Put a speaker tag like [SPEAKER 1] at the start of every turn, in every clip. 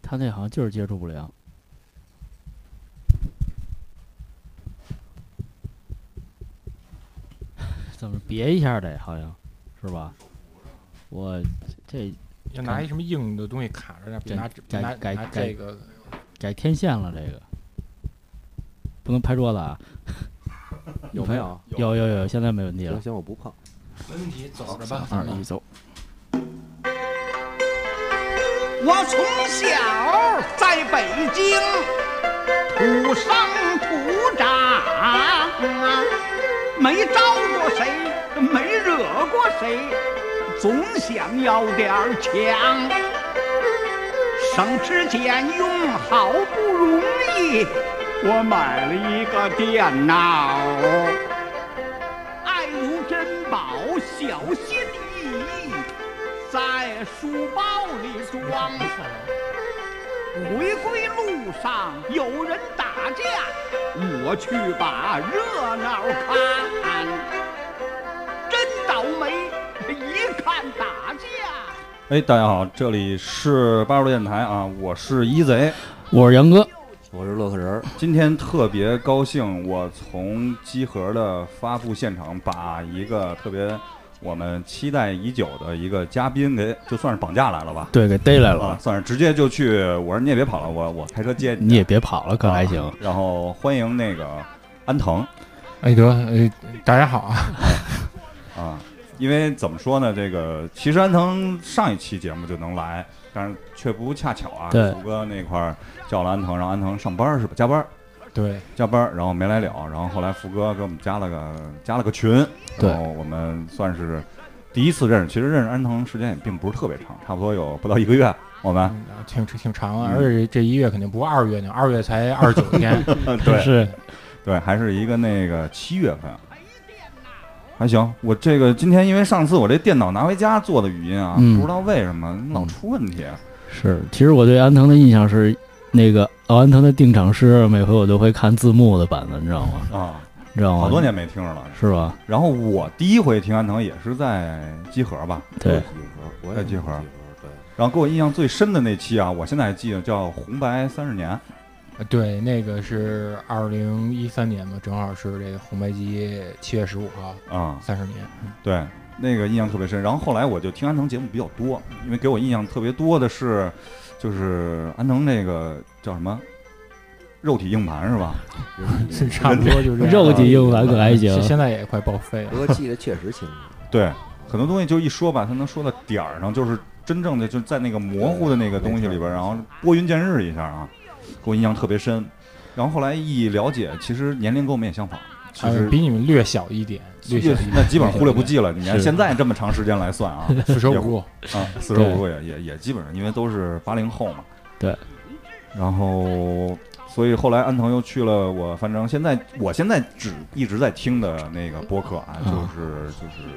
[SPEAKER 1] 他那好像就是接触不良。怎么别一下得好像，是吧？我这
[SPEAKER 2] 要拿一什么硬的东西卡着，别拿这
[SPEAKER 1] 改
[SPEAKER 2] 拿
[SPEAKER 1] 改
[SPEAKER 2] 拿
[SPEAKER 1] 改
[SPEAKER 2] 这个
[SPEAKER 1] 改天线了，这个不能拍桌子啊！
[SPEAKER 3] 有没有？
[SPEAKER 1] 有有有，现在没问题
[SPEAKER 3] 行
[SPEAKER 1] 了。
[SPEAKER 3] 行，我不碰。
[SPEAKER 2] 没问题，走着吧，
[SPEAKER 1] 二
[SPEAKER 2] 反正
[SPEAKER 1] 一走，
[SPEAKER 4] 我从小在北京土生土长啊，没招过谁，没惹过谁，总想要点儿强。省吃俭用，好不容易我买了一个电脑，爱如珍宝，小心翼翼。在书包里装。回归路上有人打架，我去把热闹看。真倒霉，一看打架。
[SPEAKER 5] 哎，大家好，这里是八十路电台啊，我是一贼。
[SPEAKER 1] 我是杨哥，
[SPEAKER 3] 我是乐呵人儿，
[SPEAKER 5] 今天特别高兴，我从机核的发布现场把一个特别我们期待已久的一个嘉宾给就算是绑架来了吧，
[SPEAKER 1] 对，给逮来
[SPEAKER 5] 啊，
[SPEAKER 1] 了，
[SPEAKER 5] 算是直接就去。我说你也别跑了，我我开车接
[SPEAKER 1] 你也别跑了，可还行。
[SPEAKER 5] 啊然后欢迎那个安藤
[SPEAKER 2] 哎得，哎，大家好啊，
[SPEAKER 5] 啊，因为怎么说呢，这个其实安藤上一期节目就能来，但是却不恰巧啊，
[SPEAKER 1] 对
[SPEAKER 5] 福哥那块儿叫了安藤，让安藤上班是吧？加班。
[SPEAKER 2] 对，
[SPEAKER 5] 加班儿，然后没来了，然后后来福哥给我们加了个加了个群，
[SPEAKER 1] 对
[SPEAKER 5] 然后我们算是第一次认识，其实认识安藤时间也并不是特别长，差不多有不到一个月，我们
[SPEAKER 2] 嗯挺挺长啊，
[SPEAKER 5] 嗯
[SPEAKER 2] 而且这一月肯定不是二月呢，二月才二十九天，
[SPEAKER 5] 对
[SPEAKER 1] 是
[SPEAKER 5] 对还是一个那个七月份，还行。我这个今天因为上次我这电脑拿回家做的语音啊，
[SPEAKER 1] 嗯
[SPEAKER 5] 不知道为什么老出问题，啊
[SPEAKER 1] 是，其实我对安藤的印象是，那个老安藤的定场诗，每回我都会看字幕的版的，你知道吗？
[SPEAKER 5] 啊，
[SPEAKER 1] 你知道吗？
[SPEAKER 5] 好多年没听着了。
[SPEAKER 1] 是吧？
[SPEAKER 5] 然后我第一回听安藤也是在集合吧，
[SPEAKER 1] 对
[SPEAKER 3] 集，合，我
[SPEAKER 5] 在
[SPEAKER 3] 也
[SPEAKER 5] 集合
[SPEAKER 3] 是对，
[SPEAKER 5] 然后给我印象最深的那期啊，我现在还记得叫《红白三十年》。
[SPEAKER 2] 对，那个是二零一三年嘛，正好是这个红白机七月十五号
[SPEAKER 5] 啊、
[SPEAKER 2] 三十年，
[SPEAKER 5] 对，那个印象特别深。然后后来我就听安藤节目比较多，因为给我印象特别多的是，就是安藤那个叫什么，肉体硬盘是吧？
[SPEAKER 2] 是差不多就是
[SPEAKER 1] 肉体硬盘可还行。
[SPEAKER 2] 现在也快报废了，
[SPEAKER 3] 不过记得确实清楚。
[SPEAKER 5] 对，很多东西就一说吧，他能说到点儿上，就是真正的就在那个模糊的那个东西里边儿，然后拨云见日一下啊，给我印象特别深。然后后来一了解，其实年龄跟我们也相仿，其
[SPEAKER 2] 呃
[SPEAKER 5] 实
[SPEAKER 2] 比你们略小一点，略小一点，
[SPEAKER 5] 那基本上忽略不计了。你按
[SPEAKER 1] 是
[SPEAKER 5] 现在这么长时间来算啊，
[SPEAKER 2] 四舍
[SPEAKER 5] 也
[SPEAKER 2] 五入。
[SPEAKER 5] 啊，四舍五入也也也基本上，因为都是八零后嘛。
[SPEAKER 1] 对。
[SPEAKER 5] 然后，所以后来安藤又去了我，反正现在我现在只一直在听的那个播客啊，就
[SPEAKER 1] 啊
[SPEAKER 5] 是就是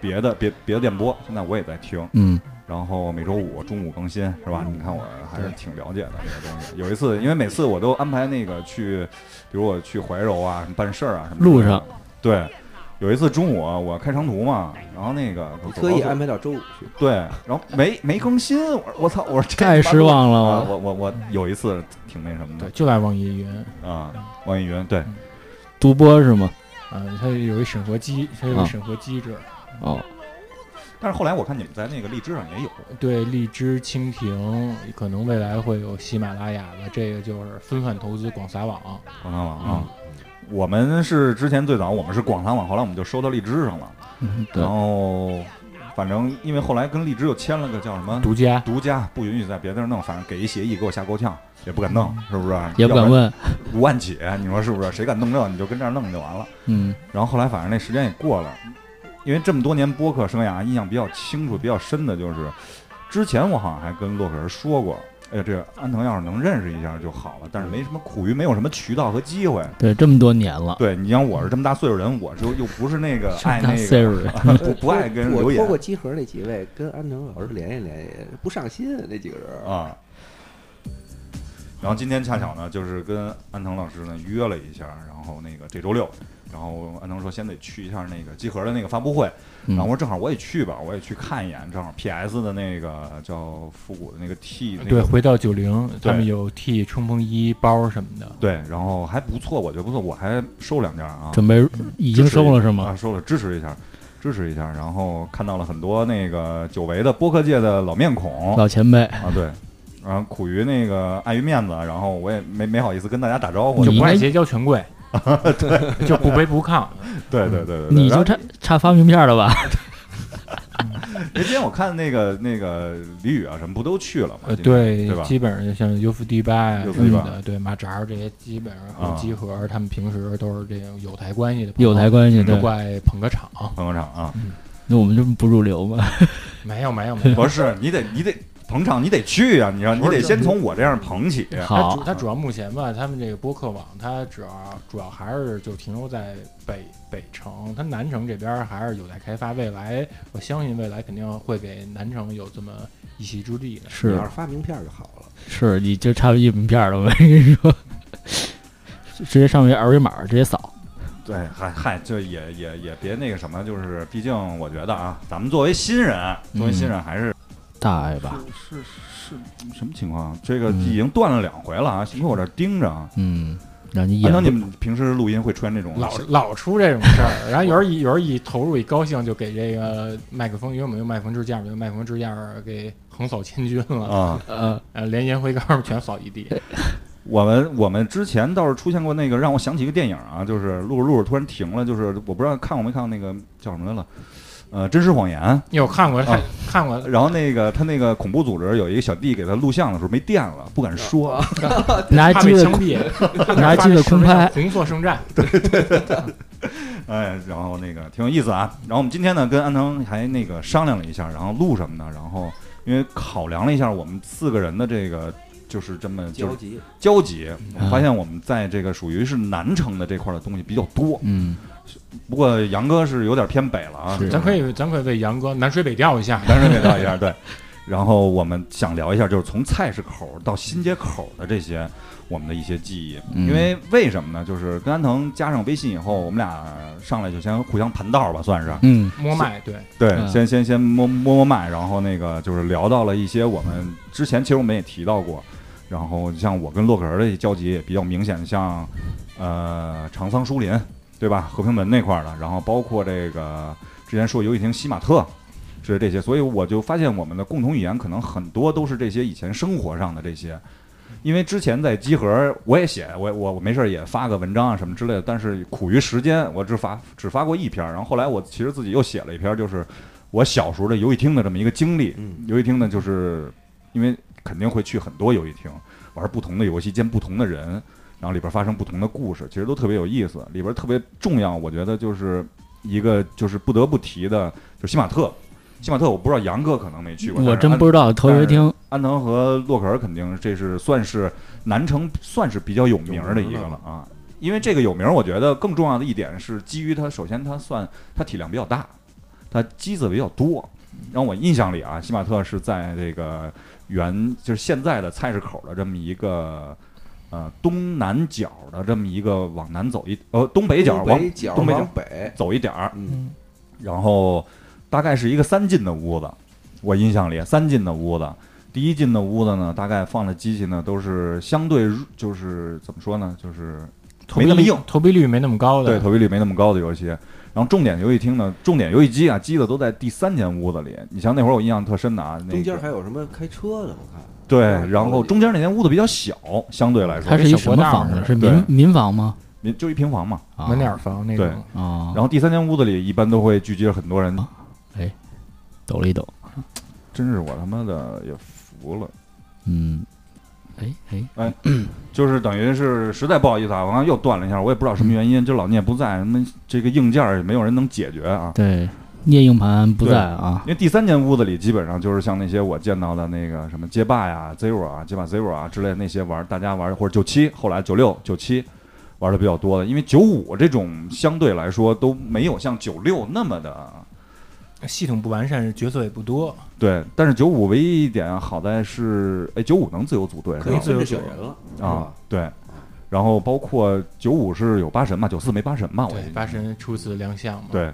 [SPEAKER 5] 别的别别的电波，现在我也在听。
[SPEAKER 1] 嗯，
[SPEAKER 5] 然后每周五中午更新是吧？你看我还是挺了解的这个东西。有一次，因为每次我都安排那个去，比如我去怀柔啊什么办事儿啊什么之类
[SPEAKER 1] 路
[SPEAKER 5] 的
[SPEAKER 1] 上，
[SPEAKER 5] 对。有一次中午啊我开长途嘛，然后那个
[SPEAKER 3] 你
[SPEAKER 5] 走
[SPEAKER 3] 特意
[SPEAKER 5] 高速
[SPEAKER 3] 安排到周五去，
[SPEAKER 5] 对，然后没没更新，我说我操，我说这
[SPEAKER 1] 太失望了
[SPEAKER 5] 啊
[SPEAKER 1] 我
[SPEAKER 5] 我我我有一次挺那什么
[SPEAKER 2] 对，
[SPEAKER 5] 的
[SPEAKER 2] 就在网易云，
[SPEAKER 5] 啊，网易云对
[SPEAKER 1] 嗯独播是吗？
[SPEAKER 2] 嗯，它有一审核机，它有一
[SPEAKER 1] 啊
[SPEAKER 2] 个审核机制，
[SPEAKER 1] 哦，
[SPEAKER 5] 但是后来我看你们在那个荔枝上也有
[SPEAKER 2] 对荔枝、蜻蜓，可能未来会有喜马拉雅的，这个就是分散投资广撒网。
[SPEAKER 5] 广撒网
[SPEAKER 1] 嗯
[SPEAKER 5] 啊。我们是之前最早我们是广撒网，后来我们就收到荔枝上了，
[SPEAKER 1] 嗯对
[SPEAKER 5] 然，后反正因为后来跟荔枝又签了个叫什么
[SPEAKER 1] 嗯
[SPEAKER 2] 独家，
[SPEAKER 5] 独家，不允许在别地儿弄，反正给一协议给我吓够呛，也不敢弄，是不是？
[SPEAKER 1] 也不敢，问。
[SPEAKER 5] 五万起，你说是不是？谁敢弄这，你就跟这儿弄就完了。
[SPEAKER 1] 嗯，
[SPEAKER 5] 然后后来反正那时间也过了，因为这么多年播客生涯，印象比较清楚、比较深的就是，之前我好像还跟洛克人说过，哎呀，这个安藤要是能认识一下就好了，但是没什么苦于没有什么渠道和机会。
[SPEAKER 1] 对，这么多年了，
[SPEAKER 5] 对你像我是这么大岁数人，我就又不是那个啊爱
[SPEAKER 1] 大
[SPEAKER 5] 那
[SPEAKER 1] 岁
[SPEAKER 5] 个
[SPEAKER 1] 数人，
[SPEAKER 5] 不不爱跟人
[SPEAKER 3] 我
[SPEAKER 5] 留
[SPEAKER 3] 包括
[SPEAKER 5] 言
[SPEAKER 3] 集合那几位，跟安藤老师联系联系，不上心那几个人儿，
[SPEAKER 5] 啊。然后今天恰巧呢，就是跟安藤老师呢约了一下，然后那个这周六，然后安藤说先得去一下那个集合的那个发布会，
[SPEAKER 1] 嗯
[SPEAKER 5] 然后我说正好我也去吧，我也去看一眼，正好 PS 的那个叫复古的那个 T 那
[SPEAKER 2] 对，
[SPEAKER 5] 个。
[SPEAKER 2] 回到九零，他们
[SPEAKER 5] 对
[SPEAKER 2] 有 T 冲锋衣包什么的。
[SPEAKER 5] 对，然后还不错，我觉得不错，我还收两件啊，
[SPEAKER 1] 准备已经收了是
[SPEAKER 5] 啊，
[SPEAKER 1] 吗？
[SPEAKER 5] 收了，支持一下，支持一下。然后看到了很多那个久违的播客界的老面孔
[SPEAKER 1] 老前辈，
[SPEAKER 5] 啊，对。然后苦于那个碍于面子，然后我也没没好意思跟大家打招呼，
[SPEAKER 2] 就
[SPEAKER 1] 你
[SPEAKER 2] 不爱
[SPEAKER 1] 应该
[SPEAKER 2] 结交权 贵，对，就不卑不亢。
[SPEAKER 5] 对对对对对。
[SPEAKER 1] 你
[SPEAKER 5] 然
[SPEAKER 1] 就
[SPEAKER 5] 后哦
[SPEAKER 1] 差差发名片了吧？
[SPEAKER 5] 哎今天我看那个那个李宇啊什么不都去了吗？
[SPEAKER 2] 呃，
[SPEAKER 5] 今天
[SPEAKER 2] 对
[SPEAKER 5] 对吧，
[SPEAKER 2] 基本上就像优芙迪拜啊
[SPEAKER 5] 优
[SPEAKER 2] 什
[SPEAKER 5] 芙迪拜
[SPEAKER 2] 么的，对马扎这些，基本上
[SPEAKER 5] 啊
[SPEAKER 2] 和集合他们平时都是这种有台关系的朋友，
[SPEAKER 1] 有台关系，
[SPEAKER 2] 都
[SPEAKER 1] 对，
[SPEAKER 2] 过来捧个场。
[SPEAKER 5] 捧个场 啊！
[SPEAKER 1] 那我们就不入流嘛。
[SPEAKER 2] 没有没 有没有，
[SPEAKER 5] 不是，你得你得捧场，你得去啊！你让你
[SPEAKER 2] 不是
[SPEAKER 5] 得先从我这样捧起。啊
[SPEAKER 2] 它主
[SPEAKER 1] 好，
[SPEAKER 2] 它主要目前吧，他们这个播客网，它主要主要还是就停留在北北城，它南城这边儿还是有待开发。未来我相信未来肯定会给南城有这么一席之地的。
[SPEAKER 3] 你
[SPEAKER 1] 是
[SPEAKER 3] 要是发名片就好了。
[SPEAKER 1] 是，你就差一名片了，我跟你说， 直接上面有二维码直接扫。
[SPEAKER 5] 对，嗨嗨，就也也也别那个什么，就是毕竟我觉得啊，咱们作为新人，作为新
[SPEAKER 1] 嗯
[SPEAKER 5] 人还是
[SPEAKER 1] 大爱吧，
[SPEAKER 5] 是是是什么情况？啊这个
[SPEAKER 1] 嗯
[SPEAKER 5] 已经断了两回了啊！幸亏我这儿盯着啊。
[SPEAKER 1] 嗯，让你
[SPEAKER 5] 安
[SPEAKER 1] 演
[SPEAKER 5] 啊能你们平时录音会穿这种
[SPEAKER 2] 老老出这种事儿，然后有时候一有时候一投入一高兴，就给这个麦克风，因为我们用麦克风支架，我们用麦克风支架给横扫千军了，
[SPEAKER 5] 啊？
[SPEAKER 1] 呃，
[SPEAKER 2] 呃，连烟灰缸全扫一地。
[SPEAKER 5] 我们我们之前倒是出现过那个让我想起一个电影啊，就是录着录着突然停了，就是我不知道看过没看过那个叫什么来了，呃，《真实谎言》。
[SPEAKER 2] 你有看过
[SPEAKER 5] 啊
[SPEAKER 2] 看过
[SPEAKER 5] 然后那个他那个恐怖组织有一个小弟给他录像的时候没电了，不敢说，
[SPEAKER 1] 拿
[SPEAKER 2] 怕
[SPEAKER 1] 机
[SPEAKER 2] 被
[SPEAKER 1] 子
[SPEAKER 2] 枪毙，
[SPEAKER 1] 拿机子空拍
[SPEAKER 2] 红色圣战。
[SPEAKER 5] 哎，然后那个挺有意思啊。然后我们今天呢跟安藤还那个商量了一下，然后录什么呢？然后因为考量了一下我们四个人的这个就是这么就是
[SPEAKER 3] 交集，
[SPEAKER 5] 交集，我们
[SPEAKER 1] 啊
[SPEAKER 5] 发现我们在这个属于是南城的这块儿的东西比较多。
[SPEAKER 1] 嗯，
[SPEAKER 5] 不过杨哥是有点偏北了啊，
[SPEAKER 1] 是
[SPEAKER 2] 咱可以，咱可以为杨哥南水北调一下。
[SPEAKER 5] 南城给到一下对。然后我们想聊一下，就是从菜市口到新街口的这些我们的一些记忆，
[SPEAKER 1] 嗯
[SPEAKER 5] 因为为什么呢？就是跟安藤加上微信以后，我们俩上来就先互相盘道吧，算是
[SPEAKER 1] 嗯，
[SPEAKER 2] 摸麦，对，
[SPEAKER 5] 对，
[SPEAKER 1] 嗯
[SPEAKER 5] 先先先摸摸摸脉，然后那个就是聊到了一些我们之前其实我们也提到过，然后像我跟洛克人的交集也比较明显，像呃长桑书林对吧，和平门那块儿的，然后包括这个之前说游戏厅西马特。是这些，所以我就发现我们的共同语言可能很多都是这些以前生活上的这些，因为之前在集合我也写，我我我没事儿也发个文章啊什么之类的，但是苦于时间，我只发只发过一篇儿，然后后来我其实自己又写了一篇儿，就是我小时候的游戏厅的这么一个经历。
[SPEAKER 3] 嗯
[SPEAKER 5] 游戏厅呢，就是因为肯定会去很多游戏厅玩不同的游戏，见不同的人，然后里边发生不同的故事，其实都特别有意思。里边特别重要，我觉得就是一个就是不得不提的，就是西马特。西马特，我不知道杨哥可能没去过，
[SPEAKER 1] 我
[SPEAKER 5] 但是
[SPEAKER 1] 真
[SPEAKER 5] 安
[SPEAKER 1] 不知道头一回听，
[SPEAKER 5] 安藤和洛克尔肯定这是算是南城算是比较有名儿的一个
[SPEAKER 3] 有名
[SPEAKER 5] 了啊。因为这个有名儿，我觉得更重要的一点是基于它，首先它算它体量比较大，它机子比较多。然后我印象里啊，西马特是在这个原就是现在的菜市口的这么一个呃东南角的这么一个往南走一呃东北角往
[SPEAKER 3] 东北角
[SPEAKER 5] 东北角
[SPEAKER 3] 往北，
[SPEAKER 5] 走一点儿，
[SPEAKER 3] 嗯，
[SPEAKER 5] 然后大概是一个三进的屋子，我印象里三进的屋子，第一进的屋子呢，大概放的机器呢都是相对入就是怎么说呢，就是
[SPEAKER 2] 投
[SPEAKER 5] 没
[SPEAKER 2] 币
[SPEAKER 5] 那么
[SPEAKER 2] 率
[SPEAKER 5] 硬，
[SPEAKER 2] 投币率没那么高的。
[SPEAKER 5] 对投币率没那么高的游戏。然后重点游戏厅呢，重点游戏机啊，机子都在第三间屋子里。你像那会儿我印象特深的啊，那
[SPEAKER 3] 中间
[SPEAKER 5] 个
[SPEAKER 3] 还有什么开车的，我看
[SPEAKER 5] 对，
[SPEAKER 3] 还有
[SPEAKER 5] 然后中间那间屋子比较小，相对来
[SPEAKER 1] 它
[SPEAKER 5] 说，
[SPEAKER 1] 是一什么房子？是民
[SPEAKER 5] 对
[SPEAKER 1] 民房吗？
[SPEAKER 5] 你就一平房嘛。
[SPEAKER 1] 啊
[SPEAKER 2] 门脸儿房那
[SPEAKER 5] 对
[SPEAKER 2] 种。
[SPEAKER 1] 啊
[SPEAKER 5] 然，后第三间屋子里一般都会聚集着很多人，
[SPEAKER 1] 抖了一抖，
[SPEAKER 5] 真是我他妈的也服了。
[SPEAKER 1] 嗯，哎哎，
[SPEAKER 5] 就是等于是实在不好意思啊，我刚刚又断了一下，我也不知道什么原因，就老聂不在，那这个硬件儿也没有人能解决啊。
[SPEAKER 1] 对，聂硬盘不在啊
[SPEAKER 5] 因，为第三间屋子里基本上就是像那些我见到的那个什么街霸呀、Zero 啊、街霸 Zero 啊之类的那些玩，大家玩或者九七，后来九六、九七玩的比较多的，因为九五这种相对来说都没有像九六那么的
[SPEAKER 2] 系统不完善，角色也不多。
[SPEAKER 5] 对，但是九五唯一一点好在是，哎，九五能自由组队是
[SPEAKER 3] 可以
[SPEAKER 5] 吧？
[SPEAKER 3] 自由选人了，
[SPEAKER 5] 啊，对。然后包括九五是有八神嘛，九四没八神嘛，我
[SPEAKER 2] 对
[SPEAKER 5] 印，象
[SPEAKER 2] 八神初次亮相嘛，，
[SPEAKER 5] 对。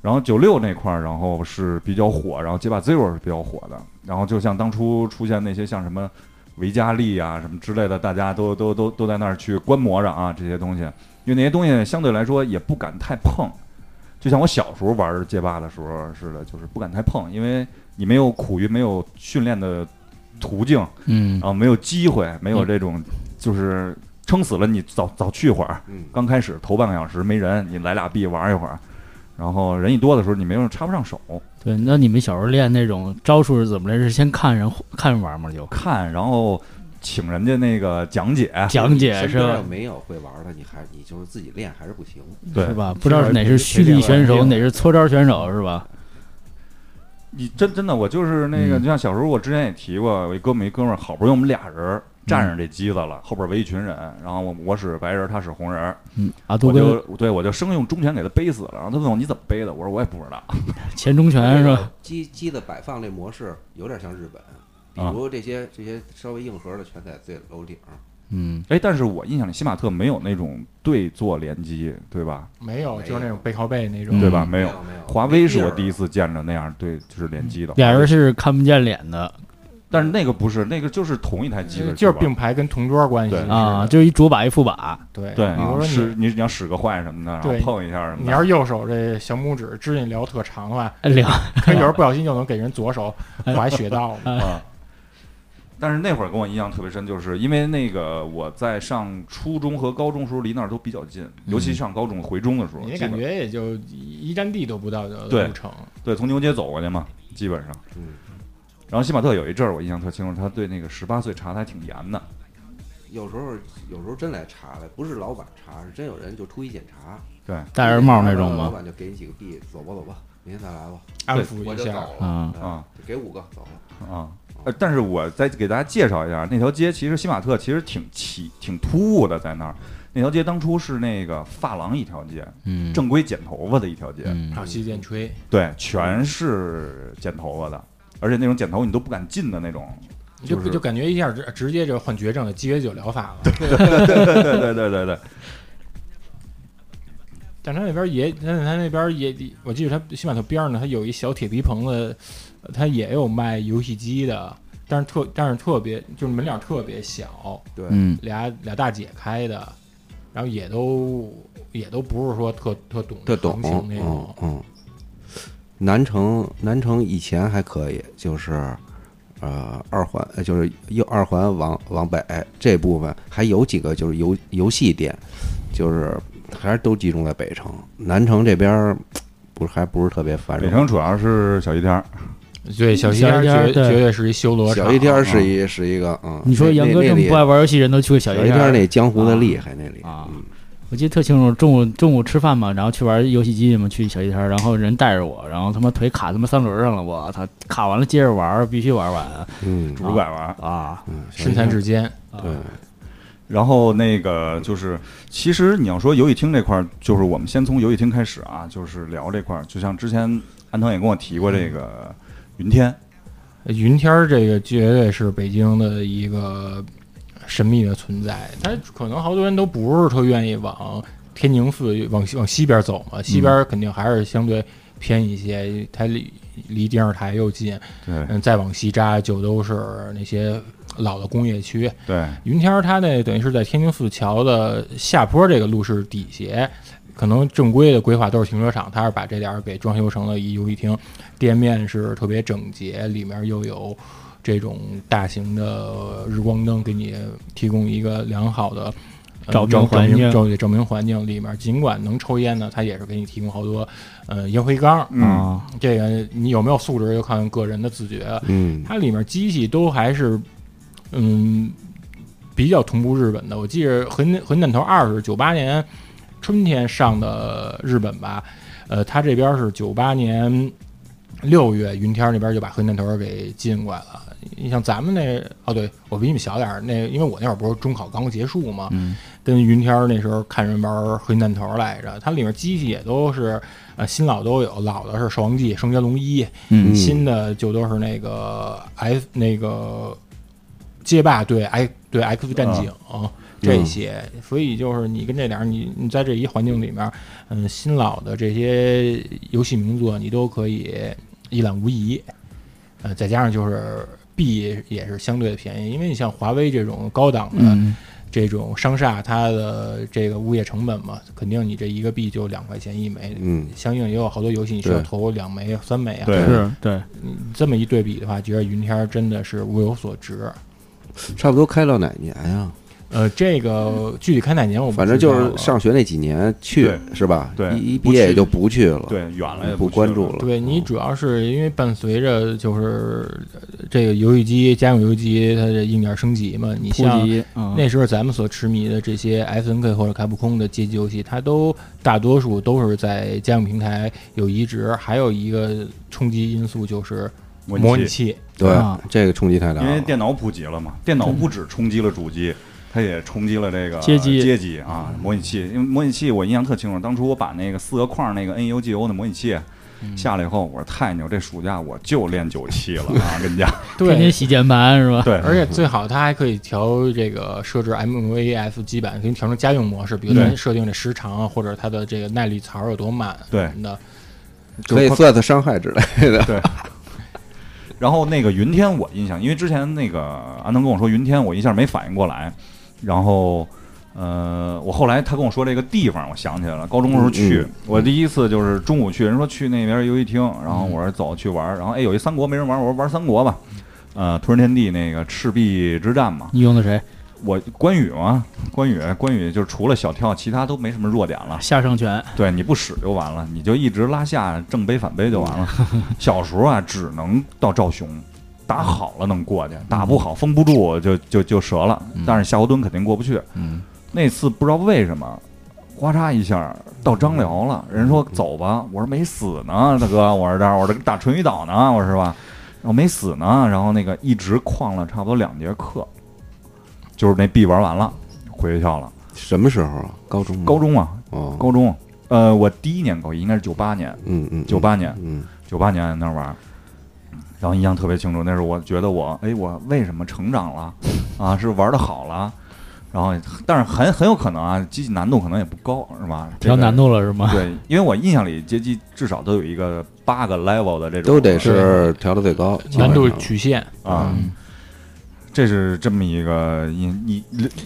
[SPEAKER 5] 然后九六那块儿，然后是比较火，然后街霸 Zero 是比较火的。然后就像当初出现那些像什么维嘉利啊什么之类的，大家都都都都在那儿去观摩着啊这些东西，因为那些东西相对来说也不敢太碰。就像我小时候玩街霸的时候似的，就是不敢太碰，因为你没有苦于没有训练的途径，
[SPEAKER 1] 嗯
[SPEAKER 5] 然，后没有机会，没有这种就是撑死了你早早去会儿，
[SPEAKER 3] 嗯，
[SPEAKER 5] 刚开始头半个小时没人，你来俩币玩一会儿，然后人一多的时候你没有插不上手，
[SPEAKER 1] 对。那你们小时候练那种招数是怎么来？是先看人看人玩吗？就
[SPEAKER 5] 看，然后请人家那个讲解，
[SPEAKER 1] 讲解
[SPEAKER 3] 身
[SPEAKER 1] 是
[SPEAKER 3] 边要
[SPEAKER 1] 吧？
[SPEAKER 3] 没有会玩的，你还你就是自己练还是不行。
[SPEAKER 5] 对
[SPEAKER 1] 是吧？不知道是哪是蓄力选手，哪是搓招选手是吧？
[SPEAKER 5] 你真真的，我就是那
[SPEAKER 1] 嗯
[SPEAKER 5] 个，就像小时候我之前也提过，我一哥们一哥们儿，好不容易我们俩人儿站上这机子了，后边围一群人，然后我我使白人，他使红人儿，
[SPEAKER 1] 嗯，阿杜
[SPEAKER 5] 我
[SPEAKER 1] 跟
[SPEAKER 5] 就对我就生用中拳给他背死了，然后他问我你怎么背的，我说我也不知道，
[SPEAKER 1] 钱钟
[SPEAKER 3] 那
[SPEAKER 1] 权是吧？
[SPEAKER 3] 个机机的摆放这模式有点像日本，比
[SPEAKER 5] 啊
[SPEAKER 3] 如这些这些稍微硬核的全在最楼顶，
[SPEAKER 1] 嗯，
[SPEAKER 5] 哎，但是我印象里西马特没有那种对坐联机，对吧？
[SPEAKER 2] 没有，
[SPEAKER 3] 没有
[SPEAKER 2] 就是那种背靠背那
[SPEAKER 1] 嗯
[SPEAKER 2] 种，
[SPEAKER 5] 对吧？
[SPEAKER 1] 嗯
[SPEAKER 5] 没有，
[SPEAKER 3] 没有。
[SPEAKER 5] 华为是我
[SPEAKER 3] 没地儿
[SPEAKER 5] 第一次见着那样对，就是联机的
[SPEAKER 1] 嗯俩人是看不见脸的
[SPEAKER 5] 但是那个不是，那个就是同一台机子，
[SPEAKER 2] 呃就是
[SPEAKER 5] 吧
[SPEAKER 2] 并排跟同桌关系
[SPEAKER 5] 对
[SPEAKER 2] 似的
[SPEAKER 1] 啊，就是一主把一副把，
[SPEAKER 2] 对啊
[SPEAKER 5] 对，
[SPEAKER 2] 比如说
[SPEAKER 5] 使
[SPEAKER 2] 你
[SPEAKER 5] 你你要使个坏什么的，然后
[SPEAKER 2] 对
[SPEAKER 5] 碰一下什么的。
[SPEAKER 2] 你要是右手这小拇指指甲聊特长的 话，
[SPEAKER 1] 哎两
[SPEAKER 2] 可能有时候不小心就能给人左 手划血道嘛。
[SPEAKER 5] 啊。但是那会儿跟我印象特别深，就是因为那个我在上初中和高中时候离那儿都比较近，尤其上高中回中的时候，
[SPEAKER 2] 嗯你那
[SPEAKER 5] 基本
[SPEAKER 2] 感觉也就一站地都不到的
[SPEAKER 5] 对
[SPEAKER 2] 路程，
[SPEAKER 5] 对从牛街走过去嘛，基本上。
[SPEAKER 3] 嗯。
[SPEAKER 5] 然后西马特有一阵儿我印象特清楚，他对那个十八岁查的还挺严的。
[SPEAKER 3] 有时候有时候真来查来，不是老板查，是真有人就出去检查，
[SPEAKER 5] 对，
[SPEAKER 1] 戴着帽那种
[SPEAKER 3] 老
[SPEAKER 1] 吗？
[SPEAKER 3] 板就给你几个币，走吧走吧，明天再来吧，
[SPEAKER 2] 安
[SPEAKER 5] 对
[SPEAKER 2] 抚
[SPEAKER 3] 我
[SPEAKER 2] 一
[SPEAKER 3] 就走
[SPEAKER 2] 下。
[SPEAKER 3] 了
[SPEAKER 1] 啊
[SPEAKER 5] 啊，
[SPEAKER 3] 对给五个走了。
[SPEAKER 2] 哦
[SPEAKER 5] 啊。呃，但是我再给大家介绍一下，那条街其实西马特其实挺起挺突兀的，在那儿那条街当初是那个发廊一条街，
[SPEAKER 1] 嗯，
[SPEAKER 5] 正规剪头发的一条街，
[SPEAKER 1] 嗯
[SPEAKER 2] 还有西电吹，
[SPEAKER 5] 对，全是剪头发的，而且那种剪头你都不敢进的 那种，
[SPEAKER 2] 你就
[SPEAKER 5] 就是
[SPEAKER 2] 就感觉一下直直接就患绝症了，鸡尾酒疗法了。
[SPEAKER 5] 对对对对 对对，
[SPEAKER 2] 但他那边也，但是他那边也，我记得他西马特边上呢，他有一小铁皮棚子，呃他也有卖游戏机的，但是特但是特别就是门脸儿特别小，
[SPEAKER 3] 对，
[SPEAKER 1] 嗯
[SPEAKER 2] 俩俩大姐开的，然后也都也都不是说特特懂
[SPEAKER 3] 特懂
[SPEAKER 2] 行，情那种
[SPEAKER 3] 嗯，嗯。南城南城以前还可以，就是呃二环呃就是右二环往往北这部分还有几个就是游游戏店，就是还是都集中在北城。南城这边儿不是还不是特别繁
[SPEAKER 5] 北
[SPEAKER 3] 荣。
[SPEAKER 5] 城主要是小西天儿，
[SPEAKER 2] 对，小
[SPEAKER 1] 嗯
[SPEAKER 2] 西
[SPEAKER 1] 小
[SPEAKER 2] 天
[SPEAKER 1] 西
[SPEAKER 2] 绝
[SPEAKER 1] 天对
[SPEAKER 2] 绝对是一修罗场。
[SPEAKER 3] 嗯小一天儿是一是一个嗯，
[SPEAKER 1] 你说
[SPEAKER 3] 那
[SPEAKER 1] 杨哥
[SPEAKER 3] 那
[SPEAKER 1] 这么
[SPEAKER 3] 里
[SPEAKER 1] 不爱玩游戏，人都去过小
[SPEAKER 3] 小
[SPEAKER 1] 夜
[SPEAKER 3] 一天儿
[SPEAKER 1] 儿
[SPEAKER 3] 那江湖
[SPEAKER 1] 啊
[SPEAKER 3] 的厉害那里
[SPEAKER 1] 啊
[SPEAKER 3] 嗯
[SPEAKER 1] 我记得特清楚，中午中午吃饭嘛，然后去玩游戏机嘛，去小夜天儿，然后人带着我，然后他妈腿卡他妈三轮上了，我操，卡完了接着玩儿，必须玩完
[SPEAKER 3] 嗯
[SPEAKER 5] 主拐玩。
[SPEAKER 1] 啊！
[SPEAKER 3] 嗯，小
[SPEAKER 2] 身
[SPEAKER 3] 一天
[SPEAKER 2] 残
[SPEAKER 3] 儿
[SPEAKER 2] 志坚，
[SPEAKER 3] 对
[SPEAKER 5] 然后那个就是，其实你要说游戏厅这块儿，就是我们先从游戏厅开始啊，就是聊这块儿，就像之前安藤也跟我提过这个云天，
[SPEAKER 2] 呃云天儿这个绝对是北京的一个神秘的存在，他可能好多人都不是特愿意往天宁寺往西往西边走嘛，西边肯定还是相对偏一些，它离离电视台又近，
[SPEAKER 5] 对
[SPEAKER 2] 嗯，再往西扎就都是那些老的工业区。
[SPEAKER 3] 嗯
[SPEAKER 5] 对，
[SPEAKER 2] 云天儿它那等于是在天宁寺桥的下坡这个路是底斜，可能正规的规划都是停车场，它是把这点儿给装修成了一游戏厅，店面是特别整洁，里面又有这种大型的日光灯给你提供一个良好的。呃
[SPEAKER 1] 照明
[SPEAKER 2] 照
[SPEAKER 1] 环境
[SPEAKER 2] 照照明环境里面，尽管能抽烟呢，它也是给你提供好多，呃，烟灰缸。
[SPEAKER 5] 嗯，
[SPEAKER 1] 啊，
[SPEAKER 2] 这个你有没有素质，就看个人的自觉。
[SPEAKER 3] 嗯
[SPEAKER 2] 它里面机器都还是，嗯，比较同步日本的。我记着《核弹核弹头二》是九八年春天上的日本吧，呃，它这边是九八年六月，云天儿那边就把核弹头给进过来了。你像咱们那哦，对我比你们小点儿，那因为我那会儿不是中考刚结束嘛，
[SPEAKER 1] 嗯
[SPEAKER 2] 跟云天儿那时候看人玩儿核弹头来着，它里面机器也都是呃新老都有，老的是守望记、圣洁龙一，
[SPEAKER 1] 嗯
[SPEAKER 2] 新的就都是那个 F 那个街霸对 X 对 X 战警、哦这些，所以就是你跟这俩，你你在这一环境里面，嗯，新老的这些游戏名作你都可以一览无遗，呃，再加上就是 B 也是相对的便宜，因为你像华为这种高档的。
[SPEAKER 1] 嗯，
[SPEAKER 2] 这种商厦，它的这个物业成本嘛，肯定你这一个币就两块钱一枚，
[SPEAKER 3] 嗯，
[SPEAKER 2] 相应也有好多游戏你需要
[SPEAKER 3] 对
[SPEAKER 2] 投两枚啊、三枚啊。
[SPEAKER 5] 对
[SPEAKER 1] 是对，
[SPEAKER 2] 你这么一对比的话，觉得云天儿真的是物有所值。
[SPEAKER 3] 差不多开到哪年呀？
[SPEAKER 2] 呃，这个具体开哪年我不
[SPEAKER 3] 反正
[SPEAKER 2] 知
[SPEAKER 3] 就
[SPEAKER 2] 道了
[SPEAKER 3] 是上学那几年去
[SPEAKER 5] 对
[SPEAKER 3] 是吧？
[SPEAKER 5] 对
[SPEAKER 3] 一一
[SPEAKER 5] 不
[SPEAKER 3] 毕业
[SPEAKER 5] 去
[SPEAKER 3] 也就不去了，，
[SPEAKER 5] 对，远了也
[SPEAKER 3] 不
[SPEAKER 5] 去
[SPEAKER 3] 关注
[SPEAKER 5] 了。
[SPEAKER 3] 了。
[SPEAKER 2] 对你主要是因为伴随着就是呃这个游戏机家用游戏机它的硬件升级嘛，你
[SPEAKER 1] 普
[SPEAKER 2] 像
[SPEAKER 1] 及，嗯，
[SPEAKER 2] 那时候咱们所痴迷的这些 S N K 或者卡普空的街机游戏，它都大多数都是在家用平台有移植，还有一个冲击因素就是模
[SPEAKER 5] 模
[SPEAKER 2] 拟
[SPEAKER 5] 拟，
[SPEAKER 2] 器。
[SPEAKER 3] 对
[SPEAKER 1] 啊，
[SPEAKER 3] 这个冲击太大
[SPEAKER 5] 因为
[SPEAKER 3] 了。
[SPEAKER 5] 电脑普及了嘛，电脑不只冲击了主机，它也冲击了这个
[SPEAKER 1] 街机
[SPEAKER 5] 街机啊，模拟器。因为模拟器我印象特清楚，当初我把那个四个框那个 N E U G O 的模拟器。
[SPEAKER 1] 嗯
[SPEAKER 5] 下来以后，我说太牛，这暑假我就练九七了啊！跟你讲，
[SPEAKER 1] 天天
[SPEAKER 2] 对，
[SPEAKER 1] 洗键盘是吧？
[SPEAKER 5] 对，
[SPEAKER 2] 而且最好它还可以调这个设置 M V F 基板，给你调成家用模式，比如
[SPEAKER 5] 对
[SPEAKER 2] 咱设定的时长啊或者它的这个耐力槽有多满啊
[SPEAKER 5] 对
[SPEAKER 2] 什么的。
[SPEAKER 3] 可以算算伤害之类的。
[SPEAKER 5] 然后那个云天我印象，因为之前那个安能跟我说云天，我一下没反应过来。然后，呃，我后来他跟我说这个地方，我想起来了，高中的时候去，
[SPEAKER 3] 嗯嗯
[SPEAKER 5] 我第一次就是中午去，人说去那边游戏厅，然后我说走去玩儿，然后哎有一三国没人玩儿，我说玩三国吧，呃，突然天地那个赤壁之战嘛，
[SPEAKER 1] 你用的谁？
[SPEAKER 5] 我关羽嘛，关羽关羽就是除了小跳，其他都没什么弱点了。
[SPEAKER 1] 夏圣权，
[SPEAKER 5] 对，你不使就完了，你就一直拉下正杯反杯就完了。小时候啊，只能到赵雄，打好了能过去，打不好封不住就就就折了。但是夏侯惇肯定过不去。
[SPEAKER 1] 嗯，
[SPEAKER 5] 那次不知道为什么，哗嚓一下到张辽了，人说走吧，我说没死呢，大哥，我说这儿我这打淳于岛呢，我是吧，我没死呢，然后那个一直旷了差不多两节课，就是那 B 玩完了，回学校了，
[SPEAKER 3] 什么时候啊？高中吗？
[SPEAKER 5] 高中啊，
[SPEAKER 3] 哦，
[SPEAKER 5] 高中，呃，我第一年高一应该是九八年。
[SPEAKER 3] 嗯嗯，
[SPEAKER 5] 九八年，
[SPEAKER 3] 嗯，
[SPEAKER 5] 九八年那玩儿，然后印象特别清楚，那是我觉得我，哎，我为什么成长了啊？是玩的好了，然后但是很很有可能啊，机器难度可能也不高，是吧？这
[SPEAKER 1] 调
[SPEAKER 5] 个
[SPEAKER 1] 难。度了是吗？
[SPEAKER 5] 对，因为我印象里街机至少都有一个八个 level 的这种，
[SPEAKER 3] 都得是嗯调到最高，
[SPEAKER 2] 难度曲 线
[SPEAKER 5] 啊，这是这么一个你你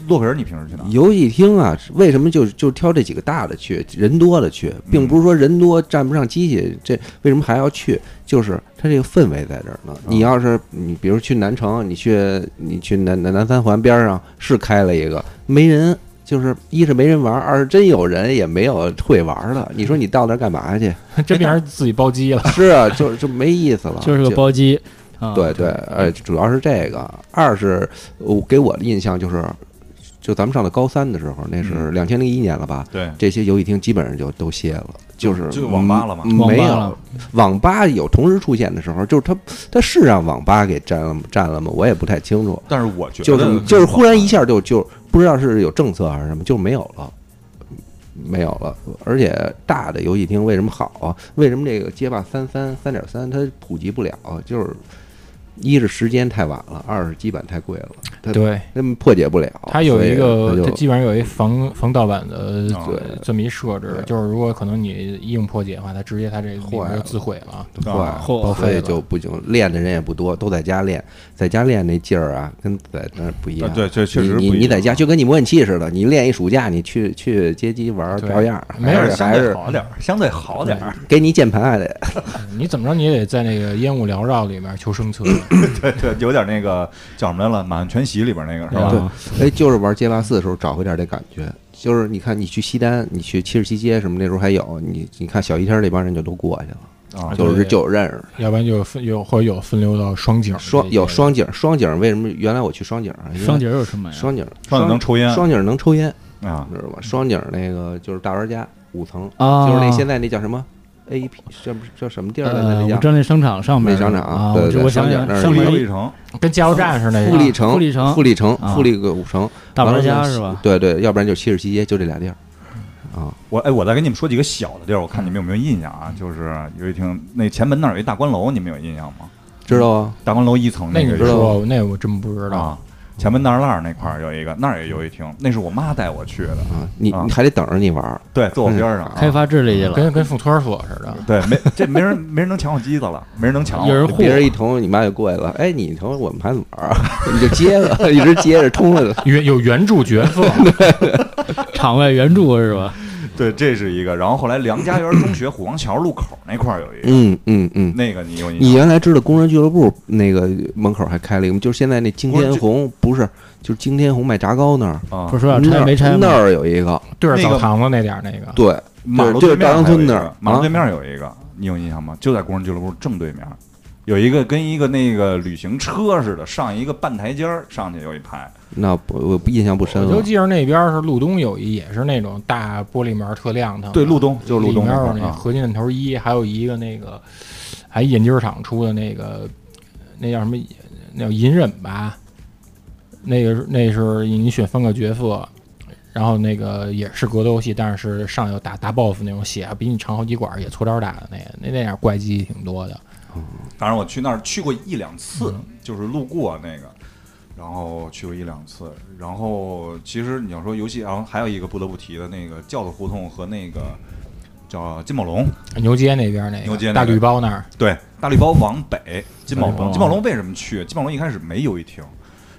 [SPEAKER 5] 洛克人，你平时去哪儿？
[SPEAKER 3] 游戏厅啊，为什么就就挑这几个大的去，人多的去，
[SPEAKER 5] 嗯
[SPEAKER 3] 并不是说人多占不上机器，这为什么还要去？就是它这个氛围在这儿呢。
[SPEAKER 5] 嗯
[SPEAKER 3] 你要是你比如去南城，你去你去南南南三环边上是开了一个，没人。就是一是没人玩，二是真有人也没有会玩的。你说你到那儿干嘛去？
[SPEAKER 2] 真变成自己包机 了。
[SPEAKER 3] 是啊，就就没意思了，
[SPEAKER 1] 就是个包机，啊，
[SPEAKER 3] 对对，呃，主要是这个。二是我给我的印象就是，就咱们上到高三的时候，那
[SPEAKER 1] 嗯
[SPEAKER 3] 是两千零一年了吧？
[SPEAKER 5] 对，
[SPEAKER 3] 这些游戏厅基本上就都歇了，就是
[SPEAKER 5] 就网吧了嘛
[SPEAKER 3] 嗯
[SPEAKER 1] 网吧
[SPEAKER 3] 没有
[SPEAKER 1] 了，
[SPEAKER 3] 网吧有同时出现的时候，就是他他是让网吧给占了占了吗？我也不太清楚，
[SPEAKER 5] 但是我觉得啊
[SPEAKER 3] 就是就是忽然一下就就不知道是有政策还是什么，就没有了。没有了，而且大的游戏厅为什么好啊？为什么这个街霸三三三点三它普及不了啊？就是一是时间太晚了，二是基本太贵了，它
[SPEAKER 2] 对，
[SPEAKER 3] 它破解不了。
[SPEAKER 2] 它有一
[SPEAKER 3] 哎哦所
[SPEAKER 2] 个
[SPEAKER 3] 以，它
[SPEAKER 2] 它
[SPEAKER 3] 就
[SPEAKER 2] 基本上有一防防盗版的
[SPEAKER 5] 啊
[SPEAKER 3] 对
[SPEAKER 2] 这么一设置
[SPEAKER 3] 对，
[SPEAKER 2] 就是如果可能你一硬破解的话，它直接它这里
[SPEAKER 3] 坏
[SPEAKER 2] 面
[SPEAKER 3] 了
[SPEAKER 2] 就自毁了。
[SPEAKER 5] 啊
[SPEAKER 1] 嚯
[SPEAKER 3] 所以
[SPEAKER 2] 废
[SPEAKER 3] 就不行，练的人也不多，都在家练，在家练那劲儿啊，跟在那儿不一
[SPEAKER 5] 啊
[SPEAKER 3] 样。
[SPEAKER 5] 对这确实
[SPEAKER 3] 你
[SPEAKER 5] 不
[SPEAKER 3] 你
[SPEAKER 5] 一
[SPEAKER 3] 你在
[SPEAKER 5] 样啊
[SPEAKER 3] 家就跟你模拟器似的，你练一暑假，你去去街机玩儿
[SPEAKER 2] 对
[SPEAKER 3] 照样儿，
[SPEAKER 2] 没有
[SPEAKER 3] 还
[SPEAKER 5] 还
[SPEAKER 3] 是
[SPEAKER 5] 是相
[SPEAKER 3] 还
[SPEAKER 5] 对
[SPEAKER 3] 是
[SPEAKER 5] 好点儿，相对好点儿，
[SPEAKER 3] 给你键盘还得
[SPEAKER 2] 嗯你怎么着，你也得在那个烟雾缭绕里面求生 存。
[SPEAKER 5] 对对，有点那个叫什么来了，《满汉全席》里边那个是吧？
[SPEAKER 1] 啊
[SPEAKER 3] 哎，就是玩街霸四的时候找回点这感觉。就是你看，你去西单，你去七十七街什么，那时候还有你，你看小一天那帮人就都过去了，
[SPEAKER 5] 啊，
[SPEAKER 2] 对
[SPEAKER 3] 就是就认识。
[SPEAKER 2] 要不然就有分有或者有分流到双井，
[SPEAKER 3] 双有双井，双井为什么原来我去双井啊？因为
[SPEAKER 1] 双节有什么呀？
[SPEAKER 3] 双井
[SPEAKER 5] 双井能抽烟
[SPEAKER 3] 双井能抽烟，
[SPEAKER 5] 啊
[SPEAKER 3] 你知道吧？双井那个就是大玩家五层，
[SPEAKER 1] 啊，
[SPEAKER 3] 就是那现在那叫什么 A P 这不是叫什么地儿来
[SPEAKER 1] 呃，
[SPEAKER 3] 着？
[SPEAKER 1] 我知
[SPEAKER 3] 那叫
[SPEAKER 1] 道那商场上面
[SPEAKER 3] 那商场
[SPEAKER 1] 啊，
[SPEAKER 3] 对
[SPEAKER 1] 我
[SPEAKER 3] 对
[SPEAKER 1] 我想
[SPEAKER 3] 商
[SPEAKER 1] 想
[SPEAKER 3] 场那儿
[SPEAKER 1] 上
[SPEAKER 5] 富力
[SPEAKER 1] 面
[SPEAKER 5] 又
[SPEAKER 1] 一
[SPEAKER 5] 一城，
[SPEAKER 2] 跟加油站似的。
[SPEAKER 3] 富力城，
[SPEAKER 1] 啊富力城
[SPEAKER 3] 富力城，
[SPEAKER 1] 啊
[SPEAKER 3] 富力个五城，
[SPEAKER 1] 大玩
[SPEAKER 3] 完了
[SPEAKER 1] 家
[SPEAKER 3] 就是
[SPEAKER 1] 吧？
[SPEAKER 3] 对对，要不然就七十七街，就这俩地儿。
[SPEAKER 5] 我哎，我再给你们说几个小的地儿，我看你们有没有印象啊？就是游戏厅那前门那儿有一大观楼，你们有印象吗？
[SPEAKER 3] 知道啊，
[SPEAKER 5] 大观楼一层
[SPEAKER 2] 那你
[SPEAKER 5] 个
[SPEAKER 2] 不
[SPEAKER 5] 是
[SPEAKER 1] 哦
[SPEAKER 2] 说，那我真不知道。
[SPEAKER 5] 啊，前门大栅栏那块儿有一个，那儿也游戏厅，那是我妈带我去
[SPEAKER 1] 嗯
[SPEAKER 5] 的，
[SPEAKER 3] 啊，你
[SPEAKER 5] 啊
[SPEAKER 3] 你还得等着你玩儿，
[SPEAKER 5] 对，坐我边上啊。
[SPEAKER 1] 开发智力去了，
[SPEAKER 2] 跟跟妇托儿所似的。
[SPEAKER 5] 对，没这没人没人能抢我机子了，没人能抢
[SPEAKER 1] 有
[SPEAKER 5] 我。
[SPEAKER 1] 人护
[SPEAKER 3] 别人一投你妈就过来了，哎，你投我们还怎么玩儿啊？ 你就接了， 一直接着通了就。
[SPEAKER 2] 原有原著角色，
[SPEAKER 1] 场外援助是吧？
[SPEAKER 5] 对，这是一个。然后后来梁家园中学虎王桥路口那块儿有一个，
[SPEAKER 3] 嗯嗯嗯，
[SPEAKER 5] 那个你有印
[SPEAKER 3] 你
[SPEAKER 5] 象？
[SPEAKER 3] 原来知道工人俱乐部那个门口还开了一个，就是现在那惊天红不是，就是惊天红卖炸糕那儿，
[SPEAKER 5] 啊
[SPEAKER 1] 不，是说要
[SPEAKER 3] 那
[SPEAKER 1] 拆
[SPEAKER 3] 儿
[SPEAKER 1] 没拆
[SPEAKER 3] 那
[SPEAKER 1] 吗？
[SPEAKER 3] 儿有一个，
[SPEAKER 2] 对着
[SPEAKER 5] 那个
[SPEAKER 2] 澡堂子那点儿那个，
[SPEAKER 3] 对，
[SPEAKER 5] 马路
[SPEAKER 3] 就
[SPEAKER 5] 对
[SPEAKER 3] 是
[SPEAKER 5] 面
[SPEAKER 3] 大
[SPEAKER 5] 还
[SPEAKER 3] 杨
[SPEAKER 5] 有一
[SPEAKER 3] 村那
[SPEAKER 5] 个
[SPEAKER 3] 儿，
[SPEAKER 5] 马路对
[SPEAKER 3] 啊
[SPEAKER 5] 面有一个，你有印象吗？就在工人俱乐部正对面，有一个跟一个那个旅行车似的，上一个半台阶儿上去有一排，
[SPEAKER 3] 那不我不印象不深
[SPEAKER 5] 嗯
[SPEAKER 2] 我就
[SPEAKER 3] 了。
[SPEAKER 2] 记着那边儿是路东有一，也是那种大玻璃门儿特亮堂的。
[SPEAKER 5] 对，路东就是路东
[SPEAKER 2] 嗯里面
[SPEAKER 5] 那
[SPEAKER 2] 有
[SPEAKER 5] 块儿
[SPEAKER 2] 那
[SPEAKER 5] 啊。
[SPEAKER 2] 合金弹头一，还有一个那个，还眼镜厂出的那个，那叫什么？那叫隐忍吧？那个是那是你选三个角色，然后那个也是格斗游戏，但是上有打大 BOSS 那种血，啊比你长好几管儿，也搓招打的那个，那那样怪机挺多的。
[SPEAKER 5] 当然我去那儿去过一两次，
[SPEAKER 2] 嗯
[SPEAKER 5] 就是路过那个，然后去过一两次。然后其实你要说游戏，然后还有一个不得不提的那个轿子胡同和那个叫金宝龙，
[SPEAKER 2] 牛街那边儿那个
[SPEAKER 5] 牛街那
[SPEAKER 2] 大
[SPEAKER 5] 边
[SPEAKER 2] 绿包那儿，
[SPEAKER 5] 对，大绿包往北，金宝
[SPEAKER 1] 大绿包
[SPEAKER 5] 龙。金宝龙为什么去？金宝龙一开始没游戏厅，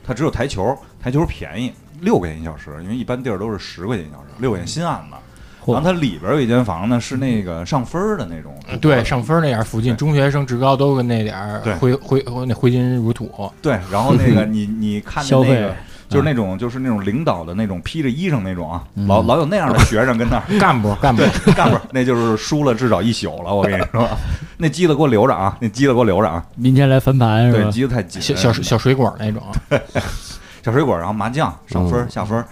[SPEAKER 5] 它只有台球，台球便宜，六块钱一小时，因为一般地儿都是十块钱一小时，六块钱新案子。
[SPEAKER 1] 嚯
[SPEAKER 5] 然后它里边有一间房呢，是那个上分儿的那种。
[SPEAKER 1] 嗯
[SPEAKER 2] 对，上分儿那点儿附近，
[SPEAKER 5] 嗯对
[SPEAKER 2] 中学生、职高都跟那点儿
[SPEAKER 5] 对
[SPEAKER 2] 挥挥那挥金如土。
[SPEAKER 5] 对，然后 那个你你看见
[SPEAKER 1] 消
[SPEAKER 5] 那
[SPEAKER 1] 费啊
[SPEAKER 5] 个。就是那种，就是那种领导的那种，披着衣裳那种啊，
[SPEAKER 1] 嗯
[SPEAKER 5] 老老有那样的学生跟 那儿
[SPEAKER 2] 干部，干部
[SPEAKER 5] 对，干部儿，那就是输了至少一宿了。我跟你说，那机子给我留着啊，那机子给我留着啊。
[SPEAKER 1] 明天来翻盘是
[SPEAKER 5] 对，
[SPEAKER 1] 吧？
[SPEAKER 5] 机子太紧了，
[SPEAKER 2] 小小小水管那种，
[SPEAKER 5] 小水果，然后麻将上分儿
[SPEAKER 3] 嗯
[SPEAKER 5] 下分儿，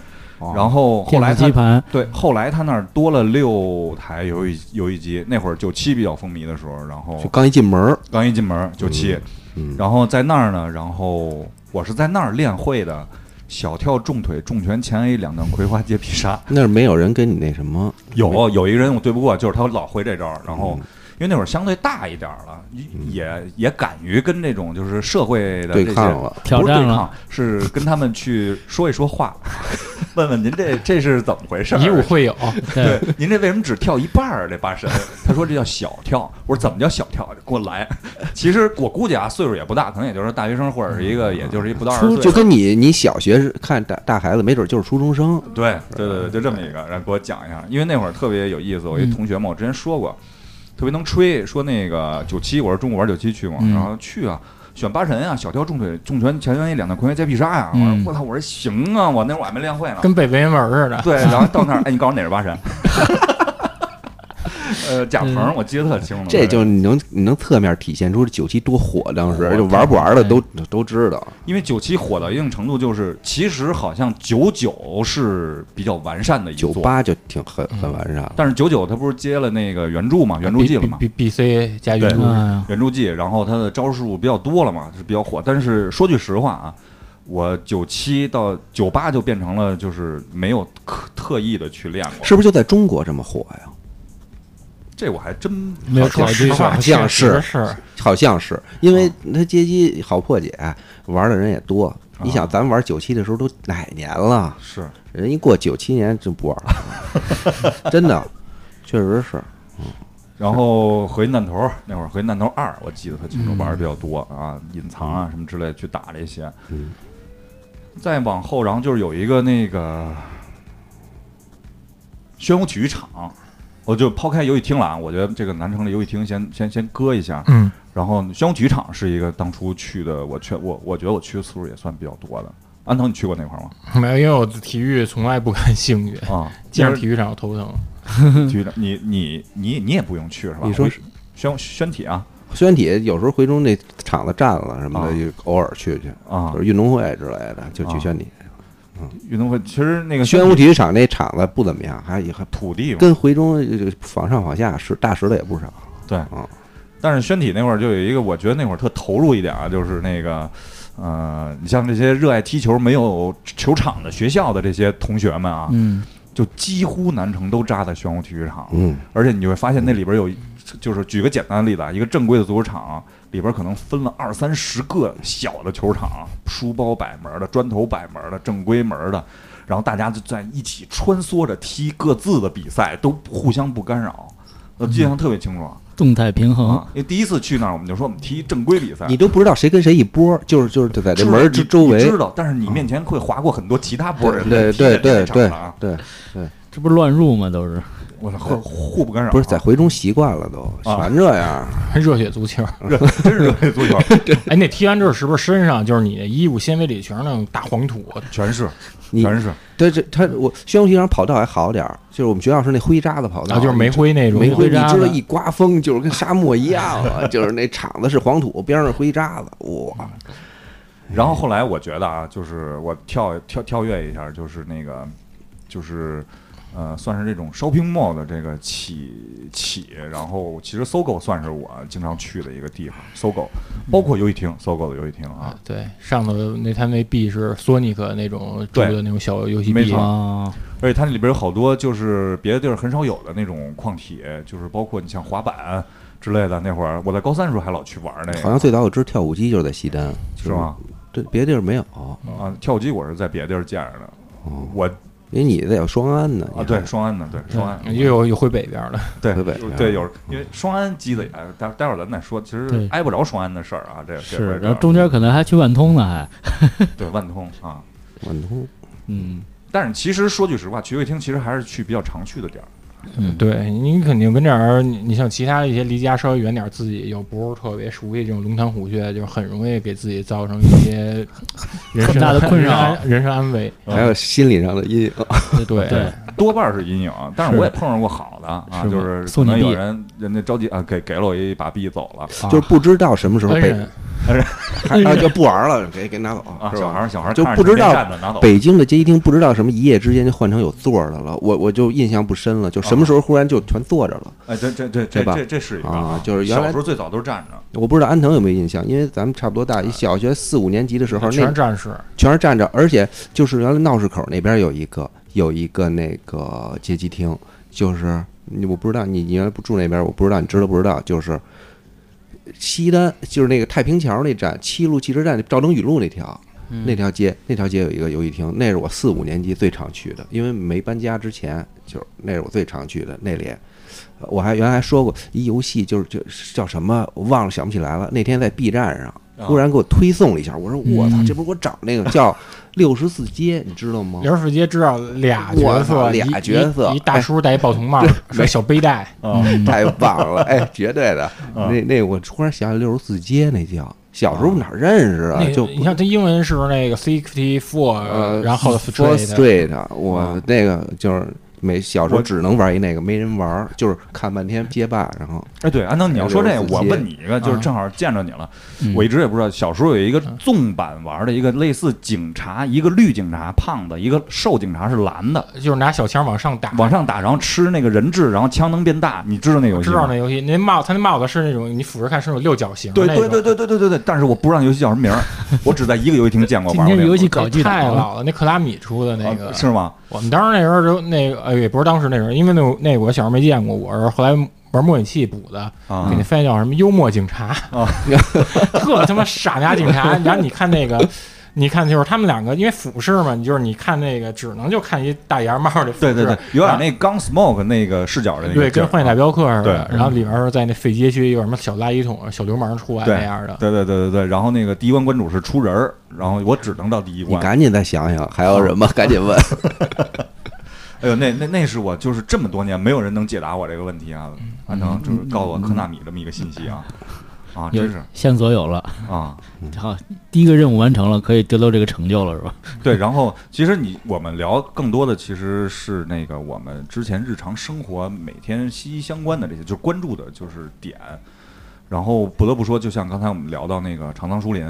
[SPEAKER 5] 然
[SPEAKER 3] 后
[SPEAKER 5] 后后来
[SPEAKER 1] 电子
[SPEAKER 5] 他
[SPEAKER 1] 机盘
[SPEAKER 5] 对，后来他那儿多了六台游戏游戏机，那会儿九七比较风靡的时候，然后
[SPEAKER 3] 就刚一进门儿，
[SPEAKER 5] 刚一进门九七，
[SPEAKER 3] 嗯，
[SPEAKER 5] 然后在那儿呢，然后我是在那儿练会的小跳重腿重拳前 A 两段葵花接必杀，
[SPEAKER 3] 那儿没有人跟你那什么，
[SPEAKER 5] 有有一个人我对不过，就是他老会这招儿，然后
[SPEAKER 3] 嗯。
[SPEAKER 5] 因为那会儿相对大一点儿了，也也敢于跟这种就是社会的这
[SPEAKER 3] 对
[SPEAKER 5] 些
[SPEAKER 3] 抗了，
[SPEAKER 5] 不
[SPEAKER 1] 挑
[SPEAKER 5] 是
[SPEAKER 1] 战
[SPEAKER 5] 对
[SPEAKER 1] 了，
[SPEAKER 5] 抗，是跟他们去说一说话， 问问您这这是怎么回事 儿？
[SPEAKER 2] 以武会友，
[SPEAKER 1] 对，
[SPEAKER 5] 对，您这为什么只跳一半儿？这 八神，他说这叫小跳。我说怎么叫小跳？给我来。其实我估计啊，岁数也不大，可能也就是大学生，或者是一
[SPEAKER 1] 嗯
[SPEAKER 5] 个，也就是一不到二十
[SPEAKER 3] 初
[SPEAKER 5] 岁。
[SPEAKER 3] 就跟你你小学是看大大孩子，没准就是初中生，
[SPEAKER 5] 对对对对，就这么一个。然后给我讲一下，因为那会儿特别有意思。我一同学嘛，我之前说过，特别能吹，说那个九七，我说中午玩九七去嘛，
[SPEAKER 1] 嗯
[SPEAKER 5] 然后去啊。选八神啊，小跳重腿重拳前旋一两段狂拳接必杀呀、
[SPEAKER 1] 嗯
[SPEAKER 5] 我说我操，我说行啊，我那会儿还没练会呢。
[SPEAKER 2] 跟背文言文似的。
[SPEAKER 5] 对，然后到那儿，哎，你告诉我哪是八神？呃，贾鹏，我记得特清楚。
[SPEAKER 3] 这就你能你能侧面体现出九七多火，当时
[SPEAKER 5] 我哎
[SPEAKER 3] 就玩不玩的都都知道。
[SPEAKER 5] 因为九七火到一定程度，就是其实好像九九是比较完善的一
[SPEAKER 3] 九
[SPEAKER 5] 座，
[SPEAKER 3] 八就挺很很完善了，
[SPEAKER 5] 但是九九它不是接了那个原著嘛，原著记了嘛，
[SPEAKER 2] B B C 加原著
[SPEAKER 5] 嗯对，
[SPEAKER 1] 哎呀，
[SPEAKER 5] 原著记，然后它的招数比较多了嘛，是比较火。但是说句实话啊，我九七到九八就变成了就是没有特特意的去练过，
[SPEAKER 3] 嗯是不是就在中国这么火呀？
[SPEAKER 5] 这我还真
[SPEAKER 1] 没有考虑
[SPEAKER 2] 实话
[SPEAKER 3] 好像是
[SPEAKER 2] 确实是
[SPEAKER 3] 好像是，因为它街机好破解，玩的人也多。你想，咱玩九七的时候都哪年了？
[SPEAKER 5] 是
[SPEAKER 3] 人一过九七年就不玩了， 真的，确实是。
[SPEAKER 5] 然后合金弹头儿那会儿，合金弹头二我记得他清楚玩的比较多啊，隐藏啊什么之类去打这些。
[SPEAKER 3] 嗯
[SPEAKER 5] 再往后，然后就是有一个那个宣武体育场，我就抛开游戏厅了啊，我觉得这个南城的游戏厅先先先搁一下。
[SPEAKER 2] 嗯，
[SPEAKER 5] 然后宣武体育场是一个当初去的，我去我我觉得我去的次数也算比较多的。安藤，你去过那块儿吗？
[SPEAKER 2] 没有，因为我对体育从来不感兴趣，
[SPEAKER 5] 啊，
[SPEAKER 2] 见着
[SPEAKER 5] 就是
[SPEAKER 2] 体育场我头 疼。
[SPEAKER 5] 体育场，你你你你也不用去是吧？
[SPEAKER 3] 你说
[SPEAKER 5] 回
[SPEAKER 3] 是
[SPEAKER 5] 宣宣体啊
[SPEAKER 3] 虽然体有时候回中那场子占了什么的，
[SPEAKER 5] 啊
[SPEAKER 3] 就偶尔去去，
[SPEAKER 5] 啊
[SPEAKER 3] 就，是运动会之类的，就去宣体。
[SPEAKER 5] 运动会其实那个
[SPEAKER 3] 宣武体育嗯场哦那场子不怎么样，还也还
[SPEAKER 5] 土地嘛，
[SPEAKER 3] 跟回中呃仿上仿下是大石头也不少。
[SPEAKER 5] 对
[SPEAKER 3] 嗯，
[SPEAKER 5] 但是宣体那会儿就有一个，我觉得那会儿特投入一点啊，就是那个，呃，你像这些热爱踢球没有球场的学校的这些同学们啊，
[SPEAKER 1] 嗯，
[SPEAKER 5] 就几乎南城都扎在宣武体育场，
[SPEAKER 3] 嗯，
[SPEAKER 5] 而且你就会发现那里边有，就是举个简单的例子啊，一个正规的足球场里边可能分了二三十个小的球场，书包摆门的、砖头摆门的、正规门的，然后大家就在一起穿梭着踢各自的比赛，都互相不干扰。我印象特别清楚啊，
[SPEAKER 1] 动态平衡
[SPEAKER 5] 啊，因为第一次去那儿，我们就说我们踢正规比赛，
[SPEAKER 3] 你都不知道谁跟谁一波，就是就是在这
[SPEAKER 5] 知道
[SPEAKER 3] 门儿
[SPEAKER 5] 你
[SPEAKER 3] 之周围
[SPEAKER 5] 你，知道，但是你面前会划过很多其他波人
[SPEAKER 3] 对
[SPEAKER 5] 在踢
[SPEAKER 3] 对
[SPEAKER 5] 在这
[SPEAKER 3] 对
[SPEAKER 5] 个场
[SPEAKER 3] 对
[SPEAKER 5] 了啊，
[SPEAKER 3] 对，
[SPEAKER 1] 这不是乱入吗？都是
[SPEAKER 5] 我操，互互不干扰啊，
[SPEAKER 3] 不是在回中习惯了都，
[SPEAKER 5] 啊
[SPEAKER 3] 全这样。
[SPEAKER 2] 热血足球。
[SPEAKER 5] 热，真是热血足球，
[SPEAKER 2] 哎，那踢完之后是不是身上就是你的衣服纤维里全是那种大黄土？
[SPEAKER 5] 全是，
[SPEAKER 3] 你嗯
[SPEAKER 5] 全是，
[SPEAKER 3] 对，这他我宣武体育场跑道还好点儿，就是我们学校是那灰渣子跑道，
[SPEAKER 2] 啊，就是煤灰那种。
[SPEAKER 3] 煤
[SPEAKER 1] 灰
[SPEAKER 3] 灰，你
[SPEAKER 1] 渣
[SPEAKER 3] 知道
[SPEAKER 1] 子
[SPEAKER 3] 一刮风就是跟沙漠一样啊， 就是那场子是黄土，边上是灰渣子，哇，
[SPEAKER 5] 然后后来我觉得啊，就是我跳跳跳跃一下，就是那个，就是呃，算是这种 shopping mall 的这个起起。然后其实搜狗算是我经常去的一个地方，搜狗
[SPEAKER 3] 嗯
[SPEAKER 5] 包括游戏厅，搜狗的游戏厅啊
[SPEAKER 2] 啊，，对，上头那它那币是索尼克那种出的那种小游戏
[SPEAKER 5] 没
[SPEAKER 2] 币
[SPEAKER 5] 错
[SPEAKER 1] 啊，
[SPEAKER 5] 而且它那里边有好多就是别的地儿很少有的那种矿体，就是包括你像滑板之类的。那会儿我在高三的时候还老去玩那
[SPEAKER 3] 好
[SPEAKER 5] 个，
[SPEAKER 3] 像最早我知道跳舞机就是在西单，就是
[SPEAKER 5] 哎是吗？？
[SPEAKER 3] 对，别的地儿没有，
[SPEAKER 5] 啊，跳舞机我是在别的地儿见着的。
[SPEAKER 3] 嗯
[SPEAKER 5] 我
[SPEAKER 3] 因为你得有双安呢，
[SPEAKER 5] 啊，对双安的，对双安，
[SPEAKER 3] 嗯
[SPEAKER 2] 又有又回北边的，
[SPEAKER 5] 对
[SPEAKER 3] 河北
[SPEAKER 5] 有
[SPEAKER 3] 是吧
[SPEAKER 5] 对，有因为双安鸡的也，待待会儿咱再说。其实
[SPEAKER 1] 对
[SPEAKER 5] 挨不着双安的事儿啊，这这回
[SPEAKER 1] 是，
[SPEAKER 5] 这
[SPEAKER 1] 然后中间可能还去万通呢，还
[SPEAKER 5] 对万通啊。
[SPEAKER 3] 万通
[SPEAKER 1] 嗯，
[SPEAKER 5] 但是其实说句实话，去乐厅其实还是去比较常去的地儿。
[SPEAKER 2] 对你肯定跟这儿，你你像其他一些离家稍微远点儿，自己又不是特别熟悉这种龙潭虎穴，就很容易给自己造成一些人
[SPEAKER 1] 很
[SPEAKER 2] 身
[SPEAKER 1] 大的困
[SPEAKER 2] 人身
[SPEAKER 1] 扰
[SPEAKER 2] 安、人身安危。
[SPEAKER 5] 嗯
[SPEAKER 3] 还有心理上的阴影，
[SPEAKER 5] 啊
[SPEAKER 2] 对
[SPEAKER 1] 对，
[SPEAKER 5] 多半是阴影，但是
[SPEAKER 1] 是
[SPEAKER 5] 我也碰上过好的啊，
[SPEAKER 1] 是
[SPEAKER 5] 就是可
[SPEAKER 1] 送你
[SPEAKER 5] 能有
[SPEAKER 1] 币
[SPEAKER 5] 人人家着急啊，给给了我一把币走了
[SPEAKER 3] 就是不知道什么时候
[SPEAKER 2] 恩
[SPEAKER 3] 被
[SPEAKER 2] 人
[SPEAKER 3] 还啊就不玩了，给给拿走
[SPEAKER 5] 嗯啊，
[SPEAKER 3] 是
[SPEAKER 5] 小孩
[SPEAKER 3] 吧？
[SPEAKER 5] 儿小孩儿
[SPEAKER 3] 就
[SPEAKER 5] 看着
[SPEAKER 3] 不知
[SPEAKER 5] 人家
[SPEAKER 3] 道
[SPEAKER 5] 站着拿走，
[SPEAKER 3] 北京的街机厅不知道什么一夜之间就换成有座儿的了，我我就印象不深了，就
[SPEAKER 2] 啊
[SPEAKER 3] 什么时候忽然就全坐着了。
[SPEAKER 5] 哎，这这这
[SPEAKER 3] 对
[SPEAKER 5] 这
[SPEAKER 3] 吧
[SPEAKER 5] 这这是一个
[SPEAKER 3] 啊就是原来
[SPEAKER 5] 小时候最早都是站着，
[SPEAKER 3] 我不知道安藤有没有印象，因为咱们差不多大，一小学四五年级的时候，
[SPEAKER 2] 呃全
[SPEAKER 3] 那
[SPEAKER 2] 是战士，
[SPEAKER 3] 全是站着，而且就是原来闹市口那边有一个有一个那个街机厅，就是你我不知道你你原来不住那边，我不知道你知道不知道，就是西单就是那个太平桥那站七路汽车站赵登禹路那条。那条街，那条街有一个游戏厅，那是我四五年级最常去的，因为没搬家之前，就是那是我最常去的那里。呃我还原来还说过一游戏，就是就叫什么，我忘了想不起来了。那天在 B 站上
[SPEAKER 5] 啊
[SPEAKER 3] 忽然给我推送了一下，我说我操，
[SPEAKER 1] 嗯
[SPEAKER 3] 这不是我找那个叫六十四街，你知道吗？
[SPEAKER 2] 刘世杰知道俩
[SPEAKER 3] 我
[SPEAKER 2] 角
[SPEAKER 3] 操
[SPEAKER 2] 色，
[SPEAKER 3] 俩
[SPEAKER 2] 一
[SPEAKER 3] 角色
[SPEAKER 2] 一一大叔戴一报童帽，是小背带，
[SPEAKER 3] 太棒了， 哎，绝对的。
[SPEAKER 2] 嗯
[SPEAKER 3] 那那我突然想起六十四街那叫，小时候哪认识啊
[SPEAKER 2] 那？
[SPEAKER 3] 就
[SPEAKER 2] 你像他英文是那个 sixty
[SPEAKER 3] 呃
[SPEAKER 2] four，，然后
[SPEAKER 3] Four
[SPEAKER 2] straight，
[SPEAKER 3] Street，我啊
[SPEAKER 2] 啊
[SPEAKER 3] 那个就是每小时候
[SPEAKER 5] 我
[SPEAKER 3] 只能玩一那个，没人玩儿，就是看半天街霸，然后
[SPEAKER 5] 哎，对，安东，你要说这个，我问你一个，
[SPEAKER 2] 嗯
[SPEAKER 5] 就是正好见着你了，
[SPEAKER 1] 嗯
[SPEAKER 5] 我一直也不知道，小时候有一个纵版玩的一个类似警察，一个绿警察胖的，一个瘦警察是蓝的，
[SPEAKER 2] 就是拿小枪往上打，
[SPEAKER 5] 往上打，然后吃那个人质，然后枪能变大，你知道那游戏
[SPEAKER 2] 知道
[SPEAKER 5] 吗
[SPEAKER 2] 那？游戏，那帽他那帽子是那种你俯视看是那种六角形，
[SPEAKER 5] 对对对，对对对对对，但是我不知道那游戏叫什么名儿，我只在一个游戏 厅见过
[SPEAKER 1] 今
[SPEAKER 5] 玩过
[SPEAKER 1] 天
[SPEAKER 5] 那个
[SPEAKER 1] 游戏
[SPEAKER 5] 啊
[SPEAKER 1] 搞基
[SPEAKER 2] 太
[SPEAKER 1] 档了，
[SPEAKER 2] 老了，那克拉米出的那个，
[SPEAKER 5] 是吗？
[SPEAKER 2] 我们当时那时候就那个，呃，也不是当时那时候，因为那那我小时候没见过，我是后来玩模拟器补的，
[SPEAKER 5] 啊
[SPEAKER 2] 给那翻译叫什么幽默警察，
[SPEAKER 5] 啊
[SPEAKER 2] 特他妈傻丫警察。然后你看那个，你看就是他们两个，因为俯视嘛，你就是你看那个，只能就看一大檐帽的俯
[SPEAKER 5] 对
[SPEAKER 2] 视，
[SPEAKER 5] 对对，有点那刚 smoke 那个视角的那个劲儿
[SPEAKER 2] 对，跟
[SPEAKER 5] 啊，
[SPEAKER 2] 《幻影大镖客》似的。
[SPEAKER 5] 对
[SPEAKER 2] 然后里面是在那废街区，有什么小垃圾桶、小流氓出来
[SPEAKER 5] 对
[SPEAKER 2] 那样的。
[SPEAKER 5] 啊对对对对对，然后那个第一关关主是出人儿，然后我只能到第一
[SPEAKER 3] 你
[SPEAKER 5] 关。
[SPEAKER 3] 赶紧再想想还有什
[SPEAKER 2] 哦
[SPEAKER 3] 么，赶紧问。
[SPEAKER 5] 哎呦，那那那是我就是这么多年没有人能解答我这个问题啊！安成就是告诉我科纳米这么一个信息啊，啊，
[SPEAKER 1] 有
[SPEAKER 5] 真是
[SPEAKER 1] 线索有了，
[SPEAKER 5] 啊，
[SPEAKER 3] 嗯
[SPEAKER 1] 好，第一个任务完成了，可以得到这个成就了，是吧？
[SPEAKER 5] 对。然后其实你我们聊更多的其实是那个我们之前日常生活每天息息相关的这些，就是关注的就是点。然后不得不说，就像刚才我们聊到那个长桑书林，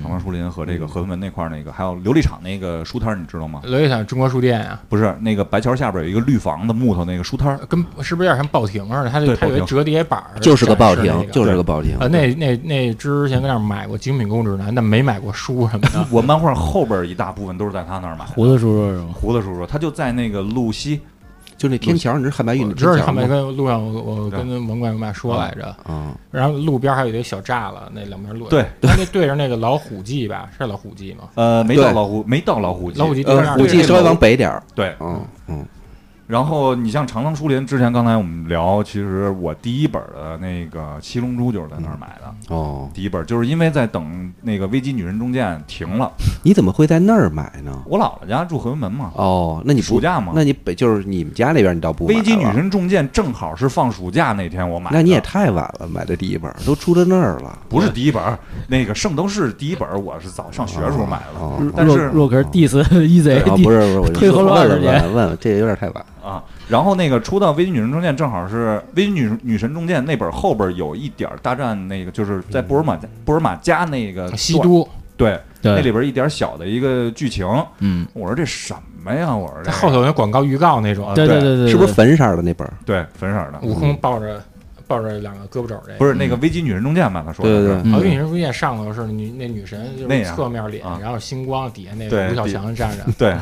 [SPEAKER 5] 长桑书林和这个河豚门那块儿那个，还有琉璃厂那个书摊儿，你知道吗？
[SPEAKER 2] 刘一想，中国书店啊，
[SPEAKER 5] 不是那个白桥下边有一个绿房子木头那个书摊儿，
[SPEAKER 2] 跟是不是有点像报亭似的？它就
[SPEAKER 5] 对
[SPEAKER 2] 它有
[SPEAKER 5] 报
[SPEAKER 2] 一
[SPEAKER 5] 亭
[SPEAKER 2] 折叠板儿展示那个，
[SPEAKER 3] 就是个报亭，就是是个报亭
[SPEAKER 2] 啊，。那那那之前在那儿买过《精品购物指南》，但没买过书什么 的。
[SPEAKER 5] 我漫画后边一大部分都是在他那儿买的。
[SPEAKER 1] 胡子叔叔是吗？
[SPEAKER 5] 胡子叔叔，他就在那个路西，
[SPEAKER 3] 就那天桥，你知道汉白玉那
[SPEAKER 2] 我知道
[SPEAKER 3] 天桥
[SPEAKER 2] 汉白
[SPEAKER 3] 吗
[SPEAKER 2] 跟路上我我
[SPEAKER 5] 对
[SPEAKER 2] 跟文冠我爸说来着，
[SPEAKER 3] 啊，
[SPEAKER 2] 然后路边还有一个小栅栏，那两边路
[SPEAKER 5] 对，
[SPEAKER 2] 他那对着那个老虎记吧，是老虎记吗？
[SPEAKER 5] 呃，没到
[SPEAKER 3] 对
[SPEAKER 5] 老虎，没到老虎
[SPEAKER 2] 老虎记对面
[SPEAKER 3] 呃，虎
[SPEAKER 2] 对
[SPEAKER 3] 记
[SPEAKER 2] 着
[SPEAKER 3] 稍微
[SPEAKER 2] 那
[SPEAKER 3] 往北点儿，
[SPEAKER 5] 对。
[SPEAKER 3] 嗯嗯，
[SPEAKER 5] 然后你像长廊书林，之前刚才我们聊，其实我第一本的那个《七龙珠》就是在那儿买的，
[SPEAKER 3] 哦，
[SPEAKER 5] 第一本就是因为在等那个《危机女人中剑》停了，
[SPEAKER 3] 你怎么会在那儿买呢？
[SPEAKER 5] 我姥姥家住回门嘛，
[SPEAKER 3] 哦，那你不
[SPEAKER 5] 暑假嘛
[SPEAKER 3] 那你北就是你们家那边你倒不
[SPEAKER 5] 《
[SPEAKER 3] 买
[SPEAKER 5] 危机
[SPEAKER 3] 了
[SPEAKER 5] 女神中剑》正好是放暑假那天我买的，
[SPEAKER 3] 那你也太晚了，买的第一本儿都出到那儿了。
[SPEAKER 5] 不是第一本儿，那个《圣斗士》第一本儿我是早上学的时候买的，
[SPEAKER 3] 哦
[SPEAKER 5] 但
[SPEAKER 1] 洛
[SPEAKER 5] 是
[SPEAKER 1] 洛克 diss easy，
[SPEAKER 3] 啊，不是不是， 我
[SPEAKER 1] 嗯
[SPEAKER 3] 就
[SPEAKER 1] 哎退后了
[SPEAKER 3] 问
[SPEAKER 1] 20年
[SPEAKER 3] 问问问，这有点太晚。
[SPEAKER 5] 啊，然后那个出到《危机女神中剑》，正好是《危机女女神中剑》那本后边有一点儿大战，那个就是在波尔玛波尔玛加那个段
[SPEAKER 2] 嗯啊西都，
[SPEAKER 5] 对那里
[SPEAKER 1] 对，
[SPEAKER 5] 边一点小的一个剧情。
[SPEAKER 1] 嗯，
[SPEAKER 5] 我说这什么呀？我说这
[SPEAKER 2] 在后头有广告预告那种
[SPEAKER 5] 啊，
[SPEAKER 1] 对
[SPEAKER 5] 对
[SPEAKER 1] 对对，
[SPEAKER 3] 是不是粉色儿的那本儿？
[SPEAKER 5] 对粉色的，
[SPEAKER 2] 悟空抱着抱着两个胳膊肘儿这
[SPEAKER 5] 不
[SPEAKER 2] 个。
[SPEAKER 5] 是那个《危机女神中剑》吧？他说的
[SPEAKER 3] 对对
[SPEAKER 5] 是
[SPEAKER 3] 对
[SPEAKER 1] 嗯
[SPEAKER 2] 好像女神中剑上头是女那女神就
[SPEAKER 5] 那
[SPEAKER 2] 是
[SPEAKER 5] 样
[SPEAKER 2] 侧面脸
[SPEAKER 5] 啊，
[SPEAKER 2] 然后星光底下那
[SPEAKER 5] 对
[SPEAKER 2] 吴小
[SPEAKER 5] 底
[SPEAKER 2] 强站 着，
[SPEAKER 5] 对，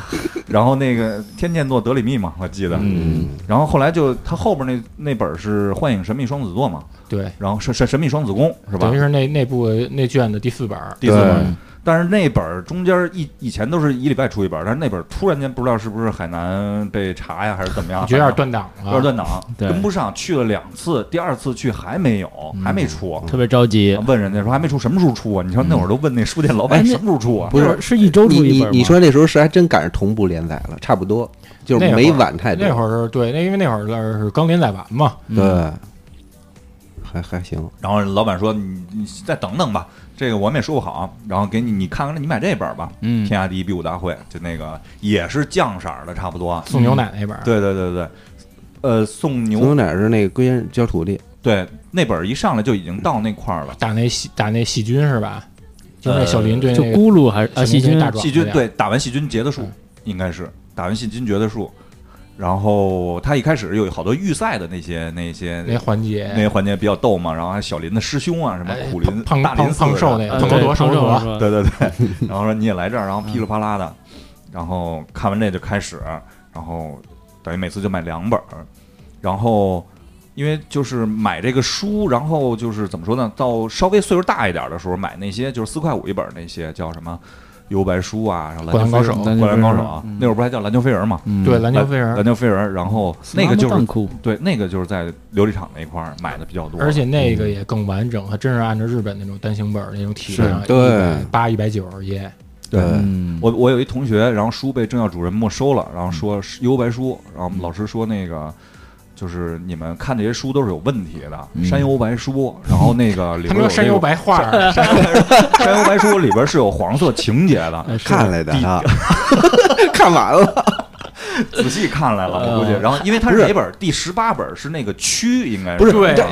[SPEAKER 5] 然后那个天剑做德里密嘛，我记得。
[SPEAKER 1] 嗯，
[SPEAKER 5] 然后后来就他后边那那本是《幻影神秘双子座》嘛，
[SPEAKER 2] 对，
[SPEAKER 5] 然后神神神秘双子宫是吧啊
[SPEAKER 2] 等于？是那那部那卷的第四本儿，
[SPEAKER 5] 第四
[SPEAKER 3] 对
[SPEAKER 5] 本，但是那本儿中间一以前都是一礼拜出一本儿，但是那本儿突然间不知道是不是海南被查呀，还是怎么样，
[SPEAKER 2] 我觉得有点断
[SPEAKER 5] 反正
[SPEAKER 2] 档啊了，
[SPEAKER 5] 啊有点断档，
[SPEAKER 1] 对
[SPEAKER 5] 跟不上，去了两次，第二次去还没有，还没出。
[SPEAKER 1] 嗯
[SPEAKER 5] 啊
[SPEAKER 1] 特别着急，
[SPEAKER 5] 问人家说还没出，什么时候出啊？你说那会儿都问那书店老
[SPEAKER 1] 哎
[SPEAKER 5] 板
[SPEAKER 1] 那
[SPEAKER 5] 什么时候出啊？
[SPEAKER 3] 不是
[SPEAKER 1] 那会儿是一周
[SPEAKER 3] 你
[SPEAKER 1] 出一
[SPEAKER 3] 你
[SPEAKER 1] 本吗
[SPEAKER 3] 你说那时候是还真赶上同步连载了，差不多，就是没晚
[SPEAKER 5] 哎
[SPEAKER 3] 太多。
[SPEAKER 2] 那会儿对，那因为那会儿是刚连载完嘛，
[SPEAKER 1] 嗯
[SPEAKER 3] 对，还还行。
[SPEAKER 5] 然后老板说你你再等等吧，这个我们也说不好。然后给你你看看，你买这本儿吧，
[SPEAKER 1] 嗯
[SPEAKER 5] 天下第一比武大会》就那个也是酱色儿的，差不多。
[SPEAKER 2] 送牛奶那本儿，
[SPEAKER 5] 嗯对对对对，呃，送
[SPEAKER 3] 牛
[SPEAKER 5] 牛
[SPEAKER 3] 奶是那个归元教徒弟，
[SPEAKER 5] 对那本儿一上来就已经到那块儿了。
[SPEAKER 2] 打那细打那细菌是吧？就是那小
[SPEAKER 5] 呃
[SPEAKER 2] 林对
[SPEAKER 1] 就
[SPEAKER 2] 那个
[SPEAKER 1] 咕噜还是啊
[SPEAKER 2] 小
[SPEAKER 1] 细
[SPEAKER 2] 林对
[SPEAKER 1] 菌
[SPEAKER 2] 大壮
[SPEAKER 5] 细菌
[SPEAKER 2] 那俩，
[SPEAKER 5] 对，打完细菌结的
[SPEAKER 2] 嗯
[SPEAKER 5] 束，应该是打完细菌结的束。然后他一开始有好多预赛的那些那些
[SPEAKER 2] 那环节
[SPEAKER 5] 那些环节比较逗嘛，然后还小林的师兄啊，什么
[SPEAKER 2] 哎
[SPEAKER 5] 苦林、
[SPEAKER 2] 胖
[SPEAKER 5] 大
[SPEAKER 2] 胖
[SPEAKER 5] 林
[SPEAKER 2] 胖
[SPEAKER 5] 寺
[SPEAKER 2] 胖瘦那
[SPEAKER 1] 呃
[SPEAKER 2] 个，胖多
[SPEAKER 1] 对
[SPEAKER 2] 多
[SPEAKER 1] 胖
[SPEAKER 2] 瘦啊
[SPEAKER 1] 瘦是
[SPEAKER 2] 多多，
[SPEAKER 1] 吧
[SPEAKER 5] 对对对，然后说你也来这儿，然后噼里啪啦的，然后看完这就开始，然后等于每次就买两本儿，然后因为就是买这个书，然后就是怎么说呢，到稍微岁数大一点的时候买那些就是四块五一本儿那些叫什么幽白书啊，然后篮球飞
[SPEAKER 1] 灌篮高手
[SPEAKER 5] 人灌篮高手啊
[SPEAKER 1] 嗯，
[SPEAKER 5] 那会儿不还叫篮球飞人嘛，
[SPEAKER 1] 嗯
[SPEAKER 2] 对，篮球飞
[SPEAKER 5] 篮
[SPEAKER 2] 人，
[SPEAKER 5] 球飞人，然后那个就是
[SPEAKER 1] 更酷，
[SPEAKER 5] 对那个就是在琉璃厂那一块儿买的比较多，
[SPEAKER 2] 而且那
[SPEAKER 5] 嗯
[SPEAKER 2] 个也更完整，它真是按照日本那种单行本儿那种体量，
[SPEAKER 3] 是对
[SPEAKER 2] 八一百九十页，
[SPEAKER 5] 对
[SPEAKER 3] 呃
[SPEAKER 1] 嗯，
[SPEAKER 5] 我我有一同学，然后书被政教主任没收了，然后说是幽白书，然后我们老师说那个就是你们看这些书都是有问题的，
[SPEAKER 1] 嗯
[SPEAKER 5] 山幽白书，然后那个里
[SPEAKER 2] 他
[SPEAKER 5] 边
[SPEAKER 2] 们说
[SPEAKER 5] 有
[SPEAKER 2] 山
[SPEAKER 5] 这
[SPEAKER 2] 幽
[SPEAKER 5] 个
[SPEAKER 2] 白画儿，
[SPEAKER 5] 山幽白书里边是有黄色情 节
[SPEAKER 1] 呃
[SPEAKER 5] 的，
[SPEAKER 3] 看来的
[SPEAKER 5] 第
[SPEAKER 3] 啊， 看完了。
[SPEAKER 5] 仔细看来了，我估计。然后因为它是哪本？第十八本是那个蛆，应该
[SPEAKER 3] 不是
[SPEAKER 2] 对
[SPEAKER 3] 这，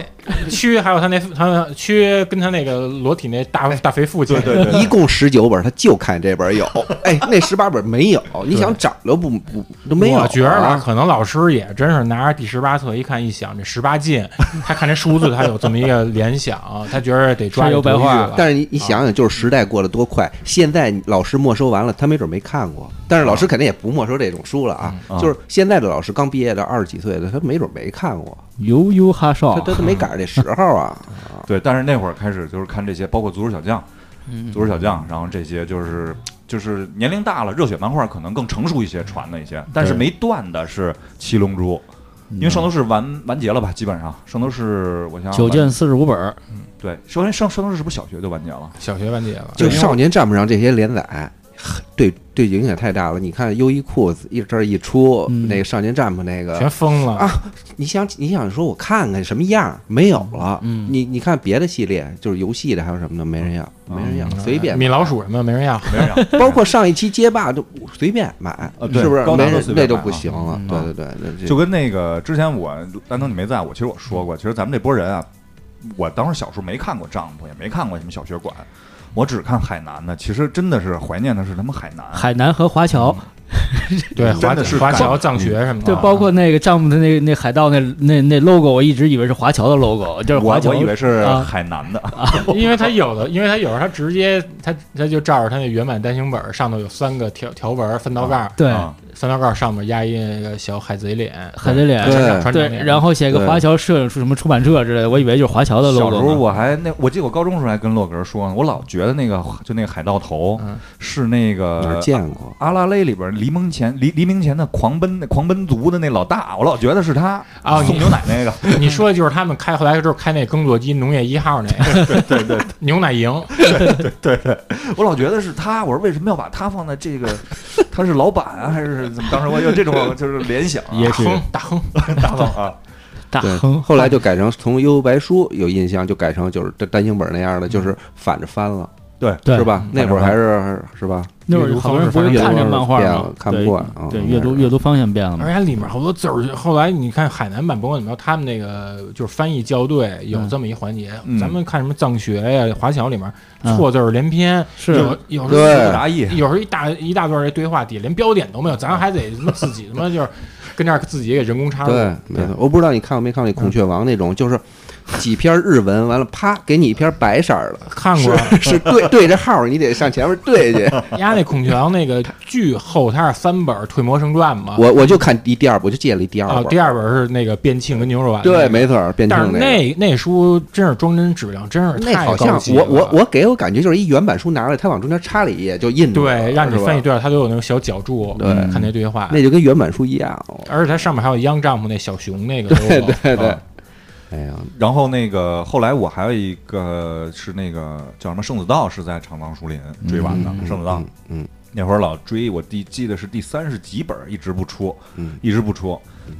[SPEAKER 2] 蛆还有他那他蛆跟他那个裸体那大大肥父亲，
[SPEAKER 5] 对对对
[SPEAKER 3] 一共十九本，他就看这本 有。哎，那十八本没有，你想找都不不都没有啊。
[SPEAKER 2] 我觉着吧，可能老师也真是拿着第十八册一看一想，这十八 禁，他看这数字，他有这么一个联想，他觉着得抓
[SPEAKER 1] 山
[SPEAKER 2] 有
[SPEAKER 1] 有白话
[SPEAKER 5] 啊
[SPEAKER 3] 但是你你想想，就是时代过得多快，现在老师没收完了，他没准没看过，但是老师肯定也不没收这种书了啊。
[SPEAKER 5] 啊嗯
[SPEAKER 3] 就是现在的老师刚毕业的二十几岁的，他没准没看过，
[SPEAKER 1] 悠悠哈
[SPEAKER 5] 哦
[SPEAKER 3] 他
[SPEAKER 1] 少，
[SPEAKER 3] 他他没赶上这时候 啊。
[SPEAKER 5] 对，但是那会儿开始就是看这些，包括足球小将、
[SPEAKER 1] 嗯
[SPEAKER 5] 足球小将，然后这些就是就是年龄大了，热血漫画可能更成熟一些，传的一些，但是
[SPEAKER 1] 对
[SPEAKER 5] 没断的是《七龙珠》。因为圣斗士完完结了吧，基本上圣斗士，我想想
[SPEAKER 1] 九卷四十五本儿，
[SPEAKER 5] 对，首先圣圣斗士是不是小学就完结了？
[SPEAKER 2] 小学完结了，
[SPEAKER 3] 就
[SPEAKER 5] 对因为
[SPEAKER 3] 少年站不上这些连载，对对影响太大了。你看优衣库一这儿一出，
[SPEAKER 1] 嗯
[SPEAKER 3] 那个少年站不那
[SPEAKER 2] 全
[SPEAKER 3] 个，
[SPEAKER 2] 疯了
[SPEAKER 3] 啊你想你想说我看看什么样儿没有了？
[SPEAKER 1] 嗯
[SPEAKER 3] 你你看别的系列，就是游戏的还有什么的，没人要，没人要，
[SPEAKER 5] 哦
[SPEAKER 3] 随便
[SPEAKER 2] 米老鼠什么的没人要，
[SPEAKER 5] 没 人养
[SPEAKER 3] 包括上一期街霸都随便买，
[SPEAKER 5] 呃对
[SPEAKER 3] 是不是？
[SPEAKER 5] 高达
[SPEAKER 3] 没
[SPEAKER 5] 都
[SPEAKER 3] 人
[SPEAKER 5] 随
[SPEAKER 3] 那
[SPEAKER 5] 便
[SPEAKER 3] 就
[SPEAKER 5] 买
[SPEAKER 3] 不
[SPEAKER 5] 啊
[SPEAKER 3] 行了。
[SPEAKER 1] 嗯
[SPEAKER 3] 对对对，那这
[SPEAKER 5] 就跟那个之前我丹东你没在我，其实我说过，其实咱们这波人啊，我当时小时候没看过帐篷，也没看过什么小学馆，我只看海南的。其实真的是怀念的是他们海南，
[SPEAKER 1] 海南和华侨，
[SPEAKER 2] 对，
[SPEAKER 5] 真
[SPEAKER 2] 华
[SPEAKER 5] 的是
[SPEAKER 2] 华
[SPEAKER 5] 感
[SPEAKER 2] 侨藏学什么
[SPEAKER 1] 就
[SPEAKER 2] 的，
[SPEAKER 1] 包括那个丈夫的那那海盗那那那 logo，我一直以为是华侨的 logo，就是
[SPEAKER 5] 我
[SPEAKER 1] 华侨
[SPEAKER 5] 我以为是
[SPEAKER 1] 啊
[SPEAKER 5] 海南的，
[SPEAKER 2] 因为他有的，因为他有时候他直接他他就照着他那原版单行本上头有三个条条纹儿分刀杠，
[SPEAKER 1] 对
[SPEAKER 5] 啊
[SPEAKER 2] 三道杠上面压一个小海贼脸，
[SPEAKER 1] 海贼脸
[SPEAKER 2] 船长
[SPEAKER 3] 对
[SPEAKER 2] 船长
[SPEAKER 1] 对，
[SPEAKER 2] 脸，
[SPEAKER 1] 然后写一个
[SPEAKER 3] 对
[SPEAKER 1] 华侨摄影出什么出版社之类的，我以为就是华侨的 logo
[SPEAKER 5] 小
[SPEAKER 1] 呢。
[SPEAKER 5] 时候我还那，我记得我高中时候还跟洛格说呢，我老觉得那个就那个海盗头
[SPEAKER 2] 嗯
[SPEAKER 5] 是那
[SPEAKER 3] 哪儿
[SPEAKER 5] 个
[SPEAKER 3] 见过？
[SPEAKER 5] 阿拉蕾里边黎明前黎黎明前的狂奔那狂奔族的那老大，我老觉得是他
[SPEAKER 2] 啊
[SPEAKER 5] 送
[SPEAKER 2] 你
[SPEAKER 5] 牛奶那个，
[SPEAKER 2] 你说的就是他们开后来就是开那耕作机农业一号那 个，对对对，牛奶营，
[SPEAKER 5] 我老觉得是他。我说为什么要把他放在这个？他是老板啊，还是怎么？当时我有这种就是联想、啊，
[SPEAKER 1] 也
[SPEAKER 2] 大
[SPEAKER 1] 许
[SPEAKER 2] 亨大亨，
[SPEAKER 5] 大佬啊，
[SPEAKER 1] 大
[SPEAKER 3] 对
[SPEAKER 1] 亨，
[SPEAKER 3] 后来就改成从《幽游白书》有印象，就改成就是单单行本那样的，就是反着翻了，
[SPEAKER 5] 嗯对，嗯
[SPEAKER 1] 对
[SPEAKER 3] 是？吧？那会儿还是是吧？
[SPEAKER 1] 那会儿好多人不是看这漫画
[SPEAKER 3] 阅读
[SPEAKER 1] 吗
[SPEAKER 3] 方式变了？看不惯嗯
[SPEAKER 1] 对，对
[SPEAKER 3] 嗯
[SPEAKER 1] 阅读阅读方向变了嘛
[SPEAKER 2] 而。且里面好多字儿，后来你看海南版，甭管怎么着，他们那个就是翻译校对有
[SPEAKER 1] 嗯
[SPEAKER 2] 这么一环节，
[SPEAKER 5] 嗯
[SPEAKER 2] 咱们看什么藏学呀、华侨里面
[SPEAKER 1] 嗯
[SPEAKER 2] 错字儿连篇，
[SPEAKER 1] 是
[SPEAKER 2] 有有时
[SPEAKER 3] 对
[SPEAKER 2] 候。
[SPEAKER 5] 不达意。
[SPEAKER 2] 有时候一大一大段这对话底连标点都没有，咱还得他妈自己他妈就是跟这儿自己给人工插入，
[SPEAKER 3] 对，没错。我不知道你看过没看过那《孔雀王》那种，就是几篇日文，完了啪给你一篇白色儿的，
[SPEAKER 2] 看过啊
[SPEAKER 3] 是 是对对着号儿，你得上前面对去。
[SPEAKER 2] 压那孔雀王那个巨厚，它是三本《退魔圣传》嘛，
[SPEAKER 3] 我我就看第第二部，我就借了一第二
[SPEAKER 2] 啊
[SPEAKER 3] 本，
[SPEAKER 2] 第二本是那个变庆跟牛肉丸，
[SPEAKER 3] 对，，没错儿，变
[SPEAKER 2] 但
[SPEAKER 3] 成
[SPEAKER 2] 是
[SPEAKER 3] 个。
[SPEAKER 2] 那那书真是装帧质量真是
[SPEAKER 3] 那
[SPEAKER 2] 太
[SPEAKER 3] 好
[SPEAKER 2] 高
[SPEAKER 3] 像
[SPEAKER 2] 级
[SPEAKER 3] 我
[SPEAKER 2] 了
[SPEAKER 3] 我我给我感觉就是一原版书拿来，他往中间插了一页就印着了，
[SPEAKER 2] 对让你
[SPEAKER 3] 嗯是吧
[SPEAKER 2] 翻译对了，它都有那种小脚注，
[SPEAKER 3] 对
[SPEAKER 2] 看那对话，
[SPEAKER 3] 那就跟原版书一样。
[SPEAKER 2] 而且它上面还有 Young Jump 那小熊那 个
[SPEAKER 3] 对
[SPEAKER 2] logo，
[SPEAKER 3] 对对
[SPEAKER 5] 啊，
[SPEAKER 3] 哎呀，
[SPEAKER 5] 然后那个后来我还有一个是那个叫什么圣子道是在长冈树林追完的、圣子道，
[SPEAKER 3] 嗯嗯
[SPEAKER 5] 那会儿老追，我第记得是第三十几本儿一直不出，
[SPEAKER 3] 嗯，
[SPEAKER 5] 一直不出，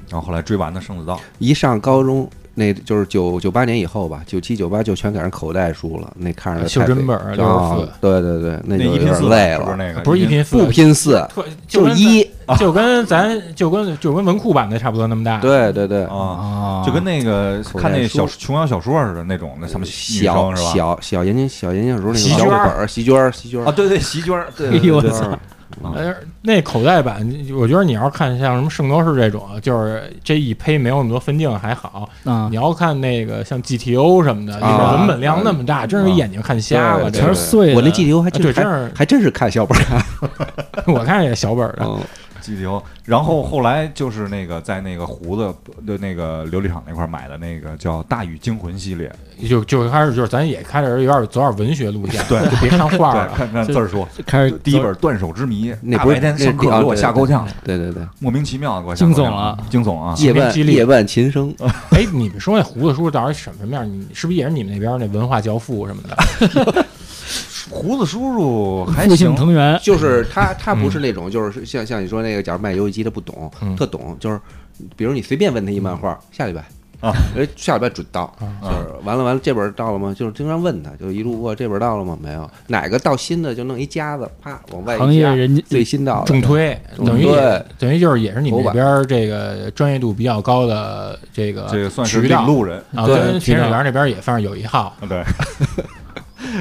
[SPEAKER 5] 然后后来追完的《圣子道》，
[SPEAKER 3] 一上高中。那就是九九八年以后吧，九七九八就全改成口袋书了。那看着太
[SPEAKER 2] 啊袖珍本儿
[SPEAKER 3] 费
[SPEAKER 2] 六十四
[SPEAKER 3] 啊对对对，那
[SPEAKER 5] 那
[SPEAKER 3] 就
[SPEAKER 5] 一
[SPEAKER 3] 有
[SPEAKER 5] 拼
[SPEAKER 3] 点
[SPEAKER 5] 四
[SPEAKER 3] 累
[SPEAKER 5] 是不是
[SPEAKER 3] 了。
[SPEAKER 5] 那个
[SPEAKER 2] 不是一拼四，
[SPEAKER 3] 不拼四，
[SPEAKER 2] 特就
[SPEAKER 3] 就
[SPEAKER 2] 跟
[SPEAKER 3] 是一，
[SPEAKER 2] 就跟咱就跟就跟文库版的差不多那么大，
[SPEAKER 3] 对对对，
[SPEAKER 5] 啊，
[SPEAKER 1] 啊，
[SPEAKER 5] 就跟那个
[SPEAKER 3] 口袋
[SPEAKER 5] 看那小
[SPEAKER 3] 书
[SPEAKER 5] 琼瑶小说似的那种的，什么女
[SPEAKER 3] 小
[SPEAKER 5] 生是吧？
[SPEAKER 3] 小小眼睛小眼睛时候那个
[SPEAKER 2] 席
[SPEAKER 3] 小
[SPEAKER 2] 卷
[SPEAKER 3] 本
[SPEAKER 2] 儿
[SPEAKER 3] 儿，席娟儿席娟
[SPEAKER 5] 啊，
[SPEAKER 3] 儿，
[SPEAKER 5] 对对，席娟儿，对
[SPEAKER 1] 哎
[SPEAKER 5] 对
[SPEAKER 1] 呦
[SPEAKER 5] 对
[SPEAKER 1] 我
[SPEAKER 3] 啊
[SPEAKER 5] 对，
[SPEAKER 1] 操，
[SPEAKER 2] 呃，那口袋版，我觉得你要看像什么圣斗士这种，就是这一胚没有那么多分镜还好。
[SPEAKER 1] 啊
[SPEAKER 2] 你，要看那个像 GTO 什么的，
[SPEAKER 3] 啊嗯
[SPEAKER 2] 里面文本量那么大，真是眼睛看瞎了。
[SPEAKER 3] 对
[SPEAKER 2] 这
[SPEAKER 1] 全
[SPEAKER 2] 个
[SPEAKER 1] 是碎的。
[SPEAKER 3] 我那 GTO 还
[SPEAKER 2] 啊对
[SPEAKER 3] 真
[SPEAKER 2] 真
[SPEAKER 3] 还
[SPEAKER 2] 是
[SPEAKER 3] 还真是看小本儿，啊
[SPEAKER 2] 我看也小本儿的，
[SPEAKER 3] 嗯
[SPEAKER 5] 激流。然后后来就是那个在那个胡子的那个琉璃厂那块儿买的那个叫《大禹惊魂》系列，
[SPEAKER 2] 就就开始就是咱也开始有点走点文学路线，
[SPEAKER 5] 对
[SPEAKER 2] 就别看画
[SPEAKER 5] 对，
[SPEAKER 2] 了。
[SPEAKER 5] 看看字儿说，
[SPEAKER 1] 啊开始
[SPEAKER 5] 第一本《断手之谜》，
[SPEAKER 3] 那
[SPEAKER 5] 大
[SPEAKER 3] 不是
[SPEAKER 5] 白天
[SPEAKER 3] 那
[SPEAKER 5] 上课
[SPEAKER 3] 啊
[SPEAKER 5] 给我
[SPEAKER 3] 对
[SPEAKER 5] 吓
[SPEAKER 3] 对
[SPEAKER 5] 够呛，
[SPEAKER 3] 对对对，
[SPEAKER 5] 莫名其妙地给我吓够
[SPEAKER 1] 惊悚
[SPEAKER 5] 呛
[SPEAKER 1] 了，
[SPEAKER 5] 惊悚啊！
[SPEAKER 3] 夜
[SPEAKER 2] 面
[SPEAKER 3] 半
[SPEAKER 2] 激励
[SPEAKER 3] 夜半琴声，
[SPEAKER 2] 哎，你们说那胡子叔到底什么样？你是不是也是你们那边那文化教父什么的？
[SPEAKER 5] 胡子叔叔还
[SPEAKER 1] 复
[SPEAKER 5] 行
[SPEAKER 1] 姓，藤原，
[SPEAKER 3] 就是他，他不是那种，就是像像你说那个，假如卖游戏机他不懂
[SPEAKER 2] 嗯，
[SPEAKER 3] 特懂，就是比如你随便问他一漫画，下礼拜
[SPEAKER 5] 啊，
[SPEAKER 3] 哎，下礼拜准到，
[SPEAKER 2] 啊
[SPEAKER 3] 就是完了完了，这本到了吗？就是经常问他，就是一路过这本到了吗？没有，哪个到新的就弄一夹子，啪往外
[SPEAKER 1] 行
[SPEAKER 3] 一
[SPEAKER 1] 业
[SPEAKER 3] 夹，
[SPEAKER 1] 人家
[SPEAKER 3] 最新到
[SPEAKER 2] 重
[SPEAKER 3] 的，
[SPEAKER 2] 推，
[SPEAKER 3] 重
[SPEAKER 2] 等于
[SPEAKER 3] 推
[SPEAKER 2] 也等于就是也是你们那
[SPEAKER 3] 头版
[SPEAKER 2] 边儿这个专业度比较高的这个
[SPEAKER 5] 这个算是
[SPEAKER 2] 渠
[SPEAKER 5] 领
[SPEAKER 2] 道
[SPEAKER 5] 路人。
[SPEAKER 2] 啊，
[SPEAKER 3] 对
[SPEAKER 2] 跟
[SPEAKER 1] 渠
[SPEAKER 2] 田水
[SPEAKER 1] 道
[SPEAKER 2] 园那边也算是有一号。
[SPEAKER 5] 啊，对。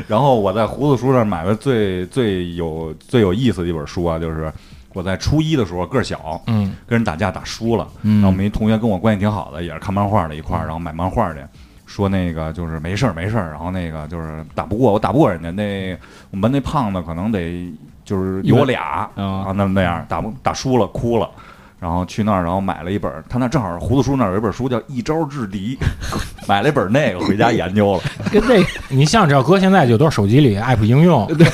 [SPEAKER 5] 然后我在胡子叔那儿买的最最有最有意思的一本书啊，就是我在初一的时候个儿小，
[SPEAKER 2] 嗯，
[SPEAKER 5] 跟人打架打输了，然后我们一同学跟我关系挺好的，也是看漫画的一块儿，然后买漫画去。说那个就是没事儿没事儿，然后那个就是打不过我打不过人家那我们班那胖子可能得就是有我俩
[SPEAKER 1] 嗯
[SPEAKER 5] 啊那那样打不打输了哭了，然后去那儿然后买了一本儿，他那正好胡子叔那儿有一本书叫《一招制敌》， 买了一本儿那个回家研究了。
[SPEAKER 1] 跟那
[SPEAKER 2] 你像这要搁现在就都是手机里 app 应用，直接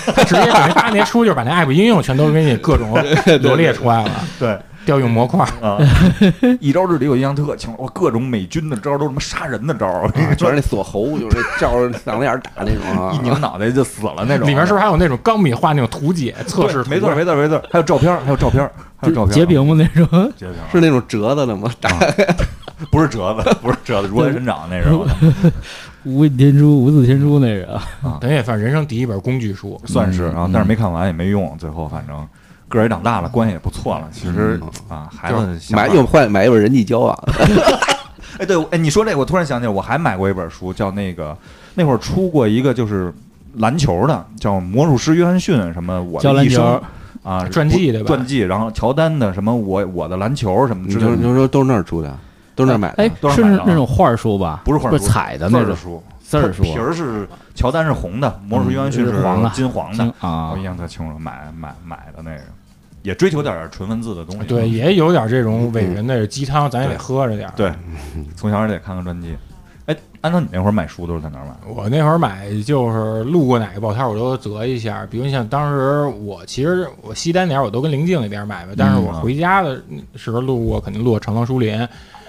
[SPEAKER 2] 等于八年初就把那 app 应用全都给你各种罗列出来了，
[SPEAKER 5] 对，
[SPEAKER 2] 调用模块儿。
[SPEAKER 5] 啊，一招制敌我印象特清，我各种美军的招儿都是什么杀人的招儿，
[SPEAKER 2] 啊
[SPEAKER 3] 全是啊那锁喉，就是那照着嗓子眼儿打那种
[SPEAKER 5] 一
[SPEAKER 3] 啊。
[SPEAKER 5] 拧脑袋就死了那种。啊
[SPEAKER 2] 里面是不是还有那种钢笔画那种图啊解测
[SPEAKER 5] 对
[SPEAKER 2] 试？
[SPEAKER 5] 没错，没错，没错，还有照片儿，还有照片儿，还有照片儿。
[SPEAKER 1] 截屏嘛那 种，
[SPEAKER 5] 截屏 啊，
[SPEAKER 3] 是那种折的的吗？打
[SPEAKER 5] 不是折子， 不是折子，如来神掌那是吧？
[SPEAKER 1] 无印天书、无字天书那个，
[SPEAKER 2] 等于也算人生第一本工具书。
[SPEAKER 5] 算是啊，但是没看完也没用，最后反正个儿也长大了，关系也不错了。其实啊，孩子想
[SPEAKER 3] 买
[SPEAKER 5] 法
[SPEAKER 3] 又换买一本人际啊交往，
[SPEAKER 5] 哎，对，哎，你说这个，我突然想起来，我还买过一本书，叫那个那会儿出过一个就是篮球的，叫《魔术师约翰逊》什么我
[SPEAKER 1] 教
[SPEAKER 5] 的
[SPEAKER 1] 篮
[SPEAKER 5] 一生
[SPEAKER 1] 球
[SPEAKER 5] 啊
[SPEAKER 2] 传记
[SPEAKER 5] 不
[SPEAKER 2] 对吧
[SPEAKER 5] 传记，然后乔丹的什么我我的篮球什么
[SPEAKER 3] 你
[SPEAKER 5] 之
[SPEAKER 3] 就
[SPEAKER 5] 类
[SPEAKER 3] 你
[SPEAKER 5] 的，
[SPEAKER 3] 就说都是那儿出的，都是那儿买的。
[SPEAKER 1] 哎
[SPEAKER 5] 多，少
[SPEAKER 1] 是
[SPEAKER 5] 买的啊
[SPEAKER 1] 那种画书吧？
[SPEAKER 5] 不是画书
[SPEAKER 1] 不彩的那
[SPEAKER 5] 字儿
[SPEAKER 1] 种
[SPEAKER 5] 书，
[SPEAKER 1] 字儿书，
[SPEAKER 5] 皮儿是乔丹是红的，魔术师约翰逊
[SPEAKER 1] 嗯
[SPEAKER 5] 是
[SPEAKER 1] 是黄的
[SPEAKER 5] 金黄的
[SPEAKER 1] 听，
[SPEAKER 5] 我
[SPEAKER 1] 啊
[SPEAKER 5] 印，象特清楚，买买买的那个。也追求点儿纯文字的
[SPEAKER 1] 啊
[SPEAKER 5] 东西。
[SPEAKER 2] 对，也有点这种伟人的鸡汤，咱也得
[SPEAKER 5] 对
[SPEAKER 2] 喝着点儿。
[SPEAKER 5] 对，从小也得看看专辑。哎，安藤，你那会儿买书都是在哪儿买的？
[SPEAKER 2] 我那会儿买就是路过哪个报摊儿我都择一下，比如你像当时我其实我西单点儿我都跟临近那边买吧，但
[SPEAKER 5] 嗯
[SPEAKER 2] 是我
[SPEAKER 5] 啊
[SPEAKER 2] 回家的时候路过肯定路过长廊书林，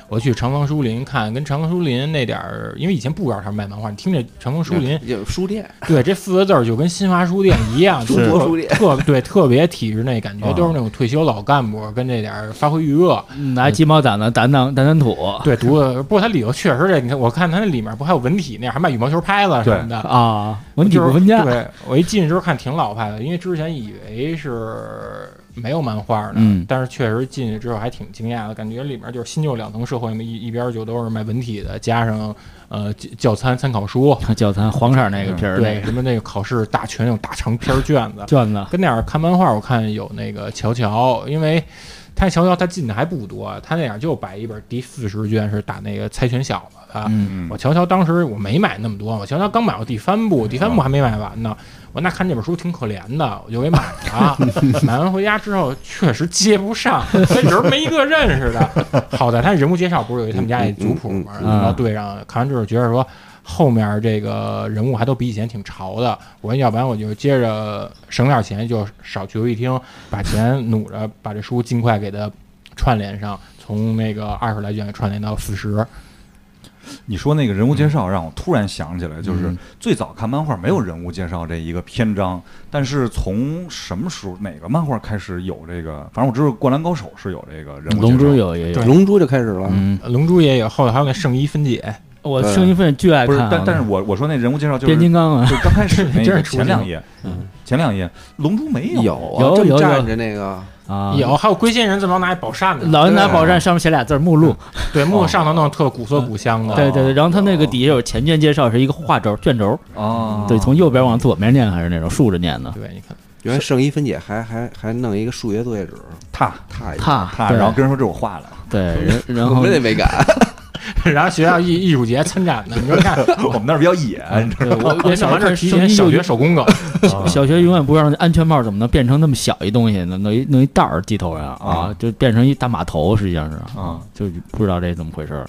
[SPEAKER 2] 我去长廊书林看，跟长廊书林那点儿，因为以前不知道他们卖漫画，你听这长廊书林，
[SPEAKER 3] 嗯就书店，
[SPEAKER 2] 对这四个字儿就跟新华书店一样，就是
[SPEAKER 3] 中国书店
[SPEAKER 2] 特对特别体制内感觉，
[SPEAKER 5] 啊
[SPEAKER 2] 都是那种退休老干部跟这点儿发挥余热，
[SPEAKER 1] 嗯拿鸡毛掸子掸掸掸掸
[SPEAKER 5] 啊
[SPEAKER 1] 土
[SPEAKER 2] 对读的，不过它里头确实这，你看我看它那里面不还有文体那样，还卖羽毛球拍子什么的。
[SPEAKER 1] 啊，文体
[SPEAKER 2] 就是
[SPEAKER 1] 不分家。
[SPEAKER 2] 对我一进去之后看挺老派的，因为之前以为是没有漫画的，
[SPEAKER 1] 嗯
[SPEAKER 2] 但是确实进去之后还挺惊讶的，感觉里面就是新旧两层社会嘛，一一边就都是卖文体的，加上呃教教参参 考书，
[SPEAKER 1] 教材黄色那个皮儿那
[SPEAKER 2] 对
[SPEAKER 1] 个
[SPEAKER 2] 什么那个考试大全那种大长篇卷子，
[SPEAKER 1] 卷子，
[SPEAKER 2] 跟那儿看漫画，我看有那个乔乔，因为他乔乔他进的还不多，啊他那样就摆一本第四十卷是打那个猜拳小子的。
[SPEAKER 5] 嗯
[SPEAKER 2] 我乔乔当时我没买那么多，我乔乔刚买过第三部，第三部还没买完呢。我那看这本书挺可怜的，我就给买了。买完回家之后，确实接不上，那人没一个认识的。好在他人物介绍不是有一他们家那族谱嘛，
[SPEAKER 3] 嗯
[SPEAKER 1] 嗯嗯
[SPEAKER 2] 然后对上看完之后觉得说后面这个人物还都比以前挺潮的。我说要不然我就接着省点钱，就少去游戏厅，把钱努着把这书尽快给它串联上，从那个二十来卷给串联到四十。
[SPEAKER 5] 你说那个人物介绍，让我突然想起来，就是最早看漫画没有人物介绍这一个篇章，但是从什么时候哪个漫画开始有这个？反正我知道《灌篮高手》是有这个人物介绍。
[SPEAKER 1] 龙珠有也有，
[SPEAKER 3] 龙珠就开始了。
[SPEAKER 1] 嗯，
[SPEAKER 2] 龙珠也有，后来还有那圣衣分解，
[SPEAKER 1] 我声音分巨爱
[SPEAKER 5] 不
[SPEAKER 1] 看
[SPEAKER 5] 是
[SPEAKER 1] 啊，，
[SPEAKER 5] 但但是我我说那人物介绍就是
[SPEAKER 1] 变形金刚啊，
[SPEAKER 5] 就刚开始那
[SPEAKER 2] 真
[SPEAKER 5] 个
[SPEAKER 2] 是出
[SPEAKER 5] 前两
[SPEAKER 2] 镜
[SPEAKER 5] 页，前两页《龙珠》没
[SPEAKER 3] 有
[SPEAKER 5] 有，
[SPEAKER 1] 嗯有
[SPEAKER 3] 啊，
[SPEAKER 1] 有
[SPEAKER 3] 这
[SPEAKER 1] 有
[SPEAKER 3] 么站着那个，
[SPEAKER 1] 啊，
[SPEAKER 2] 有还有龟仙人怎么拿一宝扇呢？
[SPEAKER 1] 老人拿宝站上面写俩字儿目录，
[SPEAKER 2] 对，木上头弄特古色古香
[SPEAKER 5] 嗯
[SPEAKER 2] 的，
[SPEAKER 1] 对对对，然后他那个底下有前卷介绍，是一个画轴卷轴，
[SPEAKER 5] 哦，
[SPEAKER 1] 对，从右边往左边念还是那种竖着念的，
[SPEAKER 2] 对，你看
[SPEAKER 3] 原来圣衣分解还还还弄一个数学作业纸，
[SPEAKER 5] 踏
[SPEAKER 3] 踏一下
[SPEAKER 1] 踏
[SPEAKER 5] 踏，
[SPEAKER 1] 对
[SPEAKER 5] 然后跟人说这我画了，
[SPEAKER 1] 对，然然
[SPEAKER 3] 我
[SPEAKER 1] 后
[SPEAKER 3] 们也没敢。
[SPEAKER 2] 然后学校艺艺术节参展的，你说看，
[SPEAKER 5] 我们那儿比较野，你知
[SPEAKER 1] 对
[SPEAKER 5] 道吗？啊
[SPEAKER 1] 我我
[SPEAKER 2] 我
[SPEAKER 1] 小时
[SPEAKER 2] 想
[SPEAKER 1] 候
[SPEAKER 2] 完这
[SPEAKER 1] 看
[SPEAKER 2] 提
[SPEAKER 1] 圣
[SPEAKER 2] 前
[SPEAKER 1] 衣
[SPEAKER 2] 小
[SPEAKER 1] 就
[SPEAKER 2] 学手工梗，
[SPEAKER 1] 小学永远不知道那安全帽怎么能变成那么小一东西呢？弄一弄一袋儿系头上啊
[SPEAKER 5] 啊，
[SPEAKER 1] 就变成一大码头，实际上是
[SPEAKER 5] 啊，
[SPEAKER 1] 就不知道这怎么回事儿。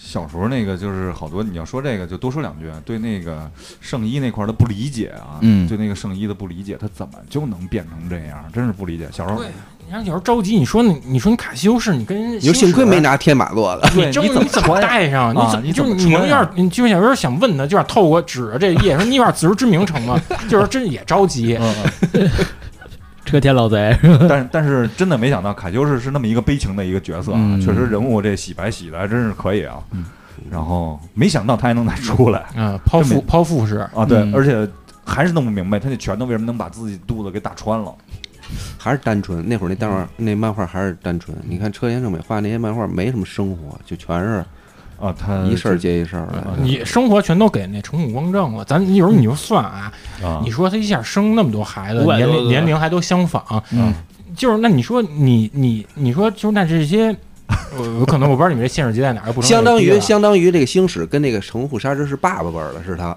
[SPEAKER 5] 小时候那个就是好多，你要说这个就多说两句，啊对那个圣衣那块儿的不理解啊，
[SPEAKER 1] 嗯
[SPEAKER 5] 对那个圣衣的不理解，他怎么就能变成这样？真是不理解。小时候
[SPEAKER 2] 对，你看有时候着急，你说你你说你卡西欧式，你跟人
[SPEAKER 3] 你
[SPEAKER 2] 修
[SPEAKER 3] 说幸亏
[SPEAKER 2] 饰
[SPEAKER 3] 没。 拿天马做的，
[SPEAKER 2] 你
[SPEAKER 5] 对
[SPEAKER 2] 这
[SPEAKER 5] 你怎么
[SPEAKER 2] 怎么
[SPEAKER 5] 穿呀
[SPEAKER 2] 带上？
[SPEAKER 5] 啊
[SPEAKER 2] 怎么
[SPEAKER 5] 你
[SPEAKER 2] 就
[SPEAKER 5] 怎
[SPEAKER 2] 是
[SPEAKER 5] 么
[SPEAKER 2] 你能
[SPEAKER 5] 穿
[SPEAKER 2] 有点
[SPEAKER 5] 呀，
[SPEAKER 2] 你就有点想问他，就想透过指着这页说你有点自知之明成吗？就是真也着 急，
[SPEAKER 5] 嗯，
[SPEAKER 1] 车天老贼，
[SPEAKER 5] 嗯但是但是真的没想到卡修士是那么一个悲情的一个角色啊，
[SPEAKER 1] 嗯
[SPEAKER 5] 确实人物这洗白洗的还真是可以啊。然后没想到他还能再出来
[SPEAKER 2] 嗯，剖
[SPEAKER 5] 这
[SPEAKER 2] 腹
[SPEAKER 5] 么
[SPEAKER 2] 剖腹式，
[SPEAKER 5] 啊，对，
[SPEAKER 1] 嗯
[SPEAKER 5] 而且还是弄不明白他那拳头为什么能把自己肚子给打穿了。
[SPEAKER 3] 还是单纯。那会儿那漫画那漫画还是单纯。你看车田正美画那些漫画没什么生活，就全是
[SPEAKER 5] 啊，
[SPEAKER 1] 呃
[SPEAKER 5] 他
[SPEAKER 3] 一事儿接一事儿的。
[SPEAKER 2] 你生活全都给那成母光正了。咱一会儿你就算啊，
[SPEAKER 5] 啊
[SPEAKER 2] 你，说他一下生那么多孩子，
[SPEAKER 1] 500
[SPEAKER 2] 年
[SPEAKER 1] 多
[SPEAKER 2] 龄
[SPEAKER 1] 个
[SPEAKER 2] 年龄还都相仿，
[SPEAKER 1] 嗯，
[SPEAKER 2] 就是那你说你你你说就是那这些，我我可能我不知道你们这现实级在哪儿，又不能
[SPEAKER 3] 相当
[SPEAKER 2] 也低
[SPEAKER 3] 于
[SPEAKER 2] 了
[SPEAKER 3] 相当于这个星矢跟那个城户纱织是爸爸辈儿的，是他，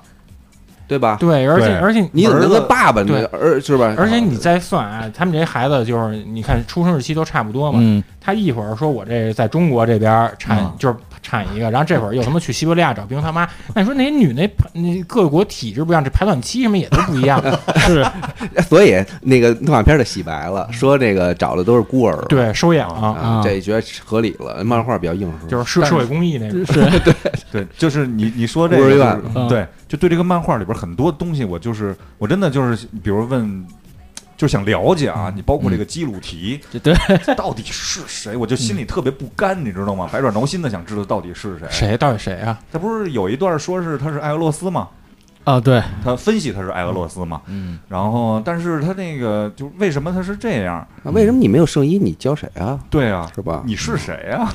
[SPEAKER 3] 对吧？
[SPEAKER 2] 对，而且
[SPEAKER 5] 对
[SPEAKER 2] 而且
[SPEAKER 3] 你怎么能跟爸爸
[SPEAKER 2] 对
[SPEAKER 3] 呢？儿是吧？
[SPEAKER 2] 而且你再算啊，他们这些孩子就是你看出生日期都差不多嘛，
[SPEAKER 1] 嗯，
[SPEAKER 2] 他一会儿说我这在中国这边儿产、
[SPEAKER 5] 嗯
[SPEAKER 2] 就是产一个，然后这会儿又他妈去西伯利亚找兵他妈，那你说那些女那那各国体制不一样，这排卵期什么也都不一样，
[SPEAKER 1] 是
[SPEAKER 3] 啊 所以那个动画片儿的洗白了，说这个找的都是孤儿，
[SPEAKER 2] 对，收养啊，
[SPEAKER 1] 啊
[SPEAKER 3] 啊，这觉得合理了。漫画比较硬核，
[SPEAKER 2] 就是社
[SPEAKER 5] 但是
[SPEAKER 2] 社会公益那种。
[SPEAKER 1] 是，
[SPEAKER 5] 对，就是你你说这
[SPEAKER 3] 孤
[SPEAKER 5] 个、
[SPEAKER 3] 儿
[SPEAKER 5] 就
[SPEAKER 3] 院
[SPEAKER 5] 是
[SPEAKER 1] 嗯
[SPEAKER 5] 对，就对这个漫画里边很多东西，我就是我真的就是，比如问，就是想了解啊，你包括这个基鲁提、
[SPEAKER 1] 这对，
[SPEAKER 5] 到底是谁，我就心里特别不甘，你知道吗？百爪挠心的想知道到底是谁。
[SPEAKER 2] 谁到底谁啊？
[SPEAKER 5] 他不是有一段说是他是爱俄罗斯吗？
[SPEAKER 1] 啊对，
[SPEAKER 5] 他分析他是爱俄罗斯嘛，
[SPEAKER 1] 嗯，
[SPEAKER 5] 然后但是他那个就为什么他是这样？
[SPEAKER 3] 啊为什么你没有圣衣？你教谁啊？
[SPEAKER 5] 对啊，
[SPEAKER 3] 是吧？
[SPEAKER 5] 你是谁啊？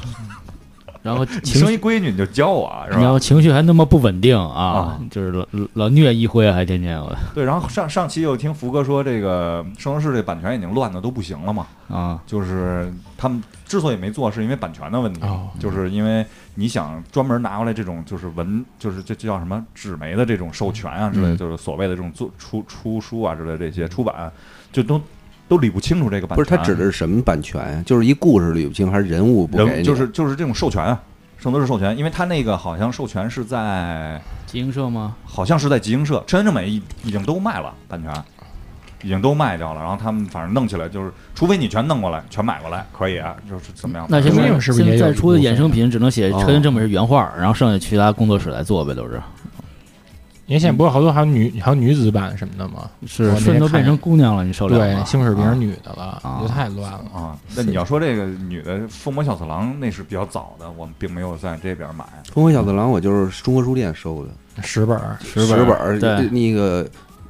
[SPEAKER 1] 然后
[SPEAKER 5] 你
[SPEAKER 1] 情
[SPEAKER 5] 生
[SPEAKER 1] 绪，
[SPEAKER 5] 一闺女你就教我啊，是
[SPEAKER 1] 然
[SPEAKER 5] 吧？
[SPEAKER 1] 后情绪还那么不稳定啊
[SPEAKER 5] 啊，
[SPEAKER 1] 就是老老虐一辉，啊还天天我
[SPEAKER 5] 对，然后上上期又听福哥说这个《圣斗士》这版权已经乱的都不行了嘛，
[SPEAKER 1] 啊，
[SPEAKER 5] 就是他们之所以没做，是因为版权的问题，
[SPEAKER 2] 哦
[SPEAKER 5] 就是因为你想专门拿过来这种就是文，就是这这叫什么纸媒的这种授权啊之类的，
[SPEAKER 1] 嗯
[SPEAKER 5] 就是所谓的这种做出出书啊之类的这些出版，就都都理不清楚这个版
[SPEAKER 3] 不
[SPEAKER 5] 权。
[SPEAKER 3] 是他指的是什么版权呀？就是一故事捋不清，还是人物不给
[SPEAKER 5] 人
[SPEAKER 3] 你？
[SPEAKER 5] 就是就是这种授权啊，圣斗士授权，因为他那个好像授权是在
[SPEAKER 1] 集英社吗？
[SPEAKER 5] 好像是在集英社，真正美已已经都卖了版权，已经都卖掉了。然后他们反正弄起来就是，除非你全弄过来，全买过来，可以啊，就是怎么样？
[SPEAKER 1] 那现
[SPEAKER 2] 中
[SPEAKER 1] 在
[SPEAKER 2] 影是不是也有
[SPEAKER 1] 现在出的
[SPEAKER 2] 一部分
[SPEAKER 1] 衍生品只能写
[SPEAKER 3] 哦
[SPEAKER 1] 车间正美是原画，然后剩下其他工作室来做呗，都
[SPEAKER 5] 哦
[SPEAKER 1] 是
[SPEAKER 2] 因为现在不是好多还有女还有女子版什么的吗？我
[SPEAKER 1] 是
[SPEAKER 2] 哦那天
[SPEAKER 1] 顺都变
[SPEAKER 2] 看
[SPEAKER 1] 成姑娘了，你受了
[SPEAKER 2] 对，
[SPEAKER 1] 吗？
[SPEAKER 2] 星矢变
[SPEAKER 1] 啊
[SPEAKER 2] 成女的了，
[SPEAKER 1] 啊
[SPEAKER 2] 就太乱了。
[SPEAKER 5] 啊，那你要说这个女的《疯魔小次郎》，那是比较早的，我们并没有在这边买。
[SPEAKER 3] 《冲锋小次郎》，我就是中国书店收的，
[SPEAKER 2] 十本儿
[SPEAKER 1] 十
[SPEAKER 3] 十本儿，
[SPEAKER 1] 对
[SPEAKER 3] 那个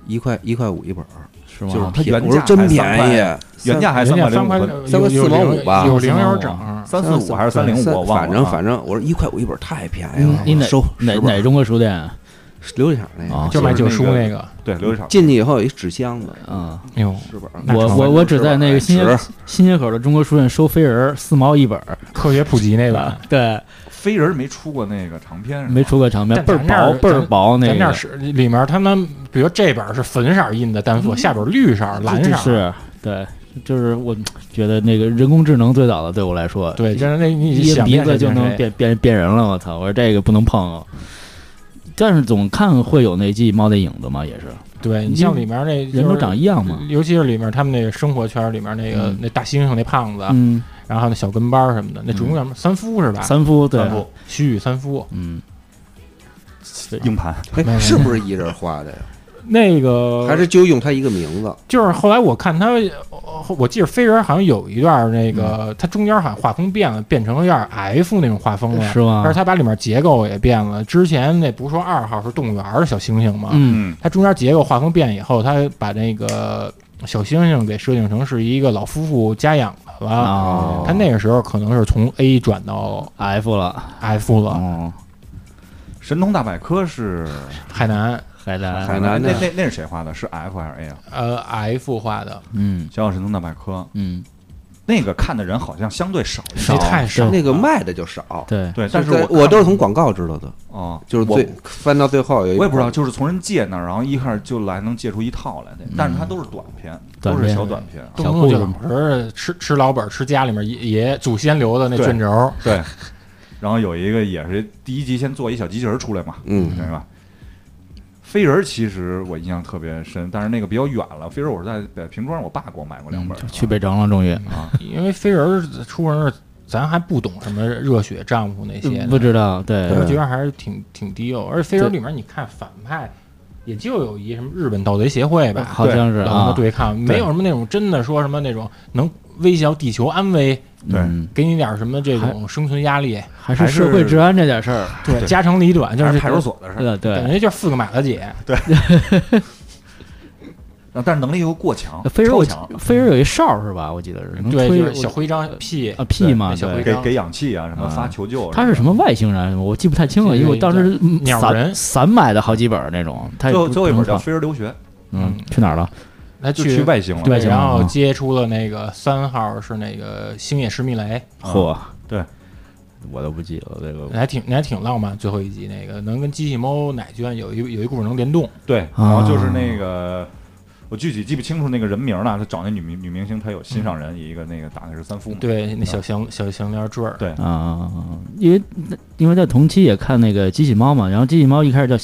[SPEAKER 3] 一块一块五一本儿，
[SPEAKER 1] 是
[SPEAKER 3] 就是
[SPEAKER 1] 吗？
[SPEAKER 5] 它
[SPEAKER 3] 便
[SPEAKER 5] 原
[SPEAKER 3] 宜，我说
[SPEAKER 5] 价
[SPEAKER 3] 真
[SPEAKER 5] 还
[SPEAKER 3] 便
[SPEAKER 5] 三块
[SPEAKER 3] 宜，啊
[SPEAKER 5] 原价还
[SPEAKER 2] 人
[SPEAKER 5] 三
[SPEAKER 2] 家
[SPEAKER 5] 块
[SPEAKER 2] 三
[SPEAKER 5] 零
[SPEAKER 2] 块
[SPEAKER 5] 五
[SPEAKER 2] 有
[SPEAKER 3] 三块
[SPEAKER 2] 有
[SPEAKER 3] 四毛
[SPEAKER 2] 零
[SPEAKER 3] 五吧
[SPEAKER 2] 有零有整儿，
[SPEAKER 5] 三四五还是三零五？
[SPEAKER 3] 三
[SPEAKER 5] 我忘了啊。
[SPEAKER 3] 反正反正我说一块五一本儿太便宜
[SPEAKER 1] 嗯
[SPEAKER 3] 了，
[SPEAKER 1] 你
[SPEAKER 3] 我
[SPEAKER 1] 哪
[SPEAKER 3] 收
[SPEAKER 1] 哪
[SPEAKER 3] 十本儿
[SPEAKER 1] 哪中国书店啊？
[SPEAKER 3] 琉璃厂那
[SPEAKER 1] 啊
[SPEAKER 3] 个
[SPEAKER 2] 就
[SPEAKER 5] 买
[SPEAKER 2] 卖
[SPEAKER 5] 就是
[SPEAKER 2] 九叔
[SPEAKER 5] 那
[SPEAKER 2] 那个。
[SPEAKER 5] 对琉璃厂
[SPEAKER 3] 进去以后有一纸箱子，
[SPEAKER 1] 嗯，
[SPEAKER 2] 哎呦，
[SPEAKER 3] 十本儿，
[SPEAKER 2] 那
[SPEAKER 1] 我
[SPEAKER 2] 成
[SPEAKER 1] 我
[SPEAKER 2] 本
[SPEAKER 1] 我只在那个新
[SPEAKER 3] 十
[SPEAKER 1] 街新街口的中国书店收飞人四毛一本儿，
[SPEAKER 2] 科学普及那版，
[SPEAKER 1] 对，
[SPEAKER 5] 飞人没出过那个长篇是吧，
[SPEAKER 1] 没出过场面，
[SPEAKER 2] 但
[SPEAKER 1] 倍儿
[SPEAKER 2] 咱这儿
[SPEAKER 1] 薄倍儿薄那
[SPEAKER 2] 咱这儿
[SPEAKER 1] 个，
[SPEAKER 2] 是里面他们，比如这本儿是粉色儿印的单色，下本儿绿色儿、蓝色
[SPEAKER 1] 这
[SPEAKER 2] 儿，
[SPEAKER 1] 是嗯对，就是我觉得那个人工智能最早的对我来说，
[SPEAKER 2] 对，真是那你
[SPEAKER 1] 一
[SPEAKER 2] 想
[SPEAKER 1] 鼻
[SPEAKER 2] 变
[SPEAKER 1] 子
[SPEAKER 2] 谁
[SPEAKER 1] 就
[SPEAKER 2] 变
[SPEAKER 1] 能
[SPEAKER 2] 谁
[SPEAKER 1] 变变变人了，我操！我说这个不能碰啊。但是总看会有那季猫的影子嘛，也是
[SPEAKER 2] 对你
[SPEAKER 1] 嗯
[SPEAKER 2] 像里面那
[SPEAKER 1] 人都长
[SPEAKER 2] 一
[SPEAKER 1] 一样嘛。
[SPEAKER 2] 尤其是里面他们那个生活圈儿里面那个
[SPEAKER 1] 嗯
[SPEAKER 2] 那大猩猩那胖子，
[SPEAKER 1] 嗯，
[SPEAKER 2] 然后那小跟班儿什么的，那主角叫什么三夫是吧？
[SPEAKER 1] 三夫对啊
[SPEAKER 5] 三，部
[SPEAKER 2] 须臾三夫，
[SPEAKER 1] 嗯，
[SPEAKER 5] 硬盘。
[SPEAKER 2] 没
[SPEAKER 3] 哎，
[SPEAKER 2] 有
[SPEAKER 3] 是不是一人画的呀？
[SPEAKER 2] 那
[SPEAKER 1] 呃
[SPEAKER 2] 个
[SPEAKER 3] 还是就用他一个名字？
[SPEAKER 2] 就是后来我看他，呃我记得飞人好像有一段儿那
[SPEAKER 1] 嗯
[SPEAKER 2] 个，他中间好像画风变了，变成有点儿 F 那种画风了。
[SPEAKER 1] 是吗
[SPEAKER 2] 而且？他把里面结构也变了。之前那不是说二号是动物园儿的小猩猩吗？
[SPEAKER 1] 嗯，
[SPEAKER 5] 嗯，
[SPEAKER 2] 他中间结构画风变以后，他把那个小猩猩给设定成是一个老夫妇家养的了。
[SPEAKER 1] 哦
[SPEAKER 2] 他那个时候可能是从 A 转到
[SPEAKER 1] F 了，
[SPEAKER 2] F 了，
[SPEAKER 1] 哦，
[SPEAKER 5] 神童大百科是
[SPEAKER 2] 海南
[SPEAKER 1] 海南，
[SPEAKER 3] 海南
[SPEAKER 5] 那
[SPEAKER 3] 的
[SPEAKER 5] 那那是谁画的？是 F 还是 A 啊？
[SPEAKER 2] 呃 F 画的，
[SPEAKER 1] 嗯
[SPEAKER 5] 小小神童大百科
[SPEAKER 1] 嗯，
[SPEAKER 5] 那个看的人好像相对少一些，
[SPEAKER 1] 少
[SPEAKER 2] 那太少
[SPEAKER 1] 对
[SPEAKER 3] 那个卖的就少，
[SPEAKER 1] 对，
[SPEAKER 5] 对，但是
[SPEAKER 3] 在我
[SPEAKER 5] 我看
[SPEAKER 3] 都是从广告知道的，
[SPEAKER 5] 哦，
[SPEAKER 3] 就是
[SPEAKER 5] 我
[SPEAKER 3] 最翻到最后有一，
[SPEAKER 5] 我也不知道，，就是从人借那儿，然后一下就来能借出一套来的，但是它都是短片，
[SPEAKER 1] 嗯短
[SPEAKER 5] 都
[SPEAKER 1] 片
[SPEAKER 5] 是小短片啊。
[SPEAKER 1] 小
[SPEAKER 2] 动不动就
[SPEAKER 1] 故
[SPEAKER 2] 老是吃吃老本儿，吃家里面爷爷祖先留的那
[SPEAKER 5] 对
[SPEAKER 2] 卷轴儿。
[SPEAKER 5] 对，然后有一个也是第一集先做一小机器人出来嘛，
[SPEAKER 3] 嗯
[SPEAKER 5] 对吧？飞人其实我印象特别深，但是那个比较远了。飞人我是在在平庄，我爸给我买过两
[SPEAKER 1] 嗯
[SPEAKER 5] 本儿
[SPEAKER 1] 就，去北城了，终于
[SPEAKER 5] 啊，
[SPEAKER 2] 因为飞人儿出生时，咱还不懂什么热血丈夫那些
[SPEAKER 1] 嗯不
[SPEAKER 2] 的，
[SPEAKER 1] 知道，对，
[SPEAKER 2] 我觉得还是挺挺低幼。而且飞人儿里面你看反派，也就有一什么日本盗贼协会吧，
[SPEAKER 1] 好像是
[SPEAKER 2] 然后
[SPEAKER 1] 啊，
[SPEAKER 2] 对抗，没有什么那种真的说什么那种能威胁到地球安危，
[SPEAKER 5] 对
[SPEAKER 1] 嗯
[SPEAKER 2] 给你点儿什么这种生存压力。
[SPEAKER 1] 还是社会治安这点事儿，
[SPEAKER 2] 对，
[SPEAKER 5] 对
[SPEAKER 2] 家长里短就
[SPEAKER 5] 还
[SPEAKER 2] 是
[SPEAKER 5] 是派出，所的事儿。
[SPEAKER 1] 对
[SPEAKER 2] 感
[SPEAKER 1] 对。
[SPEAKER 2] 觉就是四个马大姐。
[SPEAKER 5] 啊但是能力又过强，
[SPEAKER 1] 飞人
[SPEAKER 5] 超
[SPEAKER 1] 我
[SPEAKER 5] 强，
[SPEAKER 1] 飞人有一哨是吧？我记得是能
[SPEAKER 2] 对，
[SPEAKER 1] 推
[SPEAKER 2] 就是小徽章屁
[SPEAKER 1] 啊屁嘛，
[SPEAKER 2] 那小
[SPEAKER 1] 对
[SPEAKER 2] 灰，
[SPEAKER 5] 给给氧气啊，什么
[SPEAKER 1] 啊
[SPEAKER 5] 发求救啊。
[SPEAKER 1] 他是什么外星人？我记不太清了，因为我当时嗯
[SPEAKER 2] 鸟
[SPEAKER 1] 散
[SPEAKER 2] 人
[SPEAKER 1] 散买的好几本儿那种。他
[SPEAKER 5] 最后最后一本叫《
[SPEAKER 1] 叫
[SPEAKER 5] 飞人留学》，
[SPEAKER 1] 嗯，去哪儿了？
[SPEAKER 2] 他
[SPEAKER 5] 就去外星了。
[SPEAKER 1] 对
[SPEAKER 2] 对，
[SPEAKER 1] 外星人
[SPEAKER 2] 然后
[SPEAKER 1] 啊
[SPEAKER 2] 接触了那个三号是那个星野石密雷，
[SPEAKER 5] 啊
[SPEAKER 1] 嚯，
[SPEAKER 5] 对，
[SPEAKER 1] 我都不记得这个
[SPEAKER 2] 还挺还挺浪漫。最后一集那个能跟机器猫奶娟有一有一故事能联动，
[SPEAKER 5] 对，然后就是那个。我具体记不清楚那个人名了，他找那女明女明星，她有心上人，一个那个大概是三
[SPEAKER 1] 嗯
[SPEAKER 5] 夫嘛。
[SPEAKER 2] 对，那小项小项链坠儿，
[SPEAKER 5] 对
[SPEAKER 1] 啊，因为因为在同期也看那个机器猫嘛，然后机器猫一开始叫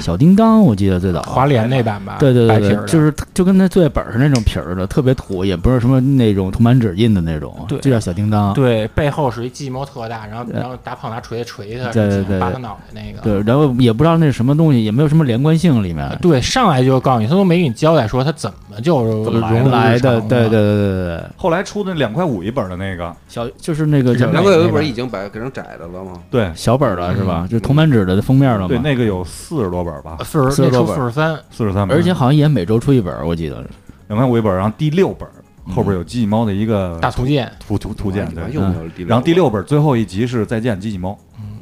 [SPEAKER 1] 小叮当，我记得最早
[SPEAKER 2] 华联那版吧，
[SPEAKER 1] 对对
[SPEAKER 2] 白
[SPEAKER 1] 对
[SPEAKER 2] 皮
[SPEAKER 1] 对，
[SPEAKER 2] 儿的
[SPEAKER 1] 就是就跟他作业本儿是那种皮儿的，特别土，也不是什么那种铜版纸印的那种，
[SPEAKER 2] 对
[SPEAKER 1] 就叫小叮当。
[SPEAKER 2] 对，背后是一机器猫特大，然后
[SPEAKER 1] 对
[SPEAKER 2] 然后大胖拿锤子锤他，
[SPEAKER 1] 对对对
[SPEAKER 2] 扒他脑袋那个，
[SPEAKER 1] 对，然后也不知道那是什么东西，也没有什么连贯性，里面
[SPEAKER 2] 对，上来就告诉你，他都没给你交代说他怎么就
[SPEAKER 5] 怎么
[SPEAKER 2] 融入
[SPEAKER 1] 来的，
[SPEAKER 2] 日常
[SPEAKER 1] 对对对对
[SPEAKER 2] 了，
[SPEAKER 1] 对对，
[SPEAKER 5] 后来出的两块五一本的那个，
[SPEAKER 1] 小就是那个叫
[SPEAKER 3] 难怪有一本已经把给人窄的了吗？
[SPEAKER 5] 对
[SPEAKER 1] 小本儿的是
[SPEAKER 2] 嗯
[SPEAKER 1] 吧？就是铜版纸的封面了
[SPEAKER 5] 对，
[SPEAKER 1] 嘛。
[SPEAKER 5] 那个有四十多本吧，
[SPEAKER 2] 四十
[SPEAKER 1] 四十
[SPEAKER 2] 那
[SPEAKER 1] 多
[SPEAKER 2] 出
[SPEAKER 1] 本
[SPEAKER 2] 四十三，
[SPEAKER 5] 四十三本，
[SPEAKER 1] 而且好像也每周出一本儿，我记得是。
[SPEAKER 5] 两块五一本，然后第六本后边有机器猫的一个
[SPEAKER 2] 大图鉴，
[SPEAKER 5] 图图图鉴，
[SPEAKER 3] 哎
[SPEAKER 5] 对嗯
[SPEAKER 3] 又。没有第六，
[SPEAKER 5] 然后第六本最后一集是再见机器猫，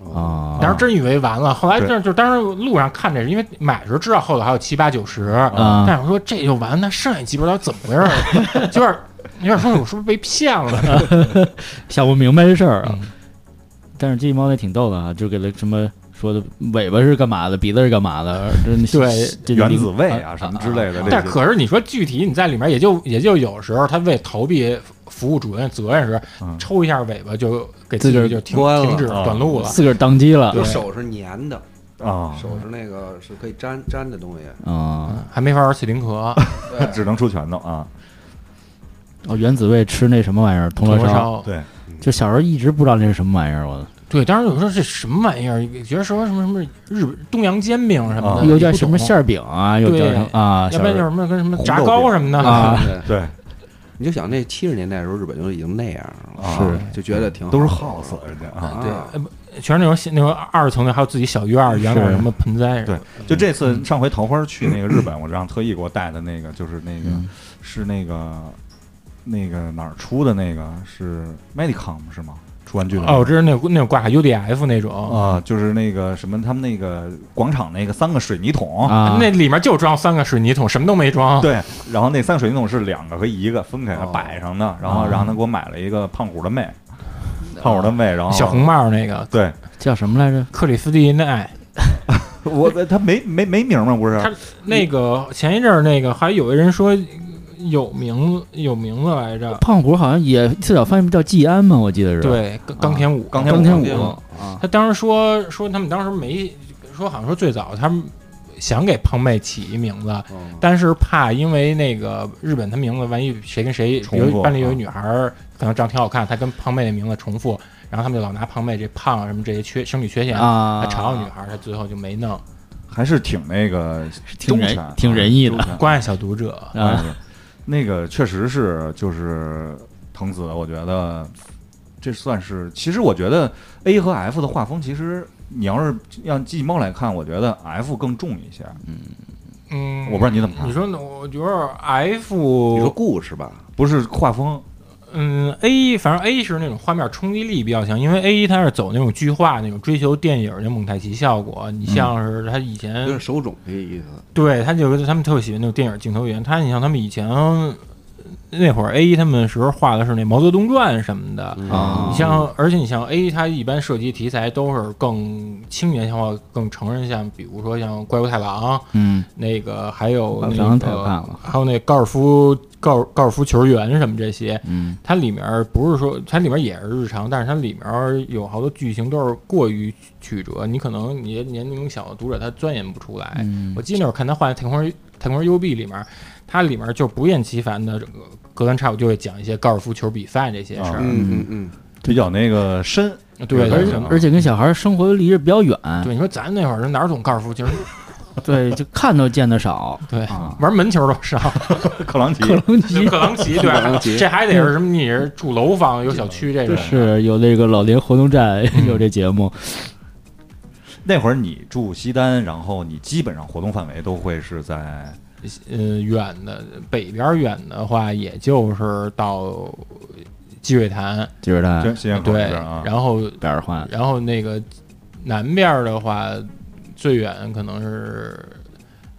[SPEAKER 1] 啊，
[SPEAKER 2] 哦当时真以为完了，后来
[SPEAKER 5] 对
[SPEAKER 2] 就是就是当时路上看着，因为买的时候知道后头还有七八九十，
[SPEAKER 1] 啊
[SPEAKER 2] 但是我说这就完，那剩下几本到底怎么回事儿？ 就是有点说我是不是被骗了？
[SPEAKER 1] 想不明白这事儿啊
[SPEAKER 2] 嗯。
[SPEAKER 1] 但是机器猫那挺逗的啊，就给了什么。说的尾巴是干嘛的，鼻子是干嘛的，真 的
[SPEAKER 2] 对
[SPEAKER 1] 这
[SPEAKER 5] 原子位
[SPEAKER 1] 啊
[SPEAKER 5] 啊什么之类的这
[SPEAKER 2] 但
[SPEAKER 5] 些
[SPEAKER 2] 可是你说具体你在里面也就也就有时候他为逃避服务主任责任时，
[SPEAKER 5] 嗯
[SPEAKER 2] 抽一下尾巴就给
[SPEAKER 1] 自
[SPEAKER 2] 自
[SPEAKER 1] 个儿
[SPEAKER 2] 己就停
[SPEAKER 3] 关了
[SPEAKER 2] 停止
[SPEAKER 5] 啊
[SPEAKER 2] 短路了。
[SPEAKER 1] 自个儿当机了
[SPEAKER 2] 对
[SPEAKER 3] 就手是粘的，
[SPEAKER 5] 啊，
[SPEAKER 3] 手是那个是可以粘粘的 东西。
[SPEAKER 1] 啊！
[SPEAKER 2] 嗯还没法玩刺 林壳，
[SPEAKER 5] 只能出拳头啊。
[SPEAKER 1] 哦，原子卫吃那什么玩意儿，铜
[SPEAKER 2] 铜
[SPEAKER 1] 锣
[SPEAKER 2] 锣
[SPEAKER 1] 烧，
[SPEAKER 2] 烧，
[SPEAKER 5] 对，
[SPEAKER 1] 就小时候一直不知道那是什么玩意儿，我
[SPEAKER 2] 对，当时有时候这什么玩意儿，觉得说什么什么日本东阳煎饼什么
[SPEAKER 5] 啊
[SPEAKER 2] 的，
[SPEAKER 1] 又
[SPEAKER 2] 有
[SPEAKER 1] 叫什么馅儿饼啊，又叫什么
[SPEAKER 2] 对
[SPEAKER 1] 啊，
[SPEAKER 2] 要
[SPEAKER 1] 小
[SPEAKER 2] 不然
[SPEAKER 1] 时
[SPEAKER 2] 就
[SPEAKER 1] 候
[SPEAKER 2] 什么跟什么
[SPEAKER 3] 红
[SPEAKER 2] 炸
[SPEAKER 3] 豆
[SPEAKER 2] 糕
[SPEAKER 3] 饼
[SPEAKER 2] 什么的
[SPEAKER 1] 啊
[SPEAKER 3] 对，
[SPEAKER 5] 对，
[SPEAKER 3] 你就想那七十年代的时候，日本就已经那样了，
[SPEAKER 5] 啊
[SPEAKER 1] 是
[SPEAKER 3] 就觉得挺好
[SPEAKER 5] 都是耗死人家
[SPEAKER 3] 啊。
[SPEAKER 5] 啊。
[SPEAKER 2] 对呃全是那种小那种二层的，还有自己小院儿，养点
[SPEAKER 5] 是
[SPEAKER 2] 什么盆栽什么的。
[SPEAKER 1] 嗯
[SPEAKER 5] 就这次上回桃花去那个日本，我让特意给我带的那个，就是那个
[SPEAKER 1] 嗯
[SPEAKER 5] 是那个那个哪儿出的那个是 Medicom 是吗？出玩具的那个
[SPEAKER 2] 哦，我知道那种那种挂卡 UDF 那种，
[SPEAKER 1] 哦
[SPEAKER 5] 啊，就是那个什么，他们那个广场那个三个水泥桶，
[SPEAKER 1] 啊，
[SPEAKER 2] 那里面就装三个水泥桶，什么都没装。
[SPEAKER 5] 对，然后那三个水泥桶是两个和一个分开的
[SPEAKER 3] 哦
[SPEAKER 5] 摆上的，然
[SPEAKER 1] 啊
[SPEAKER 5] 后然后他给我买了一个胖虎的妹，
[SPEAKER 1] 哦
[SPEAKER 5] 胖虎的妹，然后
[SPEAKER 2] 哦小红帽那个
[SPEAKER 5] 对
[SPEAKER 1] 叫什么来着？
[SPEAKER 2] 克里斯蒂奈，
[SPEAKER 5] 我他没没没名吗？不是
[SPEAKER 2] 他那个前一阵儿那个还有一人说有名字有名字来着，
[SPEAKER 1] 胖虎好像也最早发现不叫季安吗？我记得是
[SPEAKER 2] 对，钢钢铁舞，
[SPEAKER 5] 钢
[SPEAKER 1] 钢铁
[SPEAKER 5] 钢铁
[SPEAKER 1] 舞
[SPEAKER 5] 舞
[SPEAKER 1] 啊，
[SPEAKER 2] 他当时说说他们当时没说，好像说最早他们想给胖妹起一名字，
[SPEAKER 3] 嗯
[SPEAKER 2] 但是怕因为那个日本他名字万一谁跟谁，比
[SPEAKER 5] 重复
[SPEAKER 2] 如班里有
[SPEAKER 5] 啊
[SPEAKER 2] 一女孩儿可能长得挺好看，她跟胖妹的名字重复，然后他们就老拿胖妹这胖什么这些缺生理缺陷
[SPEAKER 1] 啊
[SPEAKER 2] 来嘲笑女孩儿，她最后就没弄。
[SPEAKER 5] 啊还是挺那个啊
[SPEAKER 1] 挺
[SPEAKER 5] 周全
[SPEAKER 1] 仁挺仁义的
[SPEAKER 5] 周全
[SPEAKER 2] 关爱小读者，
[SPEAKER 1] 啊，
[SPEAKER 5] 哎那个确实是就是藤子，我觉得这算是，其实我觉得 A 和 F 的画风，其实你要是让季猫来看，我觉得 F 更重一些。
[SPEAKER 2] 嗯，
[SPEAKER 5] 我不知道你怎么看
[SPEAKER 2] 你，说呢？我觉得
[SPEAKER 3] 你说
[SPEAKER 2] F，
[SPEAKER 3] 故事吧，
[SPEAKER 5] 不是画风，
[SPEAKER 2] 嗯，A，反正 A 是那种画面冲击力比较强，因为 A 它是走那种剧化那种追求电影的蒙太奇效果。你像是他以前
[SPEAKER 3] 有点手肿的意思。
[SPEAKER 2] 对，他就是他们特喜欢那种电影镜头语言。他，你像他们以前呃那会儿 A 他们时候画的是那《毛泽东传》什么的。
[SPEAKER 1] 啊
[SPEAKER 2] 你像，而且你像 A，他一般涉及题材都是更青年向或更成人向，比如说像《怪物太郎》
[SPEAKER 1] 嗯，
[SPEAKER 2] 那个，还有
[SPEAKER 1] 怪物太
[SPEAKER 2] 那
[SPEAKER 1] 郎太好看
[SPEAKER 2] 个
[SPEAKER 1] 了，
[SPEAKER 2] 还有那高尔夫高尔高尔夫球员什么这些。
[SPEAKER 1] 嗯，
[SPEAKER 2] 它里面不是说它里面也是日常，但是它里面有好多剧情都是过于曲折，你可能你年龄小的读者他钻研不出来。
[SPEAKER 1] 嗯
[SPEAKER 2] 我记得那会儿看他画的《太空人太空人 U B》里面，它里面就不厌其烦的隔三差五就会讲一些高尔夫球比赛这些事儿。
[SPEAKER 3] 嗯嗯嗯，
[SPEAKER 5] 比较那个 深，
[SPEAKER 2] 对，
[SPEAKER 5] 有
[SPEAKER 1] 而
[SPEAKER 5] 点
[SPEAKER 1] 且
[SPEAKER 5] 像
[SPEAKER 2] 对
[SPEAKER 1] 而且跟小孩生活离着比较远，
[SPEAKER 2] 对，你说咱那会儿哪儿懂高尔夫球？
[SPEAKER 1] 对，就看都见得少。
[SPEAKER 2] 对，
[SPEAKER 1] 啊
[SPEAKER 2] 玩门球都少。
[SPEAKER 5] 克朗奇
[SPEAKER 1] 克隆 基
[SPEAKER 2] 可朗奇，
[SPEAKER 3] 可朗
[SPEAKER 2] 对，
[SPEAKER 3] 奇
[SPEAKER 2] 这还得是什么？你是住楼房有小区这种。
[SPEAKER 1] 是有那个老年活动站 有这节
[SPEAKER 3] 嗯
[SPEAKER 1] 目，
[SPEAKER 5] 那会儿你住西单，然后你基本上活动范围都会是在
[SPEAKER 2] 呃，远的北边儿远的话，也就是到积水潭，
[SPEAKER 1] 积水潭、
[SPEAKER 5] 新街口
[SPEAKER 2] 对
[SPEAKER 5] 那边啊，
[SPEAKER 2] 然后
[SPEAKER 1] 北二环，
[SPEAKER 2] 然后那个南边儿的话，最远可能是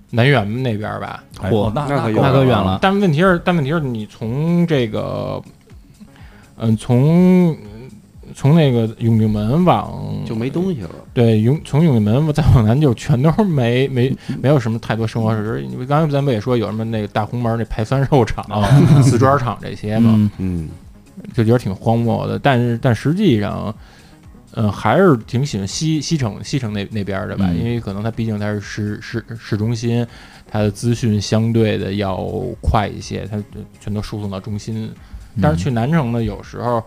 [SPEAKER 2] 南园那边儿吧。
[SPEAKER 5] 哎
[SPEAKER 1] 嚯
[SPEAKER 5] 哦那
[SPEAKER 3] 那可有
[SPEAKER 5] 够
[SPEAKER 1] 那可
[SPEAKER 5] 啊
[SPEAKER 1] 远了。
[SPEAKER 2] 但问题是，但问题是你从这个，嗯、从从那个永定门往
[SPEAKER 3] 就没东西了。
[SPEAKER 2] 对，永从永定门再往南就全都是没没没有什么太多生活设施。因为刚才咱们也说有什么那个大红门那排酸肉厂、 瓷砖厂这些嘛，
[SPEAKER 1] 嗯，
[SPEAKER 3] 嗯，
[SPEAKER 2] 就觉得挺荒漠的。但是但实际上，嗯、还是挺喜欢西西城西城那那边儿的吧，
[SPEAKER 1] 嗯
[SPEAKER 2] 因为可能它毕竟它是市市市中心，它的资讯相对的要快一些，它全都输送到中心。但是去南城呢，有时候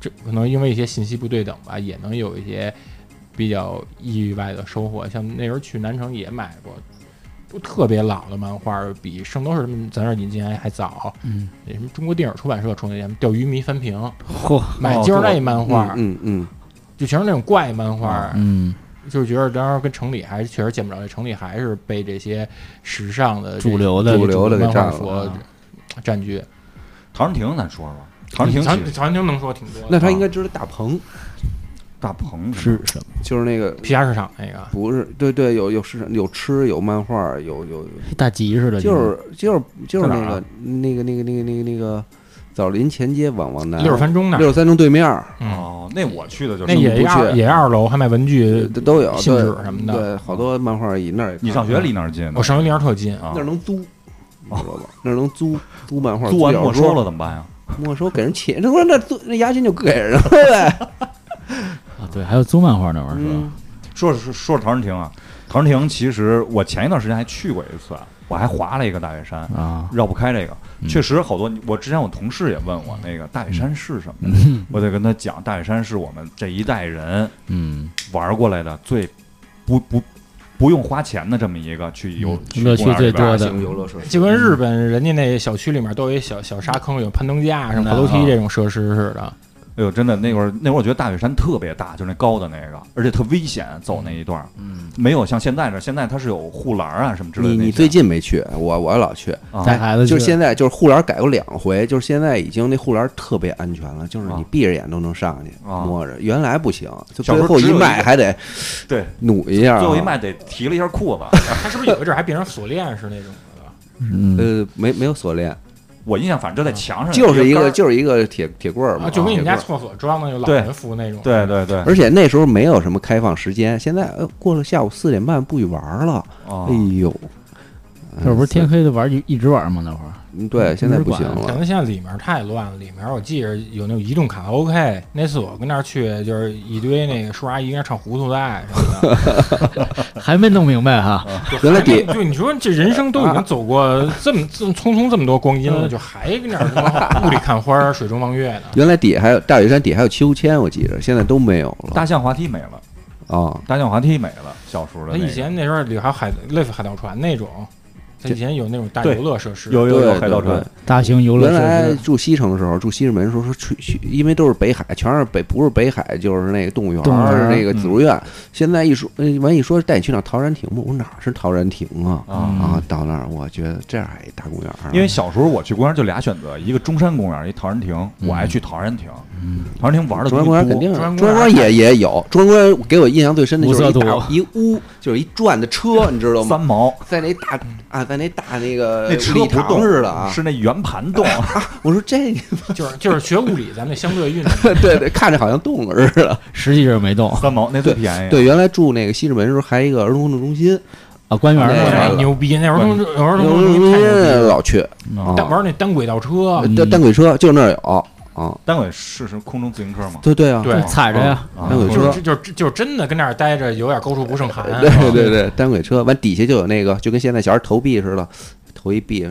[SPEAKER 2] 这可能因为一些信息不对等吧，也能有一些比较意外的收获。像那时候去南城也买过。都特别老的漫画，比《圣斗士》他们咱这儿引进来还早。
[SPEAKER 1] 嗯，
[SPEAKER 2] 那什么中国电影出版社出那什么《钓鱼迷翻屏》，
[SPEAKER 1] 嚯，
[SPEAKER 2] 买
[SPEAKER 5] 哦
[SPEAKER 2] 就是
[SPEAKER 5] 对
[SPEAKER 2] 那漫画，
[SPEAKER 3] 嗯嗯
[SPEAKER 2] 就全是那种怪漫
[SPEAKER 3] 哦
[SPEAKER 2] 画，
[SPEAKER 1] 嗯，
[SPEAKER 2] 就是觉得当时跟城里还是确实见不着，这城里还是被这些时尚的这
[SPEAKER 1] 主流的
[SPEAKER 2] 这些
[SPEAKER 3] 主流的给
[SPEAKER 2] 漫画
[SPEAKER 3] 占了啊
[SPEAKER 2] 所占据。
[SPEAKER 5] 陶然亭咱说说，
[SPEAKER 2] 嗯
[SPEAKER 5] 陶然亭
[SPEAKER 2] 长
[SPEAKER 5] 其实
[SPEAKER 2] 长安亭能说挺多的
[SPEAKER 3] 那他应该知道大棚，
[SPEAKER 5] 大棚什
[SPEAKER 1] 是
[SPEAKER 5] 么
[SPEAKER 1] 什么？
[SPEAKER 3] 就是那个
[SPEAKER 2] 皮夹市场那个，
[SPEAKER 3] 不是对对，有有市场，有吃，有漫画，有有，
[SPEAKER 1] 大集似的，
[SPEAKER 3] 就是就是就是
[SPEAKER 5] 在哪
[SPEAKER 3] 那
[SPEAKER 5] 儿
[SPEAKER 3] 个
[SPEAKER 5] 啊
[SPEAKER 3] 那个那个那个那个那个枣林前街往往南
[SPEAKER 2] 六十分钟那儿
[SPEAKER 3] 哎六十三中对面儿，
[SPEAKER 2] 嗯，
[SPEAKER 5] 哦，哦，那我去的就是
[SPEAKER 2] 那也
[SPEAKER 3] 不去
[SPEAKER 2] 二也二楼，还卖文具，
[SPEAKER 3] 呃都都有
[SPEAKER 2] 信
[SPEAKER 3] 对
[SPEAKER 2] 纸什么的
[SPEAKER 3] 对，好多漫画儿以那儿也
[SPEAKER 5] 你上学离那儿近呢，
[SPEAKER 2] 我上学离那儿特近啊，
[SPEAKER 5] 啊
[SPEAKER 3] 那儿能租，你知道吧？那儿能租租漫画，
[SPEAKER 5] 租完
[SPEAKER 3] 小
[SPEAKER 5] 没
[SPEAKER 3] 说
[SPEAKER 5] 收了，怎么办呀？
[SPEAKER 3] 没收给人起，那不是那租那押金就给人了呗？
[SPEAKER 1] 啊，对，还有租漫画那玩意儿是吧？
[SPEAKER 3] 嗯，
[SPEAKER 5] 说说说说陶然亭啊，陶然亭其实我前一段时间还去过一次，啊我还滑了一个大岳
[SPEAKER 3] 嗯
[SPEAKER 5] 山，
[SPEAKER 1] 啊，
[SPEAKER 5] 绕不开这个，
[SPEAKER 1] 嗯
[SPEAKER 5] 确实好多。我之前我同事也问我那个大岳山是什么，我得跟他讲，大岳山是我们这一代人
[SPEAKER 1] 嗯，
[SPEAKER 5] 玩过来的最不不不用花钱的这么一个去游
[SPEAKER 1] 嗯乐趣
[SPEAKER 5] 公园里
[SPEAKER 1] 最
[SPEAKER 5] 边
[SPEAKER 1] 多
[SPEAKER 3] 大
[SPEAKER 1] 的
[SPEAKER 3] 型游乐设施，
[SPEAKER 2] 就跟日本人家那小区里面都有一小小沙坑，有攀登架、
[SPEAKER 3] 嗯
[SPEAKER 2] 什么爬楼
[SPEAKER 3] 哦
[SPEAKER 2] 梯这种设施似的。
[SPEAKER 5] 哎呦，真的那会儿那会儿我觉得大雪山特别大，就是那高的那个，而且特危险，走那一段儿，
[SPEAKER 1] 嗯，
[SPEAKER 5] 没有像现在这，现在它是有护栏啊什么之类的那
[SPEAKER 3] 你
[SPEAKER 5] 些。
[SPEAKER 3] 你最近没去，我我老去，
[SPEAKER 5] 啊
[SPEAKER 1] 带孩子
[SPEAKER 3] 哎就
[SPEAKER 1] 去
[SPEAKER 3] 是现在就是护栏改过两回，就是现在已经那护栏特别安全了，就是你
[SPEAKER 5] 啊
[SPEAKER 3] 闭着眼都能上去
[SPEAKER 5] 啊
[SPEAKER 3] 摸着，原来不行，就
[SPEAKER 5] 小
[SPEAKER 3] 最
[SPEAKER 5] 时候
[SPEAKER 3] 后
[SPEAKER 5] 只有一
[SPEAKER 3] 迈
[SPEAKER 5] 个
[SPEAKER 3] 还得
[SPEAKER 5] 对
[SPEAKER 3] 努一下啊，
[SPEAKER 5] 最后一迈得提了一下裤子，
[SPEAKER 2] 它是不是有一阵儿还变成锁链式那种的？
[SPEAKER 1] 嗯，
[SPEAKER 3] 呃没没有锁链，
[SPEAKER 5] 我印象反正就在墙 上
[SPEAKER 3] 就是一
[SPEAKER 5] 根
[SPEAKER 3] 个
[SPEAKER 5] 儿
[SPEAKER 3] 就是一个铁铁棍儿嘛，
[SPEAKER 2] 啊，就跟你们
[SPEAKER 3] 铁
[SPEAKER 2] 家
[SPEAKER 3] 棍儿
[SPEAKER 2] 厕所装的有老人服那种。
[SPEAKER 5] 对对对，
[SPEAKER 3] 而且那时候没有什么开放时间，现在呃过了下午四点半不许玩儿了，
[SPEAKER 5] 哦
[SPEAKER 3] 哎呦，
[SPEAKER 1] 这不是天黑的玩儿就一直玩儿吗？那会儿
[SPEAKER 3] 嗯对，现在不行
[SPEAKER 2] 可
[SPEAKER 3] 了，
[SPEAKER 2] 能现在里面太乱了，里面我记着有那种移动卡拉 OK，那次我跟那儿去就是一堆那个叔叔阿姨跟那儿唱糊涂带什么的，
[SPEAKER 1] 还没弄明白哈，
[SPEAKER 3] 原来底
[SPEAKER 2] 就你说这人生都已经走过这么这么匆匆这么多光阴了，就还跟那儿他妈雾里看花儿、水中望月呢。
[SPEAKER 3] 原来底还有大屿山底还有秋千，我记着现在都没有了
[SPEAKER 5] 大象滑梯没了，
[SPEAKER 3] 啊。
[SPEAKER 5] 大象滑梯没了，小时候
[SPEAKER 2] 那
[SPEAKER 5] 的那个
[SPEAKER 2] 以前那时候里还有海类似海盗船那种，它以前有那种大
[SPEAKER 5] 对
[SPEAKER 2] 游乐设施，
[SPEAKER 5] 有有
[SPEAKER 3] 对
[SPEAKER 5] 有
[SPEAKER 3] 对
[SPEAKER 5] 海盗
[SPEAKER 3] 对
[SPEAKER 5] 船，
[SPEAKER 1] 大型游乐
[SPEAKER 3] 原来
[SPEAKER 1] 设施、
[SPEAKER 3] 住西城的时候，住西直门的时候说去去，因为都是北海，全是北，不是北海就是那个动物园儿，
[SPEAKER 1] 动物园儿
[SPEAKER 3] 那个
[SPEAKER 5] 嗯
[SPEAKER 3] 紫竹院。现在一说，呃完一说带你去哪儿陶然亭吧，我说哪儿是陶然亭啊？
[SPEAKER 5] 啊。
[SPEAKER 3] 啊，到那儿我觉得这儿还一大公园儿啊，
[SPEAKER 5] 因为小时候我去公园就俩选择，一个中山公园，一陶然亭。我爱去陶然亭，陶然亭玩的
[SPEAKER 3] 嗯中
[SPEAKER 5] 东
[SPEAKER 3] 央
[SPEAKER 5] 西
[SPEAKER 3] 公园肯
[SPEAKER 5] 多。
[SPEAKER 3] 定
[SPEAKER 2] 中
[SPEAKER 3] 中
[SPEAKER 2] 央公
[SPEAKER 3] 央公
[SPEAKER 2] 园
[SPEAKER 3] 园也也有，中央公园给我印象最深的就是一
[SPEAKER 1] 五色
[SPEAKER 3] 大
[SPEAKER 1] 土
[SPEAKER 3] 一屋，就是一转的车，你知道
[SPEAKER 5] 三
[SPEAKER 3] 吗？
[SPEAKER 5] 毛
[SPEAKER 3] 在那大啊，在那大那个
[SPEAKER 5] 那车
[SPEAKER 3] 礼
[SPEAKER 5] 不
[SPEAKER 3] 呃堂
[SPEAKER 5] 动
[SPEAKER 3] 似的啊，
[SPEAKER 5] 是那圆盘 动，
[SPEAKER 3] 我说这个，
[SPEAKER 2] 就是就是学物理咱们那相对运动
[SPEAKER 3] 对对，看着好像动了似的。
[SPEAKER 1] 实际就是没动
[SPEAKER 5] 三毛那最便宜。
[SPEAKER 3] 对，原来住那个西直门的时候，还有一个儿童运动中心，
[SPEAKER 1] 啊，官员
[SPEAKER 3] 对
[SPEAKER 1] 那
[SPEAKER 2] 太
[SPEAKER 1] 个
[SPEAKER 2] 牛逼，那儿童儿
[SPEAKER 3] 儿
[SPEAKER 2] 童
[SPEAKER 3] 童
[SPEAKER 2] 中
[SPEAKER 3] 运
[SPEAKER 2] 心
[SPEAKER 3] 动中
[SPEAKER 2] 太牛逼
[SPEAKER 3] 心
[SPEAKER 2] 了，哦
[SPEAKER 3] 老去
[SPEAKER 5] 嗯
[SPEAKER 2] 但
[SPEAKER 3] 啊，
[SPEAKER 2] 玩那单轨倒车，
[SPEAKER 3] 单单轨车就那儿有啊，
[SPEAKER 5] 单轨是是空中自行车吗？
[SPEAKER 3] 对对啊，
[SPEAKER 2] 对
[SPEAKER 1] 踩着呀，
[SPEAKER 5] 啊
[SPEAKER 3] 单轨
[SPEAKER 2] 就
[SPEAKER 3] 车
[SPEAKER 2] 是就就就真的跟那儿待着有点高处不胜寒。
[SPEAKER 3] 对对对，单轨车完底下就有那个，就跟现在小孩投币似的，投一币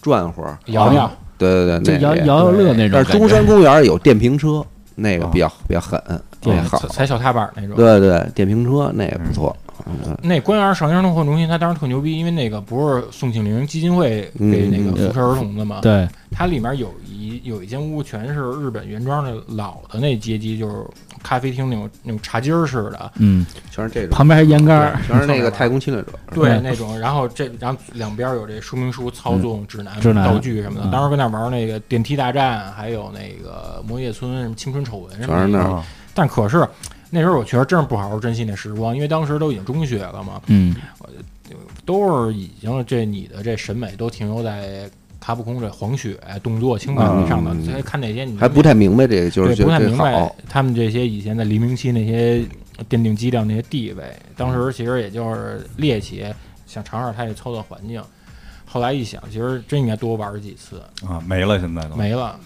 [SPEAKER 3] 转会儿，
[SPEAKER 2] 摇摇，
[SPEAKER 3] 对对
[SPEAKER 1] 就
[SPEAKER 3] 哦对，那
[SPEAKER 1] 摇
[SPEAKER 3] 也
[SPEAKER 1] 摇摇乐那种感
[SPEAKER 3] 但是
[SPEAKER 1] 觉。
[SPEAKER 3] 中山公园有电瓶车，那个比较比较狠，那
[SPEAKER 1] 对
[SPEAKER 3] 个好
[SPEAKER 2] 踩。踩小踏板那种。
[SPEAKER 3] 对对，电瓶车那也不错。嗯
[SPEAKER 2] 那官员少年儿童活动中心，它当时特牛逼，因为那个不是宋庆龄基金会给那个
[SPEAKER 1] 嗯嗯
[SPEAKER 2] 扶持儿童的嘛，
[SPEAKER 1] 对，
[SPEAKER 2] 它里面有一有一间屋全是日本原装的老的那街机，就是咖啡厅那种那种茶几儿似的，
[SPEAKER 1] 嗯，
[SPEAKER 3] 全是这种，
[SPEAKER 1] 旁边还烟杆儿、
[SPEAKER 3] 全是那个太空侵略者。
[SPEAKER 2] 对
[SPEAKER 1] 嗯
[SPEAKER 2] 那种，然后这然后两边有这说明书、操作指南、
[SPEAKER 1] 指南
[SPEAKER 2] 道具什么的。
[SPEAKER 1] 嗯
[SPEAKER 2] 当时跟那玩那个电梯大战，还有那个魔夜村、什么青春丑闻什么
[SPEAKER 3] 全是
[SPEAKER 2] 的。
[SPEAKER 3] 那儿
[SPEAKER 5] 啊
[SPEAKER 2] 但可是那时候我确实真是不好好珍惜那时光，因为当时都已经中学了嘛，
[SPEAKER 1] 嗯，
[SPEAKER 2] 都是已经这你的这审美都停留在卡普空这黄啊血动作轻快为上的，
[SPEAKER 3] 嗯
[SPEAKER 2] 再看那些你
[SPEAKER 3] 还不太明白这个，就是
[SPEAKER 2] 对
[SPEAKER 3] 觉
[SPEAKER 2] 不
[SPEAKER 3] 得
[SPEAKER 2] 太
[SPEAKER 3] 这
[SPEAKER 2] 明白
[SPEAKER 3] 好。
[SPEAKER 2] 他们这些以前在黎明期那些奠定基调那些地位，当时其实也就是猎奇，想尝尝他这操作环境。后来一想，其实真应该多玩几次，
[SPEAKER 5] 啊，没了，现在
[SPEAKER 3] 哦
[SPEAKER 5] 都
[SPEAKER 2] 没了。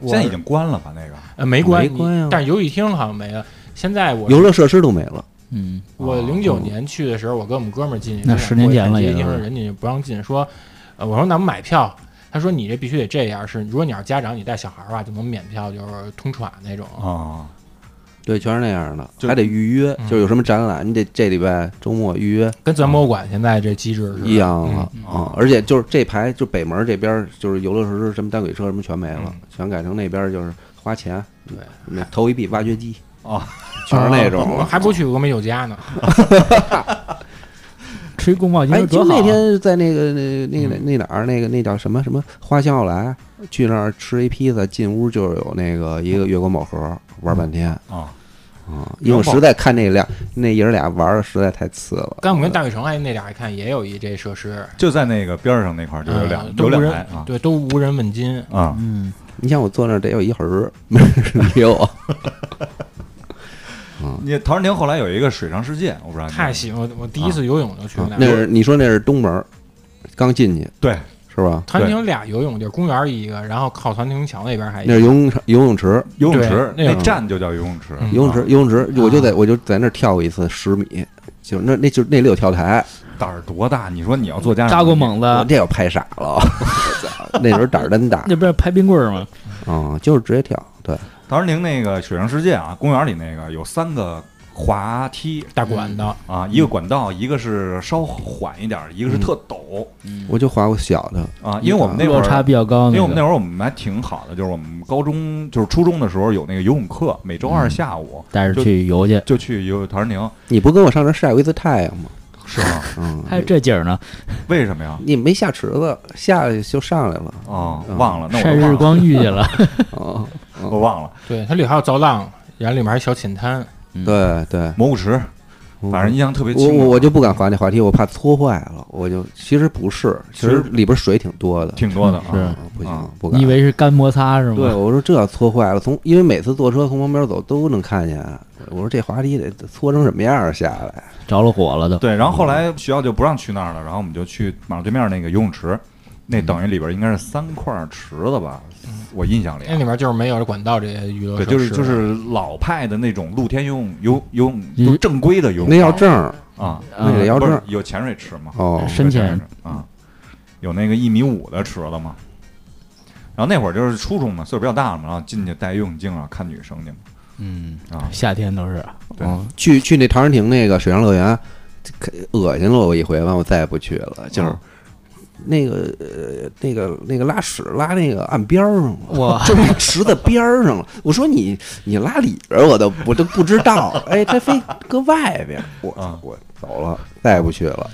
[SPEAKER 2] 我
[SPEAKER 5] 现在已经关了吧？那个
[SPEAKER 2] 呃没关
[SPEAKER 3] 没关呀
[SPEAKER 2] 但是游戏厅好像没了。现在我
[SPEAKER 3] 游乐设施都没了，
[SPEAKER 1] 嗯，
[SPEAKER 2] 我
[SPEAKER 5] 哦
[SPEAKER 2] 零九年去的时候，我跟我们哥们儿进去，
[SPEAKER 1] 那
[SPEAKER 2] 就
[SPEAKER 1] 10年前了
[SPEAKER 2] 过一看
[SPEAKER 1] 也
[SPEAKER 2] 街
[SPEAKER 1] 就
[SPEAKER 2] 厅
[SPEAKER 1] 是
[SPEAKER 2] 人家就不让进，说，呃，我说咱们买票，他说你这必须得这样，是如果你要是家长，你带小孩儿的话就能免票，就是通喘那种。
[SPEAKER 1] 哦
[SPEAKER 5] 啊，
[SPEAKER 3] 对，全是那样的，
[SPEAKER 5] 就
[SPEAKER 3] 还得预约
[SPEAKER 2] 嗯，
[SPEAKER 3] 就是有什么展览，你得这礼拜周末预约
[SPEAKER 2] 跟咱博物馆现在这机制是
[SPEAKER 3] 一样了
[SPEAKER 1] 嗯
[SPEAKER 3] 啊。而且就是这排，就北门这边就是游乐设施，什么单轨车什么全没了
[SPEAKER 2] 嗯，
[SPEAKER 3] 全改成那边就是花钱，
[SPEAKER 2] 对，
[SPEAKER 3] 那投一币挖掘机
[SPEAKER 5] 哦，
[SPEAKER 3] 全
[SPEAKER 1] 啊
[SPEAKER 3] 是那种
[SPEAKER 1] 哦
[SPEAKER 2] 我
[SPEAKER 3] 了。
[SPEAKER 2] 还不去峨眉酒家 呢。
[SPEAKER 1] 吃一宫保鸡
[SPEAKER 3] 哎，
[SPEAKER 1] 丁
[SPEAKER 3] 就
[SPEAKER 1] 多好啊。嗯
[SPEAKER 3] 那天在那个那那个那哪儿那个那叫什么什么花香奥莱，去那儿吃一披萨，进屋就是有那个一个月光宝盒，玩半天
[SPEAKER 1] 哦
[SPEAKER 5] 啊
[SPEAKER 3] 啊，因为我实在看那俩那爷儿俩玩的实在太次了。
[SPEAKER 2] 刚我们跟大悦城还那俩还看也有一这设施，
[SPEAKER 5] 就在那个边儿上那块儿就有
[SPEAKER 2] 呃
[SPEAKER 5] 两
[SPEAKER 2] 都
[SPEAKER 5] 有
[SPEAKER 2] 无
[SPEAKER 5] 两台
[SPEAKER 2] 人
[SPEAKER 5] 啊
[SPEAKER 2] 对，都无人问津。
[SPEAKER 5] 啊，
[SPEAKER 1] 嗯，
[SPEAKER 3] 你像我坐那儿得有一会儿，没人理我。
[SPEAKER 5] 你陶然亭后来有一个水上世界，我不知道你
[SPEAKER 2] 太喜欢我第一次游泳就去
[SPEAKER 3] 啊
[SPEAKER 2] 那儿。
[SPEAKER 3] 那是你说那是东门儿，刚进去
[SPEAKER 5] 对
[SPEAKER 3] 是吧？
[SPEAKER 2] 团亭俩游泳地儿，公园儿一个，然后靠团亭桥那边
[SPEAKER 5] 哎
[SPEAKER 2] 还一
[SPEAKER 3] 那
[SPEAKER 2] 个
[SPEAKER 3] 是游。泳场游泳池，
[SPEAKER 5] 游泳池
[SPEAKER 2] 对那
[SPEAKER 3] 个
[SPEAKER 5] 站就叫游泳池，
[SPEAKER 2] 嗯
[SPEAKER 3] 游泳池
[SPEAKER 5] 啊
[SPEAKER 3] 游泳池，我就在我就在那儿跳过一次十米，就那那就那里有跳台，
[SPEAKER 5] 胆儿多大？你说你要做家长，
[SPEAKER 1] 扎过猛
[SPEAKER 3] 嗯
[SPEAKER 5] 啊
[SPEAKER 3] 我
[SPEAKER 1] 子，
[SPEAKER 3] 这要拍傻了， 那时候胆儿真 大
[SPEAKER 1] 那不是拍冰棍儿吗？
[SPEAKER 3] 啊，就是直接跳，对，
[SPEAKER 5] 陶然亭那个水上世界啊，公园里那个有三个滑梯
[SPEAKER 2] 大管的，
[SPEAKER 5] 啊，一个管道，一个是稍缓一点儿，一个是特陡
[SPEAKER 3] 我就划过小的，
[SPEAKER 5] 啊，因为我们那会
[SPEAKER 1] 落差
[SPEAKER 5] 儿。
[SPEAKER 1] 比较高，
[SPEAKER 5] 因为
[SPEAKER 1] 那
[SPEAKER 5] 我们
[SPEAKER 1] 个
[SPEAKER 5] 那会儿我们还挺好的，就是我们高中就是初中的时候有那个游泳课，每周
[SPEAKER 3] 嗯
[SPEAKER 5] 二下午
[SPEAKER 1] 带着去游去，
[SPEAKER 5] 就去游陶然亭，
[SPEAKER 3] 你不跟我上这儿晒过一次太阳 吗？
[SPEAKER 5] 是吗？
[SPEAKER 3] 嗯，
[SPEAKER 1] 还有这景儿呢，
[SPEAKER 5] 为什么呀？
[SPEAKER 3] 你没下池子，下去就上 来了
[SPEAKER 5] 哦，
[SPEAKER 3] 嗯
[SPEAKER 5] 忘了，那我
[SPEAKER 1] 晒
[SPEAKER 5] 都忘
[SPEAKER 1] 日
[SPEAKER 5] 了
[SPEAKER 1] 光浴去 了，
[SPEAKER 3] 啊，嗯
[SPEAKER 5] 我忘了
[SPEAKER 2] 对，它里还有造浪，然后里面还有小浅滩。
[SPEAKER 3] 对对，
[SPEAKER 5] 蘑菇池，反正印象特别
[SPEAKER 3] 我
[SPEAKER 5] 清。
[SPEAKER 3] 我我就不敢滑那滑梯，我怕搓坏了，我就其实不是，其
[SPEAKER 5] 其
[SPEAKER 3] 实
[SPEAKER 5] 实
[SPEAKER 3] 里边水挺多的，
[SPEAKER 5] 挺多的
[SPEAKER 1] 是
[SPEAKER 5] 啊，
[SPEAKER 3] 啊，不行
[SPEAKER 5] 啊，
[SPEAKER 3] 不敢
[SPEAKER 1] 你以。为是干摩擦是吗？
[SPEAKER 3] 对，我说这要搓坏了，从因为每次坐车从旁边走都能看见，啊我说这滑梯得搓成什么样儿下来？
[SPEAKER 1] 着了火了都。
[SPEAKER 5] 对。然后后来学校就不让去那儿了，然后我们就去马路对面那个游泳池，那
[SPEAKER 3] 嗯
[SPEAKER 5] 等于里边应该是三块池子吧，我印象里啊
[SPEAKER 3] 嗯
[SPEAKER 2] 那。里面就是没有管道这些娱乐设
[SPEAKER 5] 对，
[SPEAKER 2] 施，
[SPEAKER 5] 就是就是老派的那种露天游泳游游泳，
[SPEAKER 1] 嗯
[SPEAKER 5] 就正规的游泳
[SPEAKER 3] 那要证儿
[SPEAKER 5] 啊，
[SPEAKER 3] 那得要
[SPEAKER 5] 不
[SPEAKER 3] 证
[SPEAKER 5] 是
[SPEAKER 3] 儿
[SPEAKER 5] 有潜水池吗？
[SPEAKER 3] 哦，
[SPEAKER 1] 深潜
[SPEAKER 5] 啊，有那个一米五的池子嘛。然后那会儿就是初中嘛，岁数比较大了嘛，然后进去戴游泳镜啊，看女生去嘛。
[SPEAKER 1] 嗯
[SPEAKER 5] 啊，
[SPEAKER 1] 夏天都是
[SPEAKER 5] 对
[SPEAKER 3] 哦去去那陶然亭那个水上乐园，可恶心了我一回，完我再也不去了。就是
[SPEAKER 5] 嗯
[SPEAKER 3] 那个呃那个那个拉屎拉那个岸边儿上了，
[SPEAKER 1] 哇，
[SPEAKER 3] 就是那池子边儿上了。我说你你拉里边儿我都我都不知道，哎，他非搁外边儿，我
[SPEAKER 5] 啊
[SPEAKER 3] 我走了，再也不去了，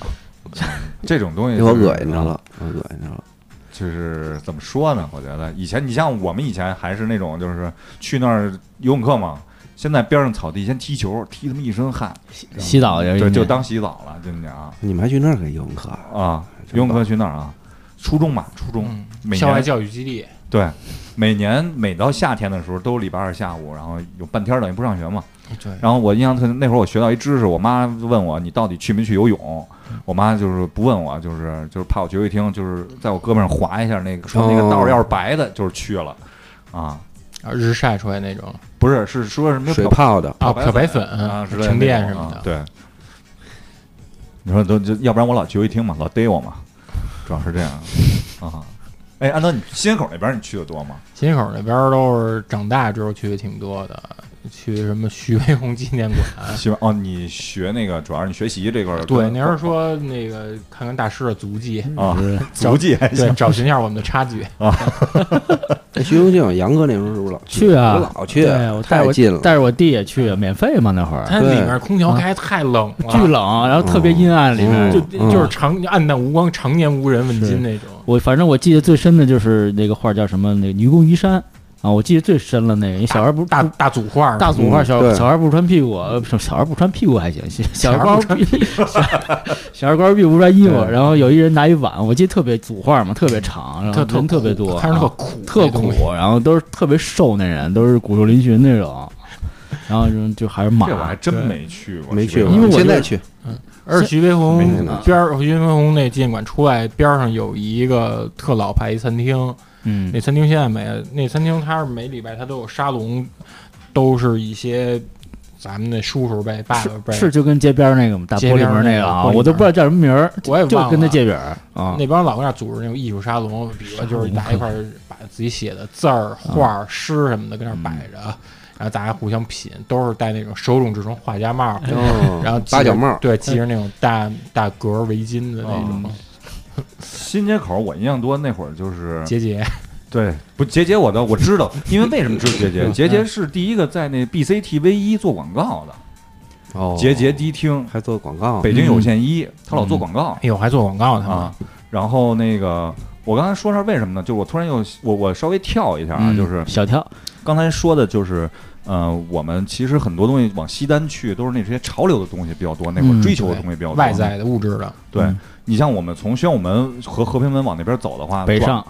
[SPEAKER 5] 这种东西
[SPEAKER 3] 给我
[SPEAKER 5] 就是
[SPEAKER 3] 恶心着了，我恶心着了。
[SPEAKER 5] 就是怎么说呢？我觉得以前你像我们以前还是那种，就是去那儿游泳课嘛，现在边上草地先踢球，踢他妈一身汗，
[SPEAKER 1] 洗澡去，
[SPEAKER 5] 对，就当洗澡了，真的啊
[SPEAKER 3] 你们还去那儿给游泳课啊？
[SPEAKER 5] 啊！游泳课去那儿啊，初中嘛，初中
[SPEAKER 2] 嗯
[SPEAKER 5] 每
[SPEAKER 2] 校外
[SPEAKER 5] 年
[SPEAKER 2] 教育基地。
[SPEAKER 5] 对，每年每到夏天的时候都礼拜二下午，然后有半天儿等于不上学嘛。
[SPEAKER 2] 对，
[SPEAKER 5] 然后我印象特那会儿我学到一知识，我妈问我你到底去没去游泳，我妈就是不问我，就是就是怕我去游一听，就是在我胳膊上划一下那个，说那个道儿要是白的，就是去了，啊，
[SPEAKER 2] 啊日晒出来那种
[SPEAKER 5] 不是是说什么
[SPEAKER 3] 水泡的，
[SPEAKER 2] 啊，漂白粉
[SPEAKER 5] 粉啊之类的
[SPEAKER 2] 沉淀
[SPEAKER 5] 那
[SPEAKER 2] 什
[SPEAKER 5] 种
[SPEAKER 2] 么
[SPEAKER 5] 啊
[SPEAKER 2] 的。
[SPEAKER 5] 对，你说都就要不然我老去游一听嘛，老逮我嘛， 主要是这样啊。哎，安德，你新街口那边你去的多吗？
[SPEAKER 2] 新街口那边儿都是长大之后去的挺多的，去什么徐悲鸿纪念 馆。
[SPEAKER 5] 希望哦，你学那个主要是你学习这块儿
[SPEAKER 2] 啊对，
[SPEAKER 5] 跟
[SPEAKER 2] 你要是说那个看看大师的足迹，
[SPEAKER 5] 啊
[SPEAKER 1] 是
[SPEAKER 5] 足迹还
[SPEAKER 2] 对
[SPEAKER 5] 行，，
[SPEAKER 2] 找寻一下我们的差距。
[SPEAKER 3] 那徐永静、杨哥那时候是不是老
[SPEAKER 1] 去啊
[SPEAKER 3] 我老去，
[SPEAKER 1] 对我带
[SPEAKER 3] 太
[SPEAKER 1] 我
[SPEAKER 3] 近了。
[SPEAKER 1] 带着我弟也去，免费嘛那会儿，
[SPEAKER 2] 它里面空
[SPEAKER 5] 嗯
[SPEAKER 2] 调开太冷了，
[SPEAKER 1] 巨冷，然后特别阴暗里面。
[SPEAKER 3] 嗯
[SPEAKER 2] 就
[SPEAKER 3] 嗯
[SPEAKER 2] 就是常暗淡无光，常年无人问
[SPEAKER 1] 是
[SPEAKER 2] 津那种。
[SPEAKER 1] 我反正我记得最深的就是那个画叫什么那个愚公移山啊，我记得最深了那个，因为小孩不
[SPEAKER 2] 大
[SPEAKER 1] 不
[SPEAKER 2] 大组画儿，
[SPEAKER 1] 大组画小、
[SPEAKER 3] 嗯对
[SPEAKER 1] 小孩不穿屁股，呃，不是小孩不穿屁股还行， 小小孩光屁股，小小孩光屁股不穿衣服，然后有一人拿一碗，我记得特别组画嘛，特别长，然后
[SPEAKER 2] 特特
[SPEAKER 1] 人特别
[SPEAKER 2] 苦
[SPEAKER 1] 多，
[SPEAKER 2] 看嗯着特
[SPEAKER 1] 啊
[SPEAKER 2] 苦，
[SPEAKER 1] 特
[SPEAKER 2] 那东
[SPEAKER 1] 苦
[SPEAKER 2] 西，
[SPEAKER 1] 然后都是特别瘦那人，都是骨瘦嶙峋那种，然后就就还是马
[SPEAKER 5] 这，我还真
[SPEAKER 2] 对
[SPEAKER 5] 没去过，
[SPEAKER 3] 没
[SPEAKER 5] 西
[SPEAKER 3] 去
[SPEAKER 5] 北
[SPEAKER 3] 过，
[SPEAKER 5] 大
[SPEAKER 1] 因为我
[SPEAKER 3] 现
[SPEAKER 1] 就
[SPEAKER 3] 在
[SPEAKER 1] 是
[SPEAKER 3] 去
[SPEAKER 2] 而且徐悲鸿
[SPEAKER 3] 没见到
[SPEAKER 2] 边儿，徐悲鸿那纪念馆出来边儿上有一个特老牌一餐厅，
[SPEAKER 1] 嗯
[SPEAKER 2] 那，餐厅现在没了。那餐厅它是每礼拜它都有沙龙，都是一些咱们的叔叔辈、爸爸辈。
[SPEAKER 1] 是是就跟街边儿那个嘛，大玻
[SPEAKER 2] 街
[SPEAKER 1] 璃
[SPEAKER 2] 边儿
[SPEAKER 1] 门
[SPEAKER 2] 那
[SPEAKER 1] 个
[SPEAKER 2] 个
[SPEAKER 1] 啊，
[SPEAKER 2] 玻璃
[SPEAKER 1] 我都
[SPEAKER 2] 门
[SPEAKER 1] 不知道叫什么名儿，
[SPEAKER 2] 我也
[SPEAKER 1] 就
[SPEAKER 2] 忘
[SPEAKER 1] 跟他
[SPEAKER 2] 了。
[SPEAKER 1] 借饼儿啊，
[SPEAKER 2] 那帮老外组织那种艺术沙龙，比如就是大家一块儿把自己写的字儿、画儿、诗什么的跟那儿摆着，然后大家互相品，都是戴那种手冢治虫画家帽，
[SPEAKER 3] 哦
[SPEAKER 2] 然后系
[SPEAKER 3] 八角
[SPEAKER 2] 着
[SPEAKER 3] 帽，
[SPEAKER 2] 对，系着那种大大格儿围巾的那种
[SPEAKER 5] 嗯新街口我印象多，那会儿就是
[SPEAKER 2] 结节，
[SPEAKER 5] 对，不杰杰我倒我知道，因为为什么知道杰
[SPEAKER 2] 嗯
[SPEAKER 5] 杰？杰杰是第一个在那 BCTV 一做广告的，
[SPEAKER 3] 哦
[SPEAKER 5] 杰杰迪厅，
[SPEAKER 3] 还做广告，
[SPEAKER 5] 啊北京有线一，
[SPEAKER 1] 嗯
[SPEAKER 5] 他老做广告
[SPEAKER 2] 哎呦，还做广告呢
[SPEAKER 5] 啊。然后那个我刚才说是为什么呢？就是我突然又我我稍微跳一下啊，
[SPEAKER 1] 嗯
[SPEAKER 5] 就是
[SPEAKER 1] 小跳，
[SPEAKER 5] 刚才说的就是。呃，我们其实很多东西往西单去，都是那些潮流的东西比较多，那会儿
[SPEAKER 1] 嗯
[SPEAKER 5] 追求的东西比较多。
[SPEAKER 2] 外在的、物质的，
[SPEAKER 5] 对
[SPEAKER 1] 嗯，
[SPEAKER 5] 你像我们从宣武门和和平门往那边走的话，
[SPEAKER 1] 北
[SPEAKER 5] 转
[SPEAKER 1] 上，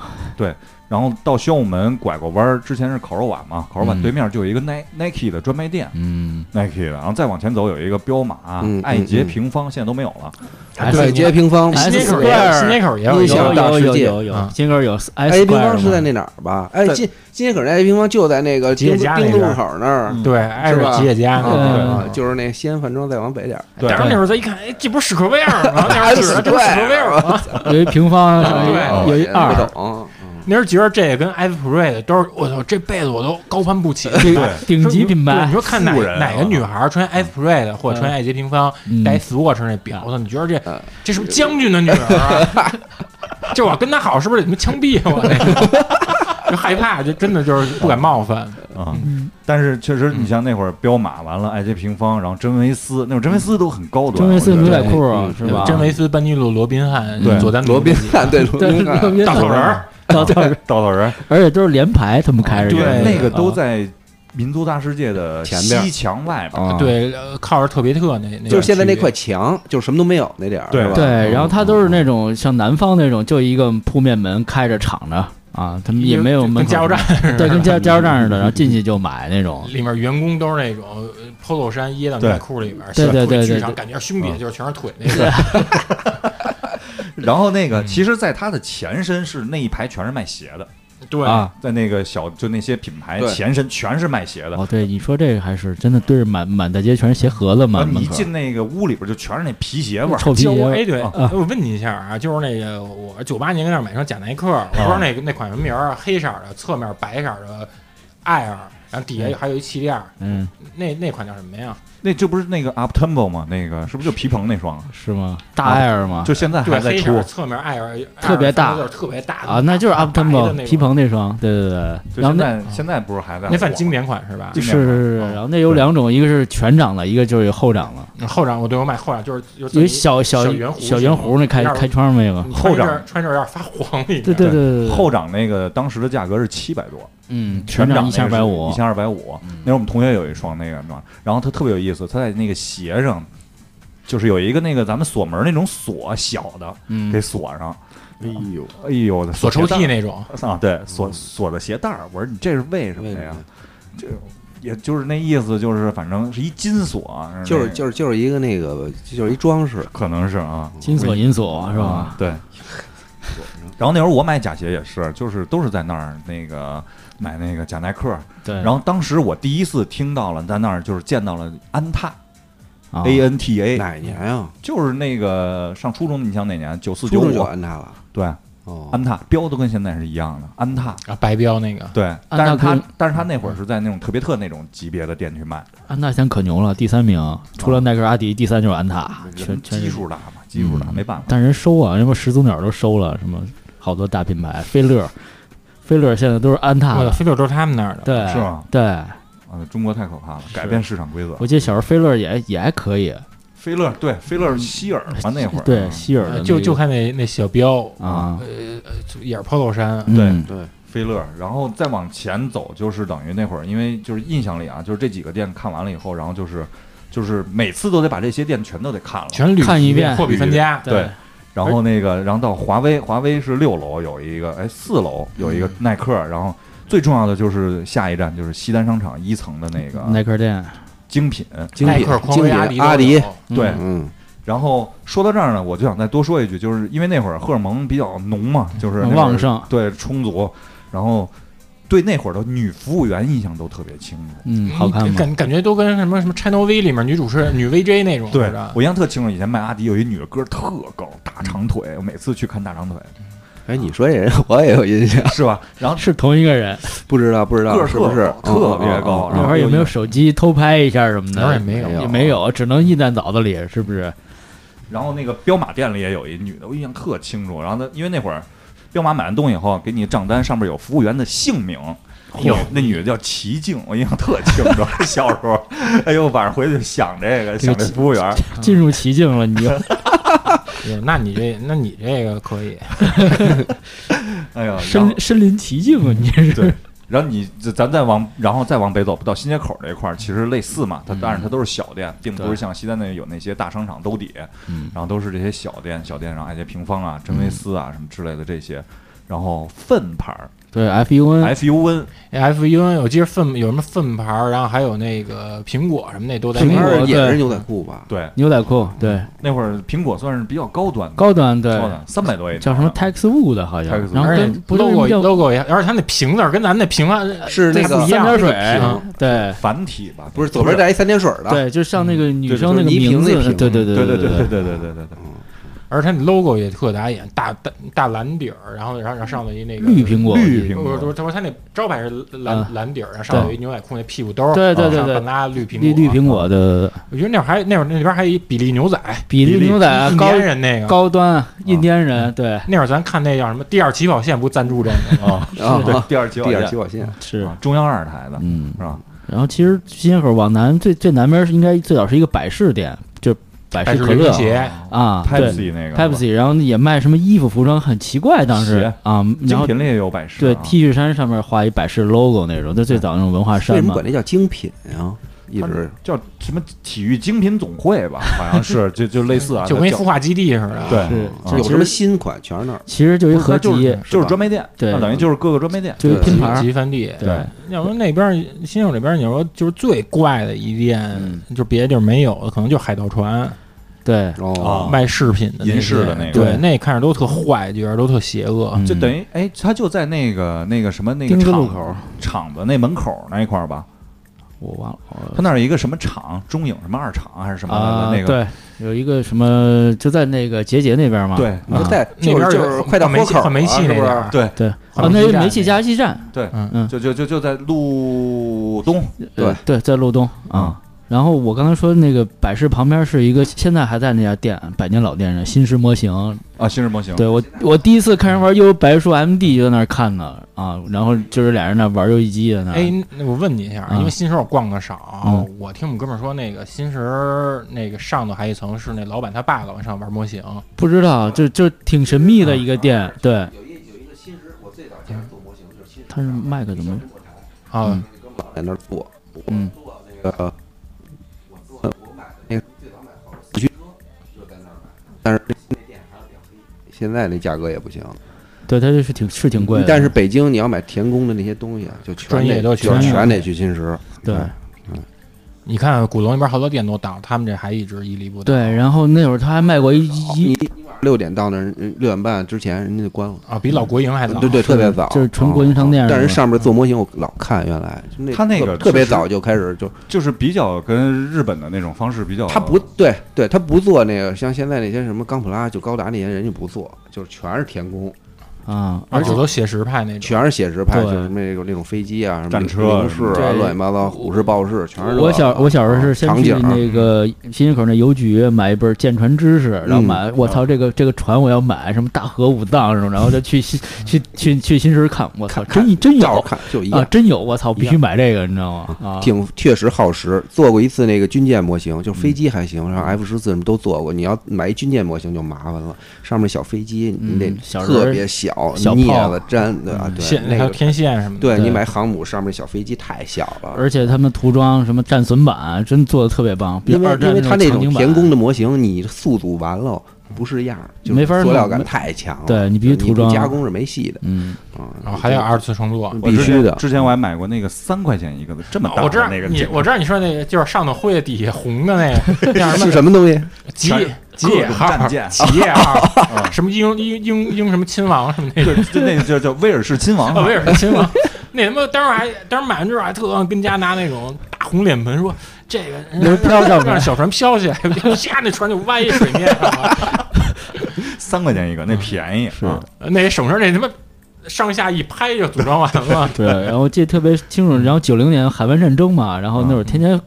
[SPEAKER 5] 然后到宣武门拐过弯儿，之前是烤肉碗嘛，烤肉碗
[SPEAKER 1] 嗯
[SPEAKER 5] 对面就有一个 Ni- Nike 的专卖店
[SPEAKER 1] 嗯，
[SPEAKER 5] ，Nike 的，然后再往前走有一个彪马啊
[SPEAKER 3] 嗯、
[SPEAKER 5] 爱
[SPEAKER 3] 嗯
[SPEAKER 5] 捷
[SPEAKER 3] 嗯
[SPEAKER 5] 平方，现在都没有了。
[SPEAKER 1] 还
[SPEAKER 3] 对，
[SPEAKER 1] 是
[SPEAKER 3] 街平方
[SPEAKER 1] 哎
[SPEAKER 2] 新街口也有，
[SPEAKER 1] Square
[SPEAKER 2] 新街口也有
[SPEAKER 1] 有
[SPEAKER 3] 印
[SPEAKER 2] 一
[SPEAKER 3] 象
[SPEAKER 2] 个
[SPEAKER 1] 有
[SPEAKER 3] 大
[SPEAKER 1] 有
[SPEAKER 3] 世
[SPEAKER 1] 有
[SPEAKER 3] 界
[SPEAKER 1] 有有
[SPEAKER 2] 啊，
[SPEAKER 1] 金哥有 S
[SPEAKER 3] ，A 平
[SPEAKER 1] square
[SPEAKER 3] 方是
[SPEAKER 1] 嘛
[SPEAKER 3] 在那哪儿吧？哎，
[SPEAKER 5] 在
[SPEAKER 3] 金金街口那 A 平方就在那个
[SPEAKER 2] 吉野
[SPEAKER 3] 丁
[SPEAKER 2] 家
[SPEAKER 3] 丁
[SPEAKER 2] 那
[SPEAKER 3] 路
[SPEAKER 2] 边
[SPEAKER 3] 口那儿
[SPEAKER 5] 嗯
[SPEAKER 2] 对，挨
[SPEAKER 3] 是吧
[SPEAKER 2] 着吉野家那
[SPEAKER 1] 嗯
[SPEAKER 2] 个啊，
[SPEAKER 3] 啊就是那西安饭庄再往北点儿，
[SPEAKER 5] 对
[SPEAKER 2] 当时那会儿咱一看，哎，这不是史克威尔吗？那是这不是史克威尔吗？
[SPEAKER 1] 有一平方，上
[SPEAKER 2] 对
[SPEAKER 1] 面啊有一
[SPEAKER 3] 哎不
[SPEAKER 1] 二，
[SPEAKER 3] 懂，嗯
[SPEAKER 2] 那时候觉得这个跟 F Parade 都是，我操，这辈子我都高攀不起。
[SPEAKER 1] 顶
[SPEAKER 5] 对
[SPEAKER 1] 顶级品
[SPEAKER 2] 对你
[SPEAKER 1] 牌，
[SPEAKER 2] 说看哪
[SPEAKER 5] 富人啊
[SPEAKER 2] 哪个女孩穿 F Parade 或者穿爱洁平方
[SPEAKER 1] 嗯
[SPEAKER 2] 戴 Swatch 那表，我操，你觉得这
[SPEAKER 3] 嗯
[SPEAKER 2] 这是不是将军的女儿 啊？这我跟她好，是不是得他妈枪毙我？这个就害怕，就真的就是不敢冒犯。
[SPEAKER 5] 啊、
[SPEAKER 2] 嗯
[SPEAKER 5] 但是确实，你像那会儿彪马完了，爱捷平方，然后真维斯，那会儿真维斯都很高端，
[SPEAKER 1] 真维斯
[SPEAKER 5] 我觉
[SPEAKER 1] 牛
[SPEAKER 5] 得
[SPEAKER 1] 仔裤
[SPEAKER 3] 嗯
[SPEAKER 1] 是吧？
[SPEAKER 2] 真维斯、班尼路、罗宾汉
[SPEAKER 5] 对、
[SPEAKER 2] 佐丹奴
[SPEAKER 3] 罗宾汉对罗
[SPEAKER 1] 对
[SPEAKER 3] 宾
[SPEAKER 1] 特
[SPEAKER 3] 汉，
[SPEAKER 1] 别
[SPEAKER 2] 大
[SPEAKER 1] 逗
[SPEAKER 2] 草人儿，
[SPEAKER 1] 稻草人，
[SPEAKER 5] 稻草人，
[SPEAKER 1] 而且都是连排，他们开着
[SPEAKER 2] 对
[SPEAKER 1] 的
[SPEAKER 5] 那个都
[SPEAKER 1] 啊
[SPEAKER 5] 在民族大世界的
[SPEAKER 3] 前边
[SPEAKER 5] 西墙外
[SPEAKER 1] 哦
[SPEAKER 5] 边。
[SPEAKER 3] 啊，
[SPEAKER 2] 对，呃靠着特别特那那个
[SPEAKER 3] 就是现在那
[SPEAKER 2] 区域
[SPEAKER 3] 块墙，就是什么都没有那点儿，
[SPEAKER 5] 对
[SPEAKER 3] 是吧？
[SPEAKER 1] 对，然后它都是那种像南方那种，就一个铺面门开着敞着啊，他们也没有门
[SPEAKER 2] 跟
[SPEAKER 1] 口
[SPEAKER 2] 加油站， 似
[SPEAKER 1] 对，
[SPEAKER 2] 的，
[SPEAKER 1] 跟加加油站似的，然后进去就买那种。
[SPEAKER 2] 里面员工都是那种呃 polo 衫掖到牛仔裤里边，
[SPEAKER 1] 对对对对
[SPEAKER 2] 巨
[SPEAKER 1] 对
[SPEAKER 2] 长，感觉胸
[SPEAKER 5] 嗯
[SPEAKER 2] 比就是全是腿那个，
[SPEAKER 5] 然后那个，
[SPEAKER 2] 嗯
[SPEAKER 5] 其实，在它的前身是那一排全是卖鞋的，
[SPEAKER 2] 对
[SPEAKER 1] 啊，
[SPEAKER 5] 在那个小就那些品牌
[SPEAKER 3] 对
[SPEAKER 5] 前身全是卖鞋的。
[SPEAKER 1] 哦，对，你说这个还是真的，对着满满大街全是鞋盒子嘛，
[SPEAKER 5] 然后你
[SPEAKER 1] 门
[SPEAKER 5] 一
[SPEAKER 1] 口
[SPEAKER 5] 进那个屋里边就全是那皮鞋味儿，
[SPEAKER 1] 臭皮
[SPEAKER 2] 胶
[SPEAKER 1] 鞋味
[SPEAKER 2] 哎，
[SPEAKER 1] 儿，
[SPEAKER 2] 对，
[SPEAKER 5] 啊
[SPEAKER 2] 哎我问你一下啊，就是那个我九八年跟那儿买双假耐克，我
[SPEAKER 1] 啊
[SPEAKER 2] 不知道那那款什么名儿，啊黑色儿的，侧面白色儿的 Air，然后底下还有一气垫儿，
[SPEAKER 1] 嗯，
[SPEAKER 2] 那那款叫什么呀？
[SPEAKER 5] 那这不是那个
[SPEAKER 1] 啊
[SPEAKER 5] Up Tempo 吗？那个是不是就皮蓬那双啊？
[SPEAKER 1] 是吗？大 Air 嘛，
[SPEAKER 5] 就现在
[SPEAKER 2] 对，
[SPEAKER 5] 还在
[SPEAKER 2] 黑色
[SPEAKER 5] 出
[SPEAKER 2] 儿，侧面 Air，
[SPEAKER 1] 特别大
[SPEAKER 2] 就是特别大的
[SPEAKER 1] 啊，那就是
[SPEAKER 2] 大
[SPEAKER 1] Up
[SPEAKER 2] 白的
[SPEAKER 1] Tempo
[SPEAKER 2] 那
[SPEAKER 1] 皮
[SPEAKER 2] 种，
[SPEAKER 1] 蓬那双，对对对，
[SPEAKER 5] 就
[SPEAKER 1] 然后
[SPEAKER 5] 现
[SPEAKER 1] 那。
[SPEAKER 5] 在现在不是还在
[SPEAKER 2] 那算经
[SPEAKER 5] 典
[SPEAKER 2] 典款是吧？
[SPEAKER 5] 就
[SPEAKER 1] 就是是是，
[SPEAKER 5] 嗯
[SPEAKER 1] 啊然后那有两种，一个是全掌的，一个就是有后掌的，
[SPEAKER 2] 嗯后掌我对我买后掌就是就是
[SPEAKER 1] 有一小小
[SPEAKER 2] 小圆弧
[SPEAKER 1] 小圆弧那开
[SPEAKER 2] 有点
[SPEAKER 1] 开窗那个，
[SPEAKER 2] 你穿
[SPEAKER 5] 后掌
[SPEAKER 2] 这儿穿这儿有点发黄一点，
[SPEAKER 1] 对对对对，
[SPEAKER 5] 后掌那个当时的价格是七百多，
[SPEAKER 1] 嗯，
[SPEAKER 5] 全
[SPEAKER 1] 全掌
[SPEAKER 5] 一
[SPEAKER 1] 一千百五
[SPEAKER 5] 一，千二百五。那时候我们同学有一双那个什么，然后他特别有意思，他在那个鞋上，就是有一个那个咱们锁门那种锁小的，
[SPEAKER 1] 嗯
[SPEAKER 5] 给，锁上。
[SPEAKER 3] 哎呦，
[SPEAKER 5] 哎呦我的
[SPEAKER 2] 锁抽屉
[SPEAKER 5] 那
[SPEAKER 2] 那种，
[SPEAKER 5] 啊，对，锁锁的鞋带儿。我说你这是为什么
[SPEAKER 3] 为什
[SPEAKER 5] 呀
[SPEAKER 3] 么？
[SPEAKER 5] 就也就是那意思，就是反正是一金锁，啊
[SPEAKER 3] 就是
[SPEAKER 5] 那
[SPEAKER 3] 就是就是一个那个就是一装饰，
[SPEAKER 5] 可能是啊，
[SPEAKER 1] 金锁银锁是吧？
[SPEAKER 5] 对。然后那会儿我买假鞋也是，就是都是在那儿那个买那个假耐克，
[SPEAKER 1] 对，
[SPEAKER 5] 然后当时我第一次听到了，在那儿就是见到了安踏
[SPEAKER 1] 啊
[SPEAKER 5] A N T A，
[SPEAKER 3] 哪一年啊？
[SPEAKER 5] 就是那个上初中，你像哪年？九四
[SPEAKER 3] 初
[SPEAKER 5] 九
[SPEAKER 3] 中就
[SPEAKER 5] 五，
[SPEAKER 3] 安踏了，
[SPEAKER 5] 对，
[SPEAKER 3] 哦，
[SPEAKER 5] 安踏标都跟现在是一样的，安踏。
[SPEAKER 2] 啊，白标那个，
[SPEAKER 5] 对，
[SPEAKER 1] 踏
[SPEAKER 5] 但是他
[SPEAKER 1] 可
[SPEAKER 5] 但是他那会儿是在那种特别特那种级别的店去卖，
[SPEAKER 1] 安踏啊现在可牛了，第三名，除了耐克、阿迪，第三就是安踏，全全
[SPEAKER 5] 嗯基
[SPEAKER 1] 是。
[SPEAKER 5] 数大嘛，基数大，没办法。
[SPEAKER 1] 但人收啊，人把始祖鸟都收了，什么好多大品牌，菲乐，菲乐现在都是安踏
[SPEAKER 2] 我的
[SPEAKER 1] 的，
[SPEAKER 2] 飞六都是他们那儿的，
[SPEAKER 1] 对，
[SPEAKER 5] 是吗？
[SPEAKER 1] 对，
[SPEAKER 5] 啊，中国太可怕了，改变市场规则
[SPEAKER 1] 我。记得小时候菲乐也也还可以，
[SPEAKER 5] 菲乐对，菲乐希尔嘛那会儿，
[SPEAKER 1] 对，
[SPEAKER 5] 嗯
[SPEAKER 1] 希尔的
[SPEAKER 2] 呃
[SPEAKER 1] 那个
[SPEAKER 2] 就就看那那小标，
[SPEAKER 1] 啊，
[SPEAKER 2] 也是 polo 衫，
[SPEAKER 1] 嗯
[SPEAKER 5] 对
[SPEAKER 3] 对，
[SPEAKER 5] 菲乐，然后再往前走就是等于那会儿，因为就是印象里啊，就是这几个店看完了以后，然后就是就是每次都得把这些店全都得看了。
[SPEAKER 2] 全铝
[SPEAKER 1] 看一遍
[SPEAKER 2] 货比三家，
[SPEAKER 5] 对，然后那个，然后到华威，华威是六楼有一个，哎，四楼有一个耐克，然后最重要的就是下一站就是西单商场一层的那个
[SPEAKER 1] 耐克店，
[SPEAKER 5] 精品。
[SPEAKER 3] 精
[SPEAKER 2] 耐
[SPEAKER 3] 品
[SPEAKER 2] 克、匡
[SPEAKER 3] 精
[SPEAKER 2] 威、
[SPEAKER 3] 品
[SPEAKER 2] 迪、
[SPEAKER 3] 阿
[SPEAKER 2] 阿
[SPEAKER 3] 迪，
[SPEAKER 5] 对，
[SPEAKER 3] 嗯，
[SPEAKER 5] 然后说到这儿呢，我就想再多说一句，就是因为那会儿荷尔蒙比较浓嘛，就是那会
[SPEAKER 1] 嗯
[SPEAKER 5] 儿
[SPEAKER 1] 旺盛，
[SPEAKER 5] 对，充足，然后对那会儿的女服务员印象都特别清楚。
[SPEAKER 1] 嗯，好看吗？
[SPEAKER 2] 感感觉都跟什么什么 Channel V 里面女主持人、女 VJ 那种似的，
[SPEAKER 5] 我印象特清楚，以前卖阿迪有一女的个儿特高，大长腿，我每次去看大长腿，
[SPEAKER 3] 哎，你说这人我也有印象，
[SPEAKER 5] 是吧？然后
[SPEAKER 1] 是同一个人，
[SPEAKER 3] 不知道不知
[SPEAKER 5] 个
[SPEAKER 3] 道
[SPEAKER 5] 儿
[SPEAKER 3] 是不是
[SPEAKER 5] 特高特别高然
[SPEAKER 1] 那
[SPEAKER 5] 后
[SPEAKER 1] 会儿有没有手机偷拍一下什么
[SPEAKER 2] 那会儿
[SPEAKER 1] 的
[SPEAKER 2] 也？没有
[SPEAKER 3] 没，有
[SPEAKER 1] 也没有，只能印在脑子里，是不是？
[SPEAKER 5] 然后那个彪马店里也有一女的，我印象特清楚。然后她因为那会儿彪马买完东西以后，给你账单上面有服务员的姓名。哎呦，那女的叫齐静，我印象特清楚。 小时候，哎呦，晚上回去想这个，想这服务员。
[SPEAKER 1] 进入奇境了，你就
[SPEAKER 2] 对那你这那你这个可以，
[SPEAKER 5] 哎呦，然后
[SPEAKER 1] 身身临其境啊！你这是
[SPEAKER 5] 对然后你咱再往然后再往北走，到新街口这一块儿，其实类似嘛，它
[SPEAKER 1] 嗯
[SPEAKER 5] 但是它都是小店，并不
[SPEAKER 1] 对
[SPEAKER 5] 是像西单那有那些大商场兜底，
[SPEAKER 1] 嗯
[SPEAKER 5] 然后都是这些小店，小店上爱些平方啊、真维斯啊什么之类的这些。然后粪牌儿
[SPEAKER 1] 对 F U N
[SPEAKER 5] F U N，
[SPEAKER 2] F 一，我记得粪有什么粪牌儿，然后还有那个苹果什么那都在
[SPEAKER 3] 平
[SPEAKER 1] 苹
[SPEAKER 2] 那儿
[SPEAKER 1] 果
[SPEAKER 3] 时也是
[SPEAKER 1] 对
[SPEAKER 3] 牛仔裤吧？
[SPEAKER 5] 对，
[SPEAKER 1] 牛仔裤，对，
[SPEAKER 5] 那会儿苹果算是比较高端的，
[SPEAKER 1] 高端对
[SPEAKER 5] 高，端三百多一条
[SPEAKER 1] 叫什么
[SPEAKER 5] 呢
[SPEAKER 1] Tex Wood 好像
[SPEAKER 5] Tex，Wood
[SPEAKER 1] 然后
[SPEAKER 2] 而且
[SPEAKER 1] 跟不是
[SPEAKER 2] logo
[SPEAKER 1] 叫
[SPEAKER 2] logo 也，而且它那瓶子儿跟咱那瓶啊
[SPEAKER 3] 是那个
[SPEAKER 2] 不一样
[SPEAKER 1] 三点水嗯
[SPEAKER 3] 那个瓶，
[SPEAKER 1] 对
[SPEAKER 5] 繁体吧？
[SPEAKER 3] 不是左边带一三点水的，
[SPEAKER 1] 对，就像那个女
[SPEAKER 5] 啊对
[SPEAKER 1] 生那
[SPEAKER 3] 就是
[SPEAKER 1] 个
[SPEAKER 3] 倪萍
[SPEAKER 1] 名字
[SPEAKER 3] 那，瓶
[SPEAKER 1] 对对对对
[SPEAKER 5] 对对
[SPEAKER 1] 对，
[SPEAKER 5] 对对对对对，
[SPEAKER 2] 而且它那 logo 也特打眼，大大大蓝底儿，然后然后然后上头一那个
[SPEAKER 1] 绿苹果，
[SPEAKER 5] 绿苹
[SPEAKER 2] 不是，不
[SPEAKER 5] 果
[SPEAKER 2] 是，他说他那招牌是蓝、
[SPEAKER 1] 啊
[SPEAKER 2] 蓝底儿，然后上有一牛仔裤那屁股兜儿，
[SPEAKER 1] 对对对
[SPEAKER 2] 然后
[SPEAKER 1] 对
[SPEAKER 2] 上半拉绿苹果，啊
[SPEAKER 1] 绿绿苹果的
[SPEAKER 2] 我觉得那会儿还那会儿那边还有一比利牛仔，
[SPEAKER 1] 比
[SPEAKER 5] 比
[SPEAKER 1] 例
[SPEAKER 5] 例
[SPEAKER 1] 牛仔
[SPEAKER 2] 印
[SPEAKER 1] 高
[SPEAKER 2] 第安人那个。
[SPEAKER 1] 高端印第安人，对
[SPEAKER 2] 那会儿咱看那叫什么《第二起跑线》，不赞助这个吗？
[SPEAKER 5] 啊，
[SPEAKER 3] 啊，
[SPEAKER 5] 对，第二期
[SPEAKER 3] 第二起跑线，
[SPEAKER 1] 是，
[SPEAKER 5] 啊，中央二台的
[SPEAKER 1] 嗯。
[SPEAKER 5] 是吧？
[SPEAKER 1] 然后其实新街口往南最最南边是应该最早是一个百事店，就是百
[SPEAKER 2] 百
[SPEAKER 1] 事
[SPEAKER 2] 事
[SPEAKER 1] 可
[SPEAKER 2] 冰
[SPEAKER 1] 乐
[SPEAKER 2] 鞋
[SPEAKER 1] 啊，对
[SPEAKER 5] Pepsi 那个
[SPEAKER 1] Pepsi，然后也卖什么衣服服装，很奇怪当时
[SPEAKER 5] 鞋
[SPEAKER 1] 啊，然
[SPEAKER 5] 精
[SPEAKER 1] 后
[SPEAKER 5] 品类也有百事，
[SPEAKER 1] 对
[SPEAKER 5] 啊
[SPEAKER 1] T 恤衫上面画一百事 logo 那种，就最早那种文化
[SPEAKER 3] 为
[SPEAKER 1] 衫
[SPEAKER 3] 什么
[SPEAKER 1] 嘛
[SPEAKER 3] 管，这叫精品呀？一直
[SPEAKER 5] 叫什么体育精品总 会吧，好像是，就就类似啊，
[SPEAKER 2] 就跟一
[SPEAKER 5] 叫
[SPEAKER 2] 孵化基地似的。
[SPEAKER 5] 对，
[SPEAKER 1] 是
[SPEAKER 5] 啊
[SPEAKER 1] 就
[SPEAKER 3] 有
[SPEAKER 1] 其
[SPEAKER 3] 什么
[SPEAKER 1] 实
[SPEAKER 3] 新款全是那儿，
[SPEAKER 1] 其实就一
[SPEAKER 5] 不是
[SPEAKER 1] 合
[SPEAKER 5] 它就是
[SPEAKER 1] 集，
[SPEAKER 5] 就是专卖店，
[SPEAKER 1] 对
[SPEAKER 5] 那等于就是各个专卖店，
[SPEAKER 1] 就一
[SPEAKER 3] 对
[SPEAKER 1] 拼盘
[SPEAKER 2] 集
[SPEAKER 1] 儿，
[SPEAKER 2] 集散地。
[SPEAKER 1] 对
[SPEAKER 2] 要说那边儿新手这边儿，你说就是最怪的一店，就别的地儿没有的，可能就海盗船
[SPEAKER 1] 对，
[SPEAKER 5] 哦
[SPEAKER 2] 卖饰品的那些
[SPEAKER 5] 银饰的那个
[SPEAKER 2] 对，
[SPEAKER 1] 对
[SPEAKER 2] 那看着都特坏，觉得都特邪恶。
[SPEAKER 1] 嗯
[SPEAKER 5] 就等于哎，它就在那个那个什么那个
[SPEAKER 1] 丁字
[SPEAKER 5] 厂
[SPEAKER 1] 路口
[SPEAKER 5] 厂子那门口那一块儿吧，
[SPEAKER 1] 我忘了我
[SPEAKER 5] 它那儿有一个什么厂，中影什么二厂还是什么来
[SPEAKER 1] 啊
[SPEAKER 5] 的那，个，
[SPEAKER 1] 对，有一个什么就在那个结节那边嘛，
[SPEAKER 5] 对
[SPEAKER 3] 你说
[SPEAKER 1] 啊
[SPEAKER 3] 在
[SPEAKER 2] 那
[SPEAKER 3] 就
[SPEAKER 2] 边
[SPEAKER 3] 是
[SPEAKER 2] 儿
[SPEAKER 3] 就
[SPEAKER 2] 有
[SPEAKER 3] 是快到
[SPEAKER 2] 煤
[SPEAKER 3] 豁
[SPEAKER 2] 气
[SPEAKER 3] 口了，
[SPEAKER 2] 煤气
[SPEAKER 3] 是
[SPEAKER 2] 那
[SPEAKER 3] 不
[SPEAKER 2] 边
[SPEAKER 3] 是
[SPEAKER 2] 儿？
[SPEAKER 5] 对
[SPEAKER 1] 对，
[SPEAKER 2] 好
[SPEAKER 1] 啊，那
[SPEAKER 2] 基
[SPEAKER 1] 是
[SPEAKER 2] 站
[SPEAKER 1] 煤气
[SPEAKER 2] 那
[SPEAKER 1] 加气站，
[SPEAKER 5] 对，
[SPEAKER 2] 嗯
[SPEAKER 1] 嗯，
[SPEAKER 5] 就就就就在路东，
[SPEAKER 3] 对
[SPEAKER 1] 呃对，在路东
[SPEAKER 5] 嗯
[SPEAKER 1] 啊。然后我刚才说那个百事旁边是一个现在还在那家店，百年老店是新石模型。
[SPEAKER 5] 啊，新日模型，
[SPEAKER 1] 对我我第一次看人玩幽游白书 MD 就在那儿看呢啊，然后就是俩人那玩游戏机的呢。
[SPEAKER 2] 哎，那我问你一下，
[SPEAKER 1] 嗯
[SPEAKER 2] 因为新石我逛的少，
[SPEAKER 1] 嗯
[SPEAKER 2] 我听我们哥们儿说，那个新石那个上头还一层是那老板他爸老往上玩模型，啊
[SPEAKER 1] 不知道，就就挺神秘的一个店。对，
[SPEAKER 3] 有一有一个新石，我最早接触做模型就是新石
[SPEAKER 1] 它是麦克怎么？
[SPEAKER 2] 啊，
[SPEAKER 1] 嗯
[SPEAKER 3] 在那儿做，
[SPEAKER 1] 嗯
[SPEAKER 3] 做那个，我做我买的那个最早买好四驱车就在那儿买，但是那店还是比较黑，现在那价格也不行。
[SPEAKER 1] 对，它就是挺是挺贵的。
[SPEAKER 3] 但是北京你要买田工的那些东西啊，就全
[SPEAKER 2] 专业
[SPEAKER 3] 得
[SPEAKER 2] 都去
[SPEAKER 3] 全
[SPEAKER 1] 那儿
[SPEAKER 3] 全得去新石。
[SPEAKER 1] 对
[SPEAKER 3] 哎
[SPEAKER 2] 你看鼓楼那边好多店都倒，他们这还一直屹立不倒。
[SPEAKER 1] 对，然后那会儿他还卖过一一
[SPEAKER 3] 你你晚上六点到那儿，人六点半之前人家就关了。
[SPEAKER 2] 啊，比老国营还早。
[SPEAKER 3] 对对，特别早，
[SPEAKER 1] 就是纯国营商店
[SPEAKER 3] 啊但
[SPEAKER 1] 是
[SPEAKER 3] 是
[SPEAKER 1] 吧嗯
[SPEAKER 3] 上面做模型我老看，原来就那
[SPEAKER 5] 他那
[SPEAKER 3] 特
[SPEAKER 5] 个
[SPEAKER 3] 特别
[SPEAKER 5] 确实哦
[SPEAKER 3] 早就开始就
[SPEAKER 5] 就是比较跟日本的那种方式比较，
[SPEAKER 3] 他不对，对他不做那个，像现在那些什么钢普拉、就高达那些人家不做，就是全是田工，
[SPEAKER 1] 啊，
[SPEAKER 2] 而且都写实派那种。
[SPEAKER 3] 全是写实派，就
[SPEAKER 1] 对
[SPEAKER 3] 是那种那种飞机啊、什么
[SPEAKER 5] 战车
[SPEAKER 3] 零式啊、
[SPEAKER 1] 对
[SPEAKER 3] 乱七八糟、虎式、豹式，全是这个。
[SPEAKER 1] 我小我小时候是先
[SPEAKER 3] 场
[SPEAKER 1] 去
[SPEAKER 3] 景
[SPEAKER 1] 那个新街口那邮局买一本《舰船知识》，
[SPEAKER 3] 嗯
[SPEAKER 1] 然后买我操这个这个船我要买什么大和武藏什么，然后就去新去去去新石看，我操真真
[SPEAKER 3] 照着
[SPEAKER 1] 有
[SPEAKER 3] 看就一
[SPEAKER 1] 啊
[SPEAKER 3] 样，
[SPEAKER 1] 真有我操必须买这个你知道吗？啊，
[SPEAKER 3] 挺确实耗时。做过一次那个军舰模型，就
[SPEAKER 1] 嗯
[SPEAKER 3] 飞机还行，然后 F 十四什么都做过。你要买一军舰模型就麻烦了，上面小飞机你得
[SPEAKER 1] 嗯小人儿
[SPEAKER 3] 特别小，
[SPEAKER 1] 小
[SPEAKER 3] 镊
[SPEAKER 1] 炮嗯
[SPEAKER 3] 子粘的啊，对
[SPEAKER 2] 线
[SPEAKER 3] 那
[SPEAKER 2] 还有
[SPEAKER 3] 个。
[SPEAKER 2] 天线什么的，
[SPEAKER 3] 对
[SPEAKER 1] 对
[SPEAKER 3] 你买航母上面小飞机太小了，
[SPEAKER 1] 而且他们涂装什么战损版真做的特别棒，比
[SPEAKER 3] 因为
[SPEAKER 1] 二
[SPEAKER 3] 因
[SPEAKER 1] 战
[SPEAKER 3] 为它那
[SPEAKER 1] 场
[SPEAKER 3] 种
[SPEAKER 1] 景
[SPEAKER 3] 田
[SPEAKER 1] 版
[SPEAKER 3] 工的模型，你速组完了不是样儿，就
[SPEAKER 1] 没法
[SPEAKER 3] 塑料
[SPEAKER 1] 弄
[SPEAKER 3] 感
[SPEAKER 1] 没
[SPEAKER 3] 太强了，
[SPEAKER 1] 对你必须
[SPEAKER 3] 不
[SPEAKER 1] 涂装
[SPEAKER 3] 加工是没戏的
[SPEAKER 1] 嗯，
[SPEAKER 3] 啊。
[SPEAKER 2] 然后还有二次创作。
[SPEAKER 5] 我
[SPEAKER 3] 必
[SPEAKER 5] 之
[SPEAKER 3] 须
[SPEAKER 5] 前
[SPEAKER 3] 的
[SPEAKER 5] 之前我还买过那个三块钱一个的这么大
[SPEAKER 2] 我知道
[SPEAKER 5] 的那个
[SPEAKER 2] 你
[SPEAKER 5] 这，个
[SPEAKER 2] 我知道你说那个就是上头灰的，底下红的那个叫什
[SPEAKER 3] 是
[SPEAKER 2] 么
[SPEAKER 3] 什么东西？
[SPEAKER 2] 吉
[SPEAKER 5] 全是
[SPEAKER 2] 吉野
[SPEAKER 5] 各种
[SPEAKER 2] 号
[SPEAKER 5] 战、舰
[SPEAKER 2] 企业号，什么英英英英什么亲王什么那种。
[SPEAKER 5] 对，就那个叫叫威尔士亲王
[SPEAKER 2] 啊，
[SPEAKER 5] 嘛
[SPEAKER 2] 威尔士亲王， 那他妈当时还当时买完之后还特地跟家拿那种大红脸盆说这个
[SPEAKER 1] 能飘上
[SPEAKER 2] 让
[SPEAKER 1] 来
[SPEAKER 2] 小船飘起来，啪那船就歪水面上了，
[SPEAKER 5] 三块钱一个，那便宜是
[SPEAKER 2] 呃那省事儿那他妈上下一拍就组装完了。
[SPEAKER 1] 对，然后记得特别清楚。然后九零年海湾战争嘛，然后那会儿天天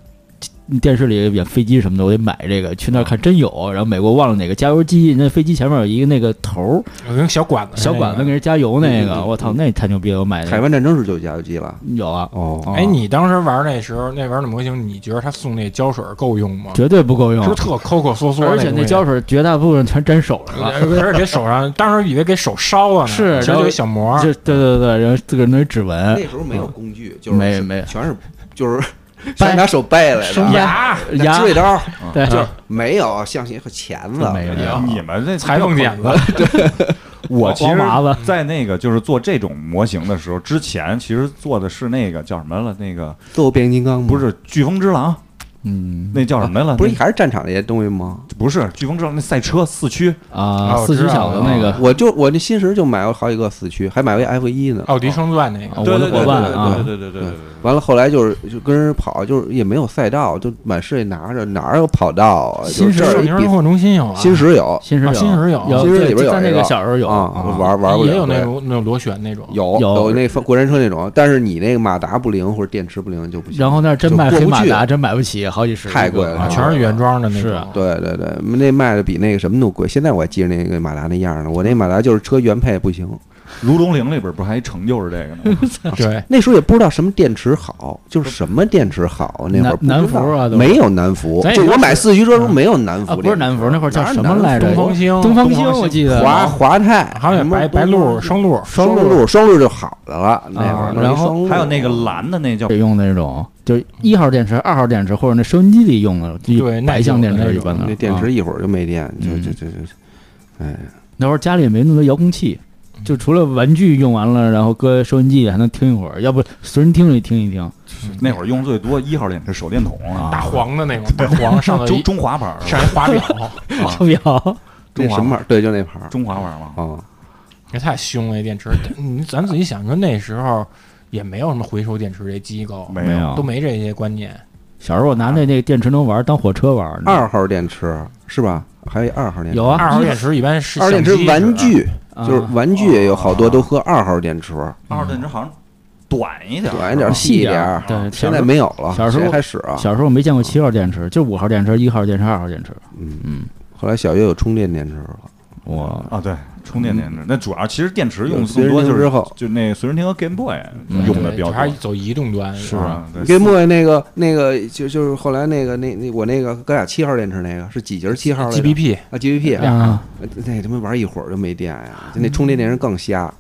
[SPEAKER 1] 电视里演飞机什么的，我得买这个去那儿看，真有。然后美国忘了哪个加油机，那飞机前面有一个那个头儿，
[SPEAKER 2] 有个小管子，
[SPEAKER 1] 小管子给人加油那
[SPEAKER 3] 嗯嗯
[SPEAKER 1] 个，
[SPEAKER 3] 嗯
[SPEAKER 1] 我操，那太牛逼了！我买那
[SPEAKER 3] 海
[SPEAKER 1] 个
[SPEAKER 3] 湾战争时就有加油机了。
[SPEAKER 1] 有啊。
[SPEAKER 3] 哦，
[SPEAKER 1] 啊
[SPEAKER 2] 哎，你当时玩那时候那玩的模型，你觉得他送那胶水够用吗？
[SPEAKER 1] 绝对不够用
[SPEAKER 2] 是，不是特抠抠缩缩？
[SPEAKER 1] 而且那
[SPEAKER 2] 那
[SPEAKER 1] 胶水绝大部分全粘手上了。
[SPEAKER 2] 水，而且给手上，当时以为给手烧了呢，
[SPEAKER 1] 是
[SPEAKER 2] 其实
[SPEAKER 1] 然
[SPEAKER 2] 就
[SPEAKER 1] 后
[SPEAKER 2] 一小膜。
[SPEAKER 1] 就对对对，然后自个儿弄一指纹
[SPEAKER 3] 那，时候没有工具，就
[SPEAKER 1] 呃
[SPEAKER 3] 是
[SPEAKER 1] 没没
[SPEAKER 3] 全是 就是全是拿手掰来
[SPEAKER 1] 生
[SPEAKER 3] 的，
[SPEAKER 2] 呀，
[SPEAKER 1] 牙
[SPEAKER 3] 拿指尾刀
[SPEAKER 1] 对，
[SPEAKER 3] 就是没有橡皮和钳子，
[SPEAKER 1] 嗯没有
[SPEAKER 5] 你们这
[SPEAKER 2] 裁缝剪子，
[SPEAKER 5] 我其实
[SPEAKER 1] 黄麻子
[SPEAKER 5] 在那个就是做这种模型的时候，之前其实做的是那个叫什么了？那个
[SPEAKER 3] 做过变形金刚吗？
[SPEAKER 5] 不是《飓风之狼》，
[SPEAKER 1] 嗯
[SPEAKER 5] 那叫什么了？
[SPEAKER 3] 不是
[SPEAKER 5] 那
[SPEAKER 3] 还是战场那些东西吗？
[SPEAKER 5] 不是《飓风之狼》那赛车四驱，
[SPEAKER 1] 啊，
[SPEAKER 2] 我
[SPEAKER 1] 四
[SPEAKER 2] 知
[SPEAKER 1] 驱
[SPEAKER 2] 道
[SPEAKER 1] 小子那个
[SPEAKER 3] 我就我那新时就买过好几个四驱，还买过 F 一呢。
[SPEAKER 2] 奥迪双钻那个
[SPEAKER 1] 啊，我的伙伴啊
[SPEAKER 5] 对对对对对对
[SPEAKER 3] 完了，后来就是就跟人跑，就是也没有赛道，就满世界拿着，哪儿有跑道啊？就
[SPEAKER 1] 新时
[SPEAKER 3] 是这儿
[SPEAKER 2] 少
[SPEAKER 3] 一
[SPEAKER 2] 年文
[SPEAKER 3] 比
[SPEAKER 2] 化中心有啊，
[SPEAKER 3] 新时有
[SPEAKER 1] 新石
[SPEAKER 2] 啊
[SPEAKER 1] 有，
[SPEAKER 2] 新石有
[SPEAKER 1] 有
[SPEAKER 3] 新石里边
[SPEAKER 1] 对
[SPEAKER 3] 有
[SPEAKER 1] 在那
[SPEAKER 3] 一
[SPEAKER 1] 个
[SPEAKER 3] 个
[SPEAKER 1] 小时候有
[SPEAKER 3] 啊
[SPEAKER 1] 啊，
[SPEAKER 3] 玩玩过
[SPEAKER 2] 也有
[SPEAKER 3] 两
[SPEAKER 2] 那
[SPEAKER 3] 回。
[SPEAKER 2] 种那种螺旋那种，
[SPEAKER 3] 有
[SPEAKER 1] 有
[SPEAKER 3] 有那过山车那种，但是你那个马达不灵或者电池不灵就不行。
[SPEAKER 1] 然后那儿真
[SPEAKER 3] 就
[SPEAKER 1] 卖
[SPEAKER 3] 过
[SPEAKER 1] 黑
[SPEAKER 3] 不
[SPEAKER 1] 马
[SPEAKER 3] 去
[SPEAKER 1] 达，真买不起，好几十一个，
[SPEAKER 3] 太贵了
[SPEAKER 1] 啊
[SPEAKER 2] 全是原装的那
[SPEAKER 1] 是
[SPEAKER 2] 种
[SPEAKER 1] 啊。
[SPEAKER 3] 对对对，那卖的比那个什么都贵。现在我还记着那个马达那样呢，我那马达就是车原配不行。
[SPEAKER 5] 卢龙岭里边不是还成就是这个呢？
[SPEAKER 2] 对，
[SPEAKER 3] 那时候也不知道什么电池好，就是什么电池好。那会儿不知道
[SPEAKER 1] 南南孚啊都
[SPEAKER 3] 没有南孚
[SPEAKER 2] 咱，也
[SPEAKER 3] 就
[SPEAKER 2] 当
[SPEAKER 3] 我
[SPEAKER 2] 时
[SPEAKER 3] 买四驱车时候没有南孚
[SPEAKER 1] 啊，
[SPEAKER 3] 电
[SPEAKER 1] 不
[SPEAKER 3] 池，
[SPEAKER 1] 是南孚，那会儿叫
[SPEAKER 3] 哪有
[SPEAKER 1] 什么
[SPEAKER 3] 南孚
[SPEAKER 1] 来着？
[SPEAKER 2] 东方星
[SPEAKER 1] 东方
[SPEAKER 5] 东方
[SPEAKER 1] 星，我
[SPEAKER 5] 星
[SPEAKER 1] 记得啊
[SPEAKER 3] 华华泰，
[SPEAKER 2] 还有
[SPEAKER 3] 什
[SPEAKER 2] 那
[SPEAKER 3] 么
[SPEAKER 2] 白白鹿、双鹿，
[SPEAKER 3] 双
[SPEAKER 1] 双
[SPEAKER 3] 鹿，双鹿就好的了。那会
[SPEAKER 1] 啊
[SPEAKER 3] 儿弄一
[SPEAKER 1] 然后
[SPEAKER 3] 双鹿
[SPEAKER 5] 还有那个蓝的那叫
[SPEAKER 1] 得用那种，就是一号电池、二号电池或者那收音机里用的，就
[SPEAKER 2] 对耐
[SPEAKER 1] 白
[SPEAKER 2] 久
[SPEAKER 1] 相
[SPEAKER 2] 的
[SPEAKER 1] 电
[SPEAKER 2] 那
[SPEAKER 1] 池一
[SPEAKER 2] 种
[SPEAKER 1] 般的。
[SPEAKER 3] 那电
[SPEAKER 1] 啊
[SPEAKER 3] 池一会儿就没电，就
[SPEAKER 1] 嗯
[SPEAKER 3] 就就就，哎，
[SPEAKER 1] 那会儿家里也没那么多遥控器，
[SPEAKER 3] 嗯
[SPEAKER 1] 就除了玩具用完了，然后搁收音机还能听一会儿，要不随身听里听一
[SPEAKER 3] 啊
[SPEAKER 1] 听
[SPEAKER 5] 那会儿用最多一号电池手电筒
[SPEAKER 1] 啊
[SPEAKER 2] 大黄的那种，大黄上头
[SPEAKER 5] 中
[SPEAKER 2] 一
[SPEAKER 5] 中华牌儿
[SPEAKER 2] 上一 华表，
[SPEAKER 1] 手表。
[SPEAKER 5] 中
[SPEAKER 3] 那
[SPEAKER 5] 华
[SPEAKER 3] 什么牌儿？对，就那牌儿
[SPEAKER 5] 中华牌儿嘛，
[SPEAKER 3] 啊。
[SPEAKER 2] 那太凶了，那 电池。你嗯咱自己想，你说那时候也没有什么回收电池这机构，
[SPEAKER 5] 没有
[SPEAKER 2] 都没这些观念。
[SPEAKER 1] 小时候我拿
[SPEAKER 3] 啊
[SPEAKER 1] 那那个电池能玩当火车玩呢。
[SPEAKER 3] 二号电池是吧？还有一二号电池，
[SPEAKER 1] 有啊，
[SPEAKER 2] 二号电池一般是
[SPEAKER 3] 二号电池
[SPEAKER 2] 相机
[SPEAKER 3] 玩
[SPEAKER 2] 似的，
[SPEAKER 3] 具
[SPEAKER 1] 啊
[SPEAKER 3] 就是玩具也有好多
[SPEAKER 5] 啊
[SPEAKER 3] 都喝二号电池，
[SPEAKER 5] 二号电池好像短一点儿，
[SPEAKER 3] 短一点儿
[SPEAKER 1] 啊
[SPEAKER 5] 是吧
[SPEAKER 3] 细一点儿。啊
[SPEAKER 1] 对，
[SPEAKER 3] 现
[SPEAKER 1] 嗯小时
[SPEAKER 3] 在
[SPEAKER 1] 候
[SPEAKER 3] 没有了，
[SPEAKER 1] 小时候
[SPEAKER 3] 谁还使啊？
[SPEAKER 1] 小时候没见过七号电池，就五号电池、一号电池、二号电池。
[SPEAKER 3] 嗯
[SPEAKER 1] 嗯，
[SPEAKER 3] 后来小学有充电电池了，
[SPEAKER 1] 我
[SPEAKER 5] 啊，对，充电电池。那主要其实电池用
[SPEAKER 3] 有随身
[SPEAKER 5] 最多就
[SPEAKER 3] 听
[SPEAKER 5] 是
[SPEAKER 3] 之后
[SPEAKER 5] 就那随身听和 Game Boy
[SPEAKER 1] 嗯
[SPEAKER 5] 用的比
[SPEAKER 2] 对
[SPEAKER 5] 较
[SPEAKER 2] 还是
[SPEAKER 5] 多。
[SPEAKER 2] 走移动端
[SPEAKER 5] 是
[SPEAKER 2] 吧？
[SPEAKER 5] 啊，对
[SPEAKER 3] Game Boy 那个那个就就是后来那个那那我那个高雅七号电池那个是几节儿七号来着
[SPEAKER 2] GBP
[SPEAKER 3] 啊 GBP 啊
[SPEAKER 1] 啊，
[SPEAKER 3] 那他妈玩一会儿就没电呀，就那充电电池更瞎。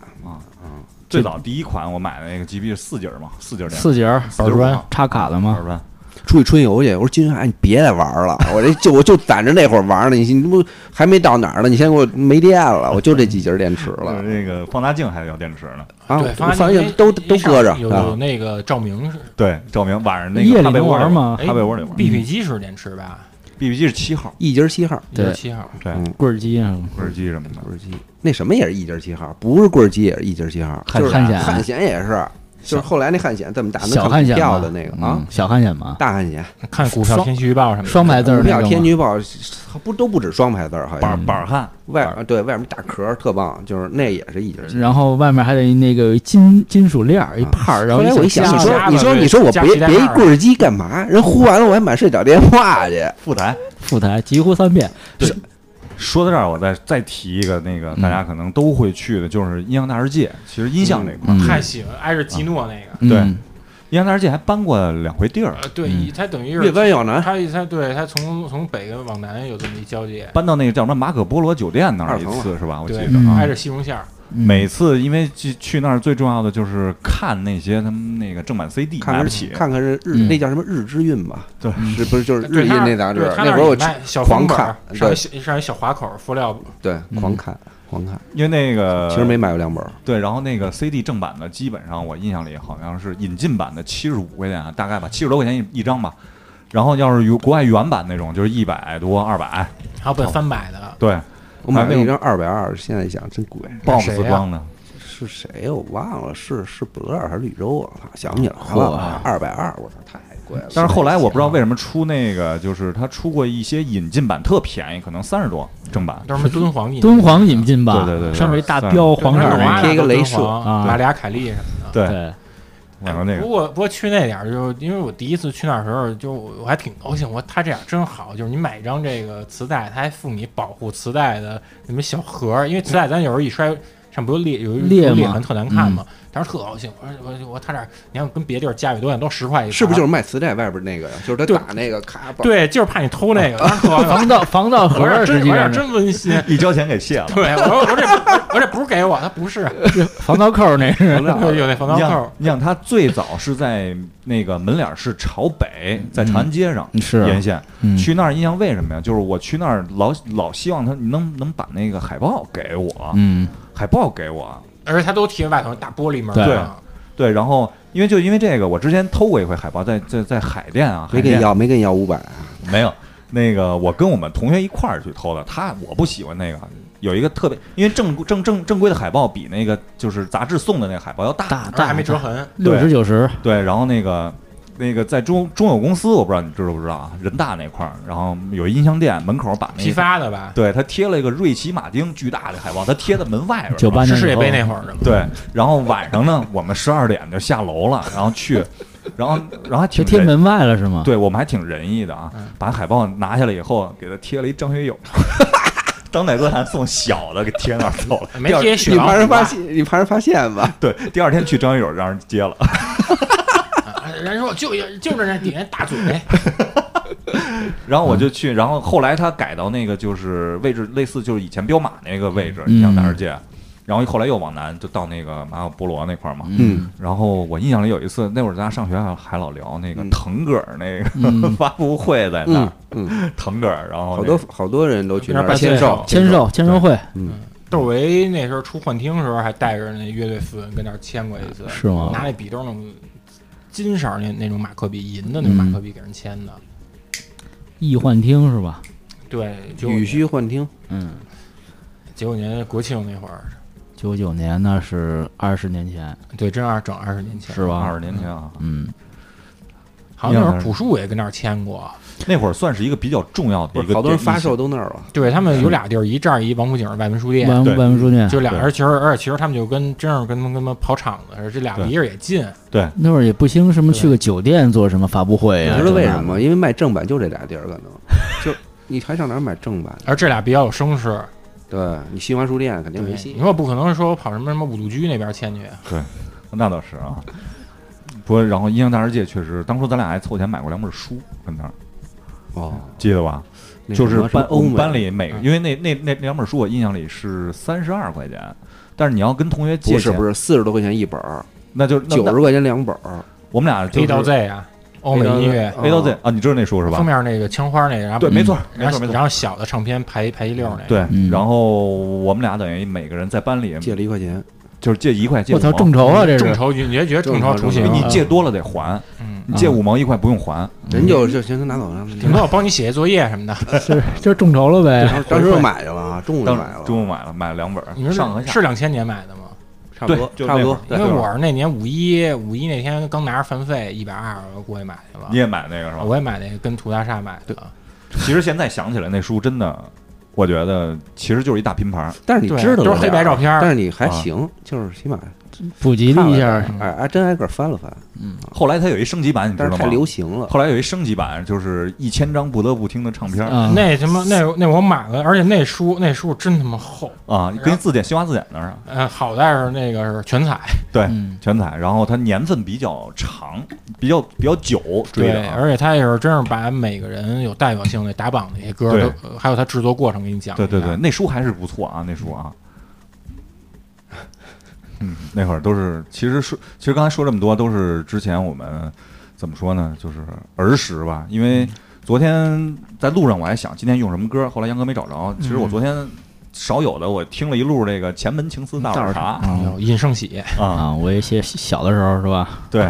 [SPEAKER 5] 最早第一款我买的那个 GB 是四节儿嘛，四节儿电池，
[SPEAKER 1] 四啊节儿
[SPEAKER 5] 板砖
[SPEAKER 1] 插卡的
[SPEAKER 5] 二
[SPEAKER 1] 吗？
[SPEAKER 5] 万。
[SPEAKER 3] 出去春游去，我说金海，你别再玩了， 我这就我就攒着那会儿玩呢，你你不还没到哪儿呢？你先给我没电了，我就这几节儿电池
[SPEAKER 5] 就是
[SPEAKER 3] 了
[SPEAKER 5] 那个放大镜还要电池呢。
[SPEAKER 3] 啊！
[SPEAKER 2] 对，
[SPEAKER 3] 我
[SPEAKER 2] 发
[SPEAKER 3] 反
[SPEAKER 2] 现哎
[SPEAKER 3] 正都都搁着
[SPEAKER 2] 有有
[SPEAKER 3] 啊，
[SPEAKER 2] 那个照明是哎
[SPEAKER 5] 对，照明晚上那
[SPEAKER 1] 夜
[SPEAKER 5] 个
[SPEAKER 1] 里
[SPEAKER 5] 哈被
[SPEAKER 1] 能
[SPEAKER 5] 窝
[SPEAKER 1] 玩
[SPEAKER 5] 里
[SPEAKER 1] 吗
[SPEAKER 5] 啊哈被窝里玩。
[SPEAKER 2] BP 机是电池吧？
[SPEAKER 5] BB 机是七号，
[SPEAKER 3] 一节儿七号，
[SPEAKER 1] 对
[SPEAKER 2] 七号，
[SPEAKER 5] 对，
[SPEAKER 3] 嗯
[SPEAKER 1] 棍儿机啊，
[SPEAKER 5] 耳机什么的。
[SPEAKER 3] 棍儿机那什么也是一节儿七号，不是棍儿机也是一节儿七号，
[SPEAKER 1] 汉
[SPEAKER 3] 就是
[SPEAKER 1] 汉显啊
[SPEAKER 3] 汉显也是，就是后来那汉显这么大能
[SPEAKER 1] 小
[SPEAKER 3] 看
[SPEAKER 1] 汉
[SPEAKER 3] 股
[SPEAKER 1] 显
[SPEAKER 3] 票
[SPEAKER 1] 嘛
[SPEAKER 3] 的那个啊
[SPEAKER 1] 嗯，，小汉显嘛，
[SPEAKER 3] 大汉显
[SPEAKER 2] 看股票
[SPEAKER 1] 双
[SPEAKER 2] 天气预报什么的。
[SPEAKER 1] 双排字儿
[SPEAKER 3] 股
[SPEAKER 1] 那
[SPEAKER 3] 票
[SPEAKER 1] 个
[SPEAKER 3] 天
[SPEAKER 1] 吗
[SPEAKER 3] 气预报不都不止双排字儿，好像
[SPEAKER 5] 板板焊，
[SPEAKER 3] 外啊对外面大壳儿特棒，就是那也是一节儿七号。
[SPEAKER 1] 然后外面还得那个金金属链儿一帕儿，然
[SPEAKER 3] 后
[SPEAKER 1] 后
[SPEAKER 3] 来我一想，
[SPEAKER 1] 夹
[SPEAKER 3] 你
[SPEAKER 1] 子
[SPEAKER 3] 说
[SPEAKER 2] 夹
[SPEAKER 3] 你
[SPEAKER 2] 子
[SPEAKER 3] 说
[SPEAKER 2] 对
[SPEAKER 3] 你说我
[SPEAKER 2] 夹
[SPEAKER 3] 别
[SPEAKER 2] 皮带
[SPEAKER 3] 别一
[SPEAKER 2] 儿
[SPEAKER 3] 棍儿机干嘛？人呼完了我还满世界找电话去，
[SPEAKER 5] 副台。
[SPEAKER 1] 副台几乎三遍，
[SPEAKER 5] 说到这儿，我再再提一个那个大家可能都会去的，就是音像大世界。其实音像那块儿，
[SPEAKER 1] 嗯
[SPEAKER 2] 太喜欢挨着基诺那个，
[SPEAKER 5] 对
[SPEAKER 1] 嗯
[SPEAKER 5] 音像大世界还搬过两回地儿，
[SPEAKER 2] 呃，对，
[SPEAKER 1] 嗯
[SPEAKER 2] 一它等于
[SPEAKER 3] 越
[SPEAKER 2] 是
[SPEAKER 3] 弯越南。
[SPEAKER 2] 它它对它从从北跟往南有这么一交界，
[SPEAKER 5] 搬到那个叫什么马可波罗酒店那儿
[SPEAKER 3] 二
[SPEAKER 5] 一
[SPEAKER 3] 层了
[SPEAKER 5] 次是吧？我记
[SPEAKER 2] 对
[SPEAKER 5] 得。，
[SPEAKER 1] 嗯
[SPEAKER 2] 挨着西荣线儿，
[SPEAKER 5] 每次因为去去那儿最重要的就是看那些他们那个正版 CD
[SPEAKER 3] 看
[SPEAKER 5] 买
[SPEAKER 3] 看
[SPEAKER 5] 不
[SPEAKER 3] 是
[SPEAKER 5] 起，
[SPEAKER 3] 看看是日
[SPEAKER 1] 嗯
[SPEAKER 3] 那叫什么日之韵吧？
[SPEAKER 5] 对
[SPEAKER 3] 是不是就是
[SPEAKER 2] 对
[SPEAKER 3] 日印
[SPEAKER 2] 它
[SPEAKER 3] 那杂志
[SPEAKER 2] 对？它
[SPEAKER 3] 那
[SPEAKER 2] 儿
[SPEAKER 3] 会儿我
[SPEAKER 2] 有
[SPEAKER 3] 去
[SPEAKER 2] 卖小
[SPEAKER 3] 狂
[SPEAKER 2] 封本儿
[SPEAKER 3] 看
[SPEAKER 2] 上
[SPEAKER 3] 对
[SPEAKER 2] 一小上一小划口塑料
[SPEAKER 3] 对
[SPEAKER 1] 嗯
[SPEAKER 3] 狂看狂看，
[SPEAKER 5] 因为那个
[SPEAKER 3] 其实没买过两本儿，
[SPEAKER 5] 对，然后那个 CD 正版的基本上我印象里好像是引进版的七十五块钱啊，大概吧，七十多块钱一一张吧。然后要是有国外原版那种，就是一百多、二百，
[SPEAKER 2] 还有
[SPEAKER 3] 哦
[SPEAKER 2] 本翻百的，
[SPEAKER 5] 对
[SPEAKER 3] 我买
[SPEAKER 5] 还
[SPEAKER 3] 了
[SPEAKER 5] 有
[SPEAKER 3] 一张二百二，现在一想真贵。
[SPEAKER 5] ，box
[SPEAKER 2] 谁呀
[SPEAKER 5] 装的，
[SPEAKER 3] 是谁呀我忘了，是是伯乐还是绿洲啊？操想不起来
[SPEAKER 5] 嚯
[SPEAKER 3] 了，二百二，我操，太贵了。
[SPEAKER 5] 但是后来我不知道为什么出那个，就是他出过一些引进版特便宜，可能三十多正版。
[SPEAKER 2] 叫什么敦煌印，
[SPEAKER 1] 敦煌引进吧，
[SPEAKER 5] 对对对对
[SPEAKER 1] 上面一大标
[SPEAKER 2] 对
[SPEAKER 1] 黄色
[SPEAKER 2] 它
[SPEAKER 1] 儿
[SPEAKER 2] 是
[SPEAKER 1] 那
[SPEAKER 2] 瓦
[SPEAKER 1] 个，
[SPEAKER 3] 贴一个
[SPEAKER 2] 敦
[SPEAKER 3] 镭射
[SPEAKER 2] 煌
[SPEAKER 1] 啊
[SPEAKER 2] 马里亚凯利什么的，
[SPEAKER 5] 对，
[SPEAKER 1] 对，
[SPEAKER 5] 我想说那
[SPEAKER 2] 不
[SPEAKER 5] 个，
[SPEAKER 2] 过不过去那点儿，就是因为我第一次去那儿的时候，就我我还挺高兴。我说他这样真好，就是你买一张这个磁带，他还附你保护磁带的什么小盒儿，因为磁带咱有时候一摔。上不就裂有一
[SPEAKER 1] 裂嗯
[SPEAKER 2] 有裂
[SPEAKER 1] 嘛
[SPEAKER 2] 痕特难看嘛，当时特高兴。我说我我我他这儿，你看跟别地儿价位多远，都十块一盘儿，
[SPEAKER 3] 是不是就是卖磁带外边那个呀？就是他打那个咔，嘣
[SPEAKER 2] 对，就是怕你偷那个。当时特高兴
[SPEAKER 1] 防盗防盗盒
[SPEAKER 2] 我说
[SPEAKER 1] 儿
[SPEAKER 2] 真
[SPEAKER 1] 实
[SPEAKER 2] 我
[SPEAKER 1] 际
[SPEAKER 2] 说
[SPEAKER 1] 上是
[SPEAKER 2] 真温馨。
[SPEAKER 5] 一交钱给卸了。
[SPEAKER 2] 对，我说我这我这不是给我，他不 是
[SPEAKER 1] 防盗扣儿那是，
[SPEAKER 2] 有那防盗
[SPEAKER 5] 你
[SPEAKER 2] 扣
[SPEAKER 5] 想
[SPEAKER 2] 儿。，
[SPEAKER 5] 你想，他最早是在那个门脸儿是朝北，在长安街上
[SPEAKER 1] 嗯是
[SPEAKER 5] 沿线。
[SPEAKER 1] 嗯
[SPEAKER 5] 去那儿印象为什么呀？就是我去那儿老老希望他能能把那个海报给我，
[SPEAKER 1] 嗯，
[SPEAKER 5] 海报给我。
[SPEAKER 2] 而且他都贴外头大玻璃门儿
[SPEAKER 1] 对
[SPEAKER 2] 上，
[SPEAKER 5] 对，然后因为就因为这个，我之前偷过一回海报，在在在海淀啊，
[SPEAKER 3] 没
[SPEAKER 5] 海
[SPEAKER 3] 跟
[SPEAKER 5] 淀
[SPEAKER 3] 你要，没跟你要五百，
[SPEAKER 5] 没有，那个我跟我们同学一块儿去偷的，他我不喜欢那个，有一个特别，因为正正正正规的海报比那个就是杂志送的那个海报要大，
[SPEAKER 1] 大
[SPEAKER 2] 而且
[SPEAKER 1] 大
[SPEAKER 2] 还没折痕。
[SPEAKER 1] 六十
[SPEAKER 5] 对
[SPEAKER 1] 九十，
[SPEAKER 5] 对，然后那个那个在中中友公司，我不知道你知道不知道啊，人大那块儿，然后有一音像店门口把那个
[SPEAKER 2] 批，发的吧，
[SPEAKER 5] 对他贴了一个瑞奇马丁巨大的海报，他贴在门外边儿，
[SPEAKER 1] 九八
[SPEAKER 2] 是
[SPEAKER 1] 年
[SPEAKER 2] 世界
[SPEAKER 1] 以后
[SPEAKER 2] 杯那会儿的嘛。
[SPEAKER 5] 对，然后晚上呢，我们十二点就下楼了，然后去，然后然后还
[SPEAKER 1] 就
[SPEAKER 5] 挺
[SPEAKER 1] 贴
[SPEAKER 5] 人
[SPEAKER 1] 门外了是
[SPEAKER 3] 啊
[SPEAKER 1] 吗？
[SPEAKER 5] 对我们还挺仁义的啊
[SPEAKER 2] 嗯，
[SPEAKER 5] 把海报拿下来以后，给他贴了一张 学友，当代歌坛送小的给贴那儿走了。
[SPEAKER 2] 没
[SPEAKER 5] 第二
[SPEAKER 2] 贴雪
[SPEAKER 3] 你怕
[SPEAKER 2] 狼
[SPEAKER 3] 人
[SPEAKER 2] 湖吧
[SPEAKER 3] 发现，你怕人发现吧？
[SPEAKER 5] 对，第二天去张学友让人接 了。
[SPEAKER 2] 啊人说我就就是那底下大嘴，
[SPEAKER 5] 然后我就去，然后后来他改到那个就是位置类似就是以前彪马那个位置，
[SPEAKER 1] 嗯
[SPEAKER 5] 你想哪儿去？然后后来又往南就到那个马可波罗那块儿嘛。
[SPEAKER 3] 嗯，
[SPEAKER 5] 然后我印象里有一次，那会儿咱俩上学还还老聊那个
[SPEAKER 3] 嗯
[SPEAKER 5] 腾格尔那个、
[SPEAKER 1] 嗯
[SPEAKER 5] 发布会在那
[SPEAKER 3] 嗯
[SPEAKER 5] 儿，
[SPEAKER 3] 嗯，
[SPEAKER 5] 腾格尔，然后
[SPEAKER 3] 好
[SPEAKER 5] 那个
[SPEAKER 3] 多好多人都去那
[SPEAKER 2] 那
[SPEAKER 3] 儿
[SPEAKER 2] 儿
[SPEAKER 3] 签
[SPEAKER 2] 签
[SPEAKER 3] 售
[SPEAKER 2] 售，
[SPEAKER 1] 签售签售会
[SPEAKER 2] 窦唯那时候出幻听时候还带着那乐队符文跟那儿签过一次，
[SPEAKER 1] 是吗
[SPEAKER 2] 拿那笔都是那种金色儿那那种马克笔，银的那种马克笔给人签的。
[SPEAKER 1] 嗯易幻听是吧？
[SPEAKER 2] 对，九
[SPEAKER 3] 语虚幻听，
[SPEAKER 1] 嗯，
[SPEAKER 2] 九九年国庆那会儿，
[SPEAKER 1] 九九年那是二十年前
[SPEAKER 2] 对，真二整二十年前，
[SPEAKER 1] 是吧？
[SPEAKER 5] 二十年前啊，
[SPEAKER 1] 嗯，
[SPEAKER 2] 好像那会儿朴树也跟那儿签过。
[SPEAKER 5] 那会儿算是一个比较重要的
[SPEAKER 3] 不是
[SPEAKER 5] 一个
[SPEAKER 3] 好多人
[SPEAKER 5] 电
[SPEAKER 3] 发售都那儿了。
[SPEAKER 2] 对他们有俩地儿，一这儿一王府井外文书店，
[SPEAKER 1] 万
[SPEAKER 5] 对
[SPEAKER 1] 万文书店
[SPEAKER 2] 就俩人其实而且其实他们就跟真是跟跟他们跑场子似的，这俩
[SPEAKER 5] 对
[SPEAKER 2] 离着也近。
[SPEAKER 5] 对，
[SPEAKER 1] 那会儿也不兴什么去个酒店做什么发布
[SPEAKER 5] 哎
[SPEAKER 1] 会啊呀，
[SPEAKER 3] 你知道为
[SPEAKER 1] 这那
[SPEAKER 3] 什么吗？因为卖正版就这俩地儿，可能 就你还上哪儿买正版？
[SPEAKER 2] 而这俩比较有声势，
[SPEAKER 3] 对你新华书店肯定没
[SPEAKER 2] 对，
[SPEAKER 3] 戏
[SPEAKER 2] 你。说不可能说我跑什么什么五路居那边签去，
[SPEAKER 5] 那倒是啊。不过，然后《音像大世界》确实，当初咱俩还凑钱买过两本书，跟那儿
[SPEAKER 3] 哦，
[SPEAKER 5] 记得吧？
[SPEAKER 3] 那
[SPEAKER 5] 就是
[SPEAKER 3] 什么什么
[SPEAKER 5] 班
[SPEAKER 3] 欧
[SPEAKER 5] 我们
[SPEAKER 3] 美
[SPEAKER 5] 班里每个，
[SPEAKER 2] 嗯
[SPEAKER 5] 因为那那那那两本书我印象里是三十二块钱，但是你要跟同学借
[SPEAKER 3] 不是
[SPEAKER 5] 钱，
[SPEAKER 3] 不是四十多块钱一本儿，
[SPEAKER 5] 那就那
[SPEAKER 3] 九
[SPEAKER 5] 那
[SPEAKER 3] 十块钱两本儿，
[SPEAKER 5] 我们俩就
[SPEAKER 2] A 到
[SPEAKER 5] 是
[SPEAKER 2] Z 啊，欧美音乐
[SPEAKER 5] A 到 Z 啊，你知道那书是吧
[SPEAKER 2] 封？面那个枪花那个，然后嗯
[SPEAKER 5] 对，没错，没
[SPEAKER 2] 然
[SPEAKER 5] 错，
[SPEAKER 2] 后
[SPEAKER 5] 没错。
[SPEAKER 2] 然后小的唱片排排一溜儿那个，
[SPEAKER 5] 对
[SPEAKER 1] 嗯，
[SPEAKER 5] 然后我们俩等于每个人在班里
[SPEAKER 3] 借了一块钱。
[SPEAKER 5] 就是借一块，借
[SPEAKER 1] 我操，
[SPEAKER 5] 五毛
[SPEAKER 1] 众筹啊，这
[SPEAKER 2] 众
[SPEAKER 1] 是
[SPEAKER 2] 筹你觉觉得众筹雏
[SPEAKER 3] 众
[SPEAKER 2] 形
[SPEAKER 5] 因为
[SPEAKER 3] 筹
[SPEAKER 5] 你
[SPEAKER 2] 啊，
[SPEAKER 5] 借多了得还，
[SPEAKER 2] 嗯，
[SPEAKER 5] 你借五毛一块不用还，
[SPEAKER 3] 人就就行，他拿走了。
[SPEAKER 2] 顶多我帮你写写作业什么的。
[SPEAKER 1] 是就是众筹了呗。
[SPEAKER 3] 当当时就买去了啊，中午就
[SPEAKER 5] 当
[SPEAKER 3] 买了，
[SPEAKER 5] 中午买了买了两本儿
[SPEAKER 2] 你说，
[SPEAKER 5] 上和
[SPEAKER 2] 是
[SPEAKER 5] 下
[SPEAKER 2] 是两千年买的吗？
[SPEAKER 3] 差不多
[SPEAKER 5] 对就
[SPEAKER 3] 差不多
[SPEAKER 5] 那会
[SPEAKER 2] 因
[SPEAKER 3] 对
[SPEAKER 5] 儿。
[SPEAKER 2] 为
[SPEAKER 5] 对
[SPEAKER 2] 我是那年五一五一那天刚拿着饭费一百二，我过去买去了
[SPEAKER 5] 你。也买那个是吧？
[SPEAKER 2] 我也买那个跟图大厦买的，啊
[SPEAKER 5] 其实现在想起来，那书真的，我觉得其实就是一大拼盘儿。
[SPEAKER 3] 但是你
[SPEAKER 2] 对，
[SPEAKER 3] 知道
[SPEAKER 2] 都
[SPEAKER 3] 了
[SPEAKER 2] 是黑
[SPEAKER 3] 点
[SPEAKER 2] 白
[SPEAKER 3] 儿
[SPEAKER 2] 照片
[SPEAKER 3] 但
[SPEAKER 2] 儿。
[SPEAKER 3] 是你还
[SPEAKER 5] 啊
[SPEAKER 3] 行，就是起码
[SPEAKER 1] 普及了一下，
[SPEAKER 2] 嗯
[SPEAKER 3] 哎，还真挨个翻了翻，
[SPEAKER 5] 后来它有一升级版，你知
[SPEAKER 3] 但
[SPEAKER 5] 道
[SPEAKER 3] 是
[SPEAKER 5] 吗？
[SPEAKER 3] 太流行了。
[SPEAKER 5] 后来有一升级版，就是一千张不得不听的唱片儿
[SPEAKER 1] 啊，
[SPEAKER 2] 嗯那什么，那那我买了，而且那书那书真他妈厚，
[SPEAKER 5] 啊，跟字典新华字典那儿啊，
[SPEAKER 2] 嗯，好在是那个是全彩，
[SPEAKER 5] 对，
[SPEAKER 1] 嗯
[SPEAKER 5] 全彩。然后它年份比较长，比较比较久，追
[SPEAKER 2] 对，
[SPEAKER 5] 的啊。
[SPEAKER 2] 而且他也是真是把每个人有代表性的打榜的那些歌
[SPEAKER 5] 对
[SPEAKER 2] 都，呃还有他制作过程给你讲一
[SPEAKER 5] 对
[SPEAKER 2] 下。
[SPEAKER 5] 对对，那书还是不错啊，那书啊。嗯，那会儿都是，其实说，其实刚才说这么多，都是之前我们怎么说呢，就是儿时吧。因为昨天在路上我还想今天用什么歌，后来杨哥没找着。其实我昨天少有的，我听了一路这个《前门情思大碗茶
[SPEAKER 1] 嗯
[SPEAKER 2] 有尹胜喜，》
[SPEAKER 5] 啊，
[SPEAKER 1] 啊，我一些小的时候是吧？
[SPEAKER 5] 对。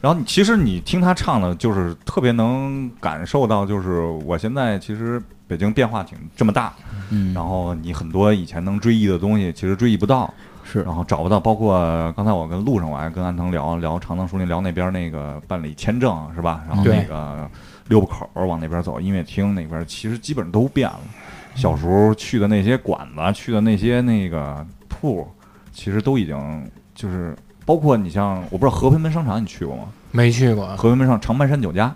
[SPEAKER 5] 然后你其实你听他唱的，就是特别能感受到，就是我现在其实北京变化挺这么大，
[SPEAKER 1] 嗯，
[SPEAKER 5] 然后你很多以前能追忆的东西，其实追忆不到，
[SPEAKER 1] 是
[SPEAKER 5] 然后找不到。包括刚才我跟路上我还跟安藤聊聊长藤树林，聊那边那个办理签证是吧？然后
[SPEAKER 2] 对
[SPEAKER 5] 那个六部口往那边走，音乐厅那边其实基本都变了。小时候去的那些馆子，去的那些那个铺，其实都已经就是包括你像我不知道和平门商场你去过吗？
[SPEAKER 2] 没去过，
[SPEAKER 5] 和平门上长白山酒家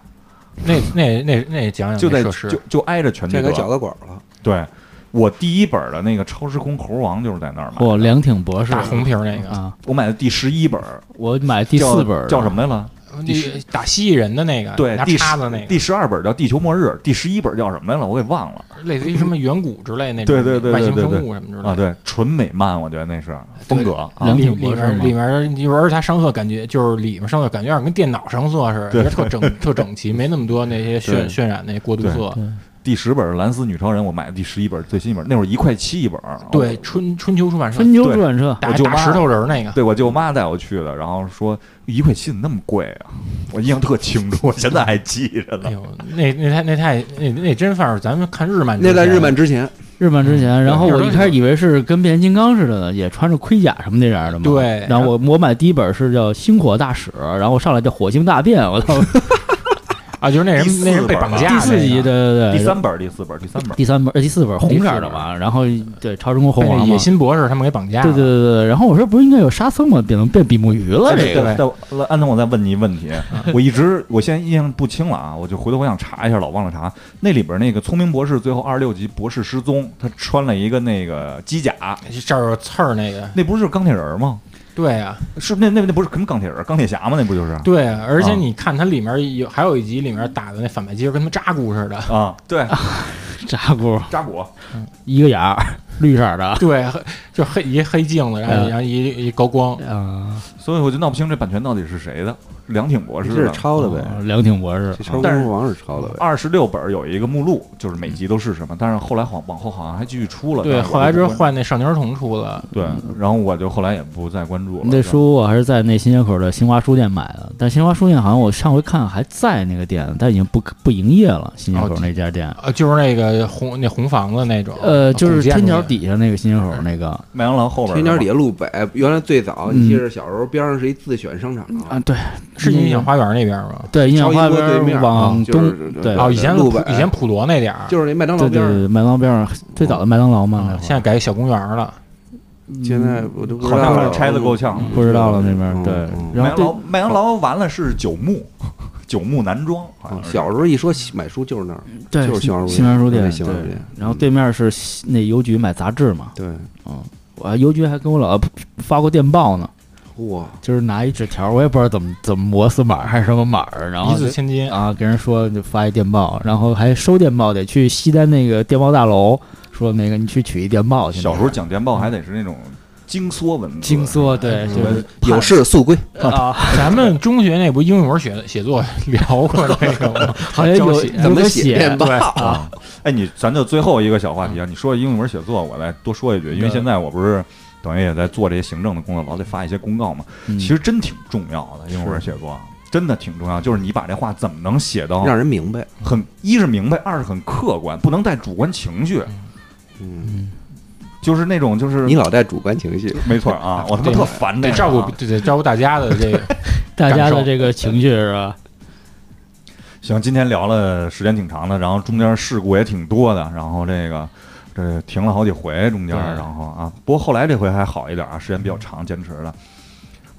[SPEAKER 2] 那那那那讲讲
[SPEAKER 5] 就
[SPEAKER 2] 嗯那
[SPEAKER 5] 在
[SPEAKER 2] 设
[SPEAKER 5] 就
[SPEAKER 2] 施，
[SPEAKER 5] 就挨着全聚
[SPEAKER 3] 这
[SPEAKER 5] 德
[SPEAKER 3] 个。饺子馆儿了，
[SPEAKER 5] 对，我第一本的那个《超时空猴王》就是在那儿买
[SPEAKER 2] 哦
[SPEAKER 5] 的。
[SPEAKER 1] 我梁挺博士
[SPEAKER 2] 大红瓶儿那个，
[SPEAKER 1] 啊，
[SPEAKER 5] 我买的第十一本儿，
[SPEAKER 1] 我买第
[SPEAKER 5] 叫
[SPEAKER 1] 四本儿
[SPEAKER 5] 叫什么来了？
[SPEAKER 2] 那打蜥蜴人的那个，
[SPEAKER 5] 嗯对，
[SPEAKER 2] 啊哎拿
[SPEAKER 5] 第
[SPEAKER 2] 叉子
[SPEAKER 5] 十
[SPEAKER 2] 那个，
[SPEAKER 5] 第十二本叫《地球末日》，第十一本叫什么来了？我给忘了
[SPEAKER 2] 类似于什么远古之类那种，
[SPEAKER 5] 对对对对
[SPEAKER 2] 外星
[SPEAKER 5] 对对
[SPEAKER 2] 生物什么之类的
[SPEAKER 5] 啊。，对，纯美漫，我觉得那是风格啊
[SPEAKER 1] 对。梁
[SPEAKER 2] 里
[SPEAKER 1] 挺
[SPEAKER 2] 里
[SPEAKER 1] 博士
[SPEAKER 2] 面
[SPEAKER 1] 吗
[SPEAKER 2] 里面，你玩他上色感觉就是里面上色感觉有点跟电脑上色似的，
[SPEAKER 5] 对
[SPEAKER 2] 也是 特整特整齐，没那么多那些渲
[SPEAKER 5] 对
[SPEAKER 2] 渲染那过渡色。
[SPEAKER 5] 第十本《蓝丝女超人》，我买的第十一本最新一本，那会儿一块七一本儿。啊
[SPEAKER 2] 对，
[SPEAKER 5] 我
[SPEAKER 2] 春春秋出版社
[SPEAKER 1] 春秋
[SPEAKER 5] 对
[SPEAKER 1] 出版社，
[SPEAKER 2] 打
[SPEAKER 5] 我舅妈
[SPEAKER 2] 打石头人儿那个，
[SPEAKER 5] 对我舅妈带我去的，然后说一块七怎么那么贵啊？我印象特清楚，我现在还记着
[SPEAKER 2] 哎
[SPEAKER 5] 呢。
[SPEAKER 2] 呦，那那太那太那那真范儿，咱们看日漫之前，
[SPEAKER 3] 那在日本之前，
[SPEAKER 1] 日漫之前，然后
[SPEAKER 2] 有
[SPEAKER 1] 我
[SPEAKER 2] 这
[SPEAKER 1] 一
[SPEAKER 2] 个
[SPEAKER 1] 开始以为是跟变形金刚似的呢，也穿着盔甲什么那样的嘛。
[SPEAKER 2] 对
[SPEAKER 1] 然后我我买第一本是叫《星火大使》，然后上来叫《火星大变》，我操，
[SPEAKER 2] 啊，就是那人
[SPEAKER 5] 第四
[SPEAKER 2] 那人被
[SPEAKER 5] 本儿
[SPEAKER 2] 绑
[SPEAKER 5] 吧
[SPEAKER 2] 架
[SPEAKER 1] 第四
[SPEAKER 2] 那个
[SPEAKER 1] 集，对
[SPEAKER 2] 呃
[SPEAKER 1] 对对，
[SPEAKER 5] 第三本儿、第四本儿、第三本儿，
[SPEAKER 1] 啊第三本呃第四本红色儿的嘛，然后对超时空
[SPEAKER 2] 被
[SPEAKER 1] 红
[SPEAKER 2] 那
[SPEAKER 1] 王
[SPEAKER 2] 野
[SPEAKER 1] 嘛。
[SPEAKER 2] 心博士他们给绑架了。
[SPEAKER 1] 对对对对，对然后我说不是应该有沙僧吗？变成变比目鱼了
[SPEAKER 5] 哎
[SPEAKER 1] 这个？
[SPEAKER 5] 对对对安东，我再问你一问题，我一直我现在印象不清了啊，我就回头我想查一下，老忘了查。那里边那个聪明博士最后二十六集博士失踪，他穿了一个那个机甲，
[SPEAKER 2] 这儿有刺儿那个，
[SPEAKER 5] 那不是就是钢铁人吗？
[SPEAKER 2] 对啊，
[SPEAKER 5] 是那那那不是什么钢铁人，钢铁侠吗？那不就是
[SPEAKER 2] 对啊，而且
[SPEAKER 5] 啊
[SPEAKER 2] 你看它里面有还有一集里面打的那反派机制跟他们扎古似的，
[SPEAKER 5] 啊？对，
[SPEAKER 1] 扎古
[SPEAKER 5] 扎古
[SPEAKER 1] 一个眼儿，绿色儿 的。
[SPEAKER 2] 对，黑就黑一黑镜子，然后
[SPEAKER 1] 嗯
[SPEAKER 2] 然后一一高光，
[SPEAKER 1] 啊，
[SPEAKER 5] 所以我就闹不清这版权到底是谁的，梁挺博
[SPEAKER 3] 这
[SPEAKER 5] 士
[SPEAKER 3] 是
[SPEAKER 5] 的。
[SPEAKER 3] 抄的呗，
[SPEAKER 1] 哦梁挺博士
[SPEAKER 3] 这超
[SPEAKER 5] 但是
[SPEAKER 3] 功夫王是抄的呗。
[SPEAKER 5] 二十六本儿有一个目录，就是每集都是什么，但是后来往往后好像还继续出了。
[SPEAKER 2] 对，
[SPEAKER 1] 嗯
[SPEAKER 5] 但是我
[SPEAKER 2] 后来
[SPEAKER 5] 就
[SPEAKER 2] 之后
[SPEAKER 5] 不
[SPEAKER 2] 换那少年儿童出了，
[SPEAKER 5] 对，然后我就后来也不再关注了。
[SPEAKER 1] 那
[SPEAKER 5] 对
[SPEAKER 1] 书我还是在那新街口的新华书店买的，但新华书店好像我上回看还在那个店，但已经不不营业了。新
[SPEAKER 3] 哦
[SPEAKER 1] 街口那家店，
[SPEAKER 2] 呃，就是那个红那红房子那种，
[SPEAKER 3] 哦
[SPEAKER 1] 呃，就是
[SPEAKER 2] 古建筑
[SPEAKER 1] 天桥
[SPEAKER 2] 那个，
[SPEAKER 1] 底下那个新街口那个
[SPEAKER 5] 麦当劳后边儿
[SPEAKER 3] 天
[SPEAKER 5] 是
[SPEAKER 3] 桥
[SPEAKER 5] 吧
[SPEAKER 3] 底下路北，原来最早你记着小时候边上是一自选商场，
[SPEAKER 1] 啊，对，
[SPEAKER 2] 是音响花园那边吗？
[SPEAKER 1] 对，音
[SPEAKER 3] 超
[SPEAKER 1] 响
[SPEAKER 3] 一
[SPEAKER 1] 花
[SPEAKER 3] 锅对面
[SPEAKER 1] 园
[SPEAKER 3] 啊
[SPEAKER 1] 往
[SPEAKER 3] 就
[SPEAKER 1] 东，
[SPEAKER 3] 是
[SPEAKER 1] 对
[SPEAKER 2] 哦，以前
[SPEAKER 3] 路
[SPEAKER 2] 普
[SPEAKER 3] 北，
[SPEAKER 2] 以前普罗那点儿，
[SPEAKER 3] 就是那麦当劳
[SPEAKER 1] 对对
[SPEAKER 3] 边上。
[SPEAKER 1] 对，麦当边上最早的麦当劳嘛，那
[SPEAKER 2] 嗯
[SPEAKER 1] 会儿嗯
[SPEAKER 2] 现在改小公园了。
[SPEAKER 3] 嗯现在我都不知
[SPEAKER 5] 好
[SPEAKER 3] 道
[SPEAKER 5] 像
[SPEAKER 3] 了，
[SPEAKER 5] 是拆的够呛。
[SPEAKER 1] 不知道了那边儿
[SPEAKER 3] 嗯
[SPEAKER 1] 对
[SPEAKER 3] 嗯，
[SPEAKER 1] 然
[SPEAKER 5] 麦
[SPEAKER 1] 后
[SPEAKER 5] 当
[SPEAKER 1] 对
[SPEAKER 5] 劳，麦当劳完了是九牧， 九牧男装，好像
[SPEAKER 3] 嗯
[SPEAKER 5] 是
[SPEAKER 3] 小时候一说喜买书就是那儿，
[SPEAKER 1] 对
[SPEAKER 3] 就是新华书
[SPEAKER 1] 新华书
[SPEAKER 3] 店
[SPEAKER 1] 店，
[SPEAKER 3] 对新华书
[SPEAKER 1] 对
[SPEAKER 3] 店嗯
[SPEAKER 1] 然后对面是西那邮局买杂志嘛，
[SPEAKER 3] 对，
[SPEAKER 1] 我邮局还跟我老婆发过电报呢，
[SPEAKER 3] 哇，
[SPEAKER 1] 就是拿一纸条，我也不知道怎么怎么摩斯码还是什么码儿，然后
[SPEAKER 2] 一字千金，
[SPEAKER 1] 啊，跟人说就发一电报，然后还收电报，得去西单那个电报大楼，说那个你去取一电报去。
[SPEAKER 5] 小时候讲电报还得是那种精缩文字，
[SPEAKER 1] 精缩，对，
[SPEAKER 5] 嗯
[SPEAKER 1] 就是
[SPEAKER 3] 有事速归，
[SPEAKER 1] 啊，
[SPEAKER 2] 咱们中学那不英语文写写作 聊过这个吗？
[SPEAKER 1] 好像
[SPEAKER 2] 教
[SPEAKER 1] 有
[SPEAKER 2] 写
[SPEAKER 3] 怎么
[SPEAKER 1] 有
[SPEAKER 3] 写
[SPEAKER 1] 写
[SPEAKER 3] 电报
[SPEAKER 1] 对啊，
[SPEAKER 5] 啊。哎，你咱就最后一个小话题啊，你说英语文写作，我来多说一句，因为
[SPEAKER 1] 嗯对
[SPEAKER 5] 现在我不是等于也在做这些行政的工作，老得发一些公告嘛。
[SPEAKER 1] 嗯
[SPEAKER 5] 其实真挺重要的，英语文写作啊真的挺重要，就是你把这话怎么能写
[SPEAKER 1] 哦
[SPEAKER 5] 到
[SPEAKER 3] 让人明白。
[SPEAKER 5] 很一是明白，二是很客观，不能带主观情绪，
[SPEAKER 3] 嗯，
[SPEAKER 5] 就是那种就是
[SPEAKER 3] 你老带主观情绪，
[SPEAKER 5] 没错 啊，我他妈
[SPEAKER 2] 对
[SPEAKER 5] 特烦这
[SPEAKER 2] 得
[SPEAKER 5] 个啊
[SPEAKER 2] 照顾得得照顾大家的这个，
[SPEAKER 1] 大家
[SPEAKER 2] 感受
[SPEAKER 1] 的这个情绪是吧？
[SPEAKER 5] 行，今天聊了时间挺长的，然后中间事故也挺多的，然后这个这停了好几回中间，
[SPEAKER 1] 对
[SPEAKER 5] 然后啊，不过后来这回还好一点啊，时间比较长，坚持了。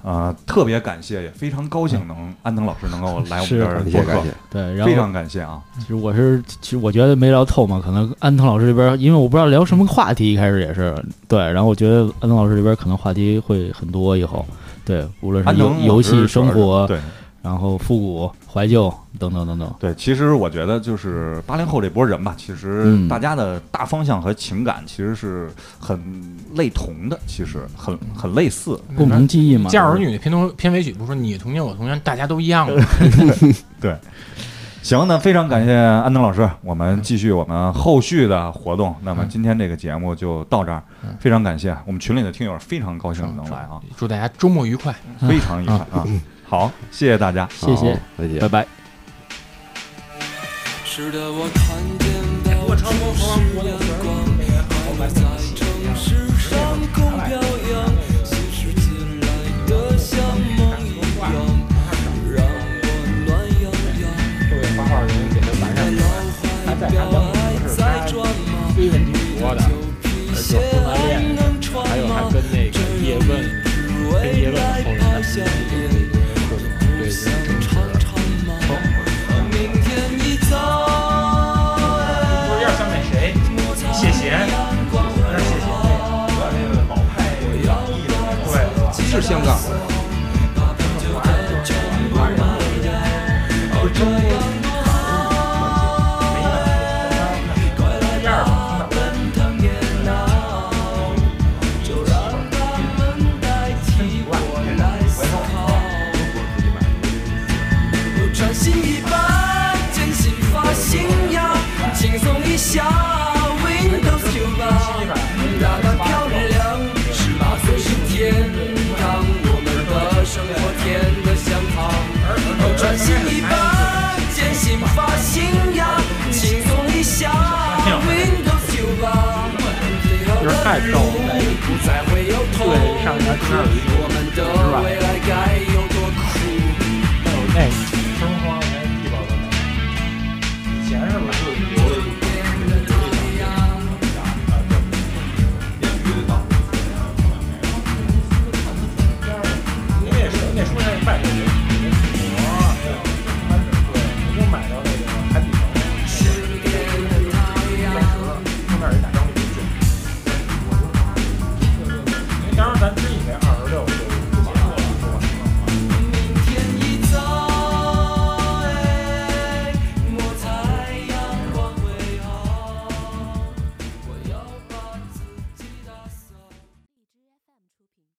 [SPEAKER 5] 呃，特别感谢，也非常高兴能安藤老师能够来我们
[SPEAKER 1] 是
[SPEAKER 5] 这儿
[SPEAKER 3] 感
[SPEAKER 5] 做
[SPEAKER 3] 谢感
[SPEAKER 5] 客
[SPEAKER 3] 谢，，
[SPEAKER 1] 对，然
[SPEAKER 5] 非
[SPEAKER 1] 后
[SPEAKER 5] 常感谢啊！
[SPEAKER 1] 其实我是，其实我觉得没聊透嘛，可能安藤老师这边，因为我不知道聊什么话题，一开始也是对，然后我觉得安藤老师这边可能话题会很多，以后对，无论
[SPEAKER 5] 安
[SPEAKER 1] 是游
[SPEAKER 5] 藤
[SPEAKER 1] 游
[SPEAKER 5] 老师主要
[SPEAKER 1] 戏、
[SPEAKER 5] 是
[SPEAKER 1] 生活，
[SPEAKER 5] 对
[SPEAKER 1] 然后复古、怀旧等等等等，
[SPEAKER 5] 对，其实我觉得就是八零后这波人吧，其实
[SPEAKER 1] 嗯
[SPEAKER 5] 大家的大方向和情感其实是很类同的，其实很很类似。
[SPEAKER 1] 共同记忆嘛。
[SPEAKER 2] 《嗯家有儿
[SPEAKER 1] 就是
[SPEAKER 2] 女》的片头片尾曲不是你童年我童年，大家都一样吗？
[SPEAKER 5] 行，那非常感谢安东老师，我们继续我们后续的活动。那么今天这个节目就到这儿，非常感谢我们群里的听友，非常高兴能来啊，
[SPEAKER 2] 祝大家周末愉快。
[SPEAKER 5] 非常愉快啊。好，谢谢大家。
[SPEAKER 1] 谢谢
[SPEAKER 3] 好，再见
[SPEAKER 1] 拜。拜。
[SPEAKER 6] 使得我看见到处是阳光，我们在城市上空飘扬，随时进来的像梦一样，让我暖洋洋。
[SPEAKER 2] 这位画画人给他完
[SPEAKER 6] 脑海表还在转吗？
[SPEAKER 2] 追问题挺多的，
[SPEAKER 6] 皮鞋还能穿吗？
[SPEAKER 2] 跟那个叶问
[SPEAKER 6] 只为来拍相连，我不想常常忙。明天一早。
[SPEAKER 7] 不是有点像那谁，谢贤，有点谢贤那个，有点那个老派洋溢的那种。对，
[SPEAKER 3] 是香港的吗？
[SPEAKER 7] 第二吧，
[SPEAKER 6] 穿新衣吧，剪新发型呀，轻松一下，Windows 九八，打扮漂亮，十八岁是天堂，我们的生活甜得像糖。哦，穿新衣吧，剪新发型呀，轻松一下，Windows 九八。
[SPEAKER 2] 有点太瘦了
[SPEAKER 6] 不再会有痛苦，
[SPEAKER 2] 对上面就是
[SPEAKER 6] 我们的未来该哎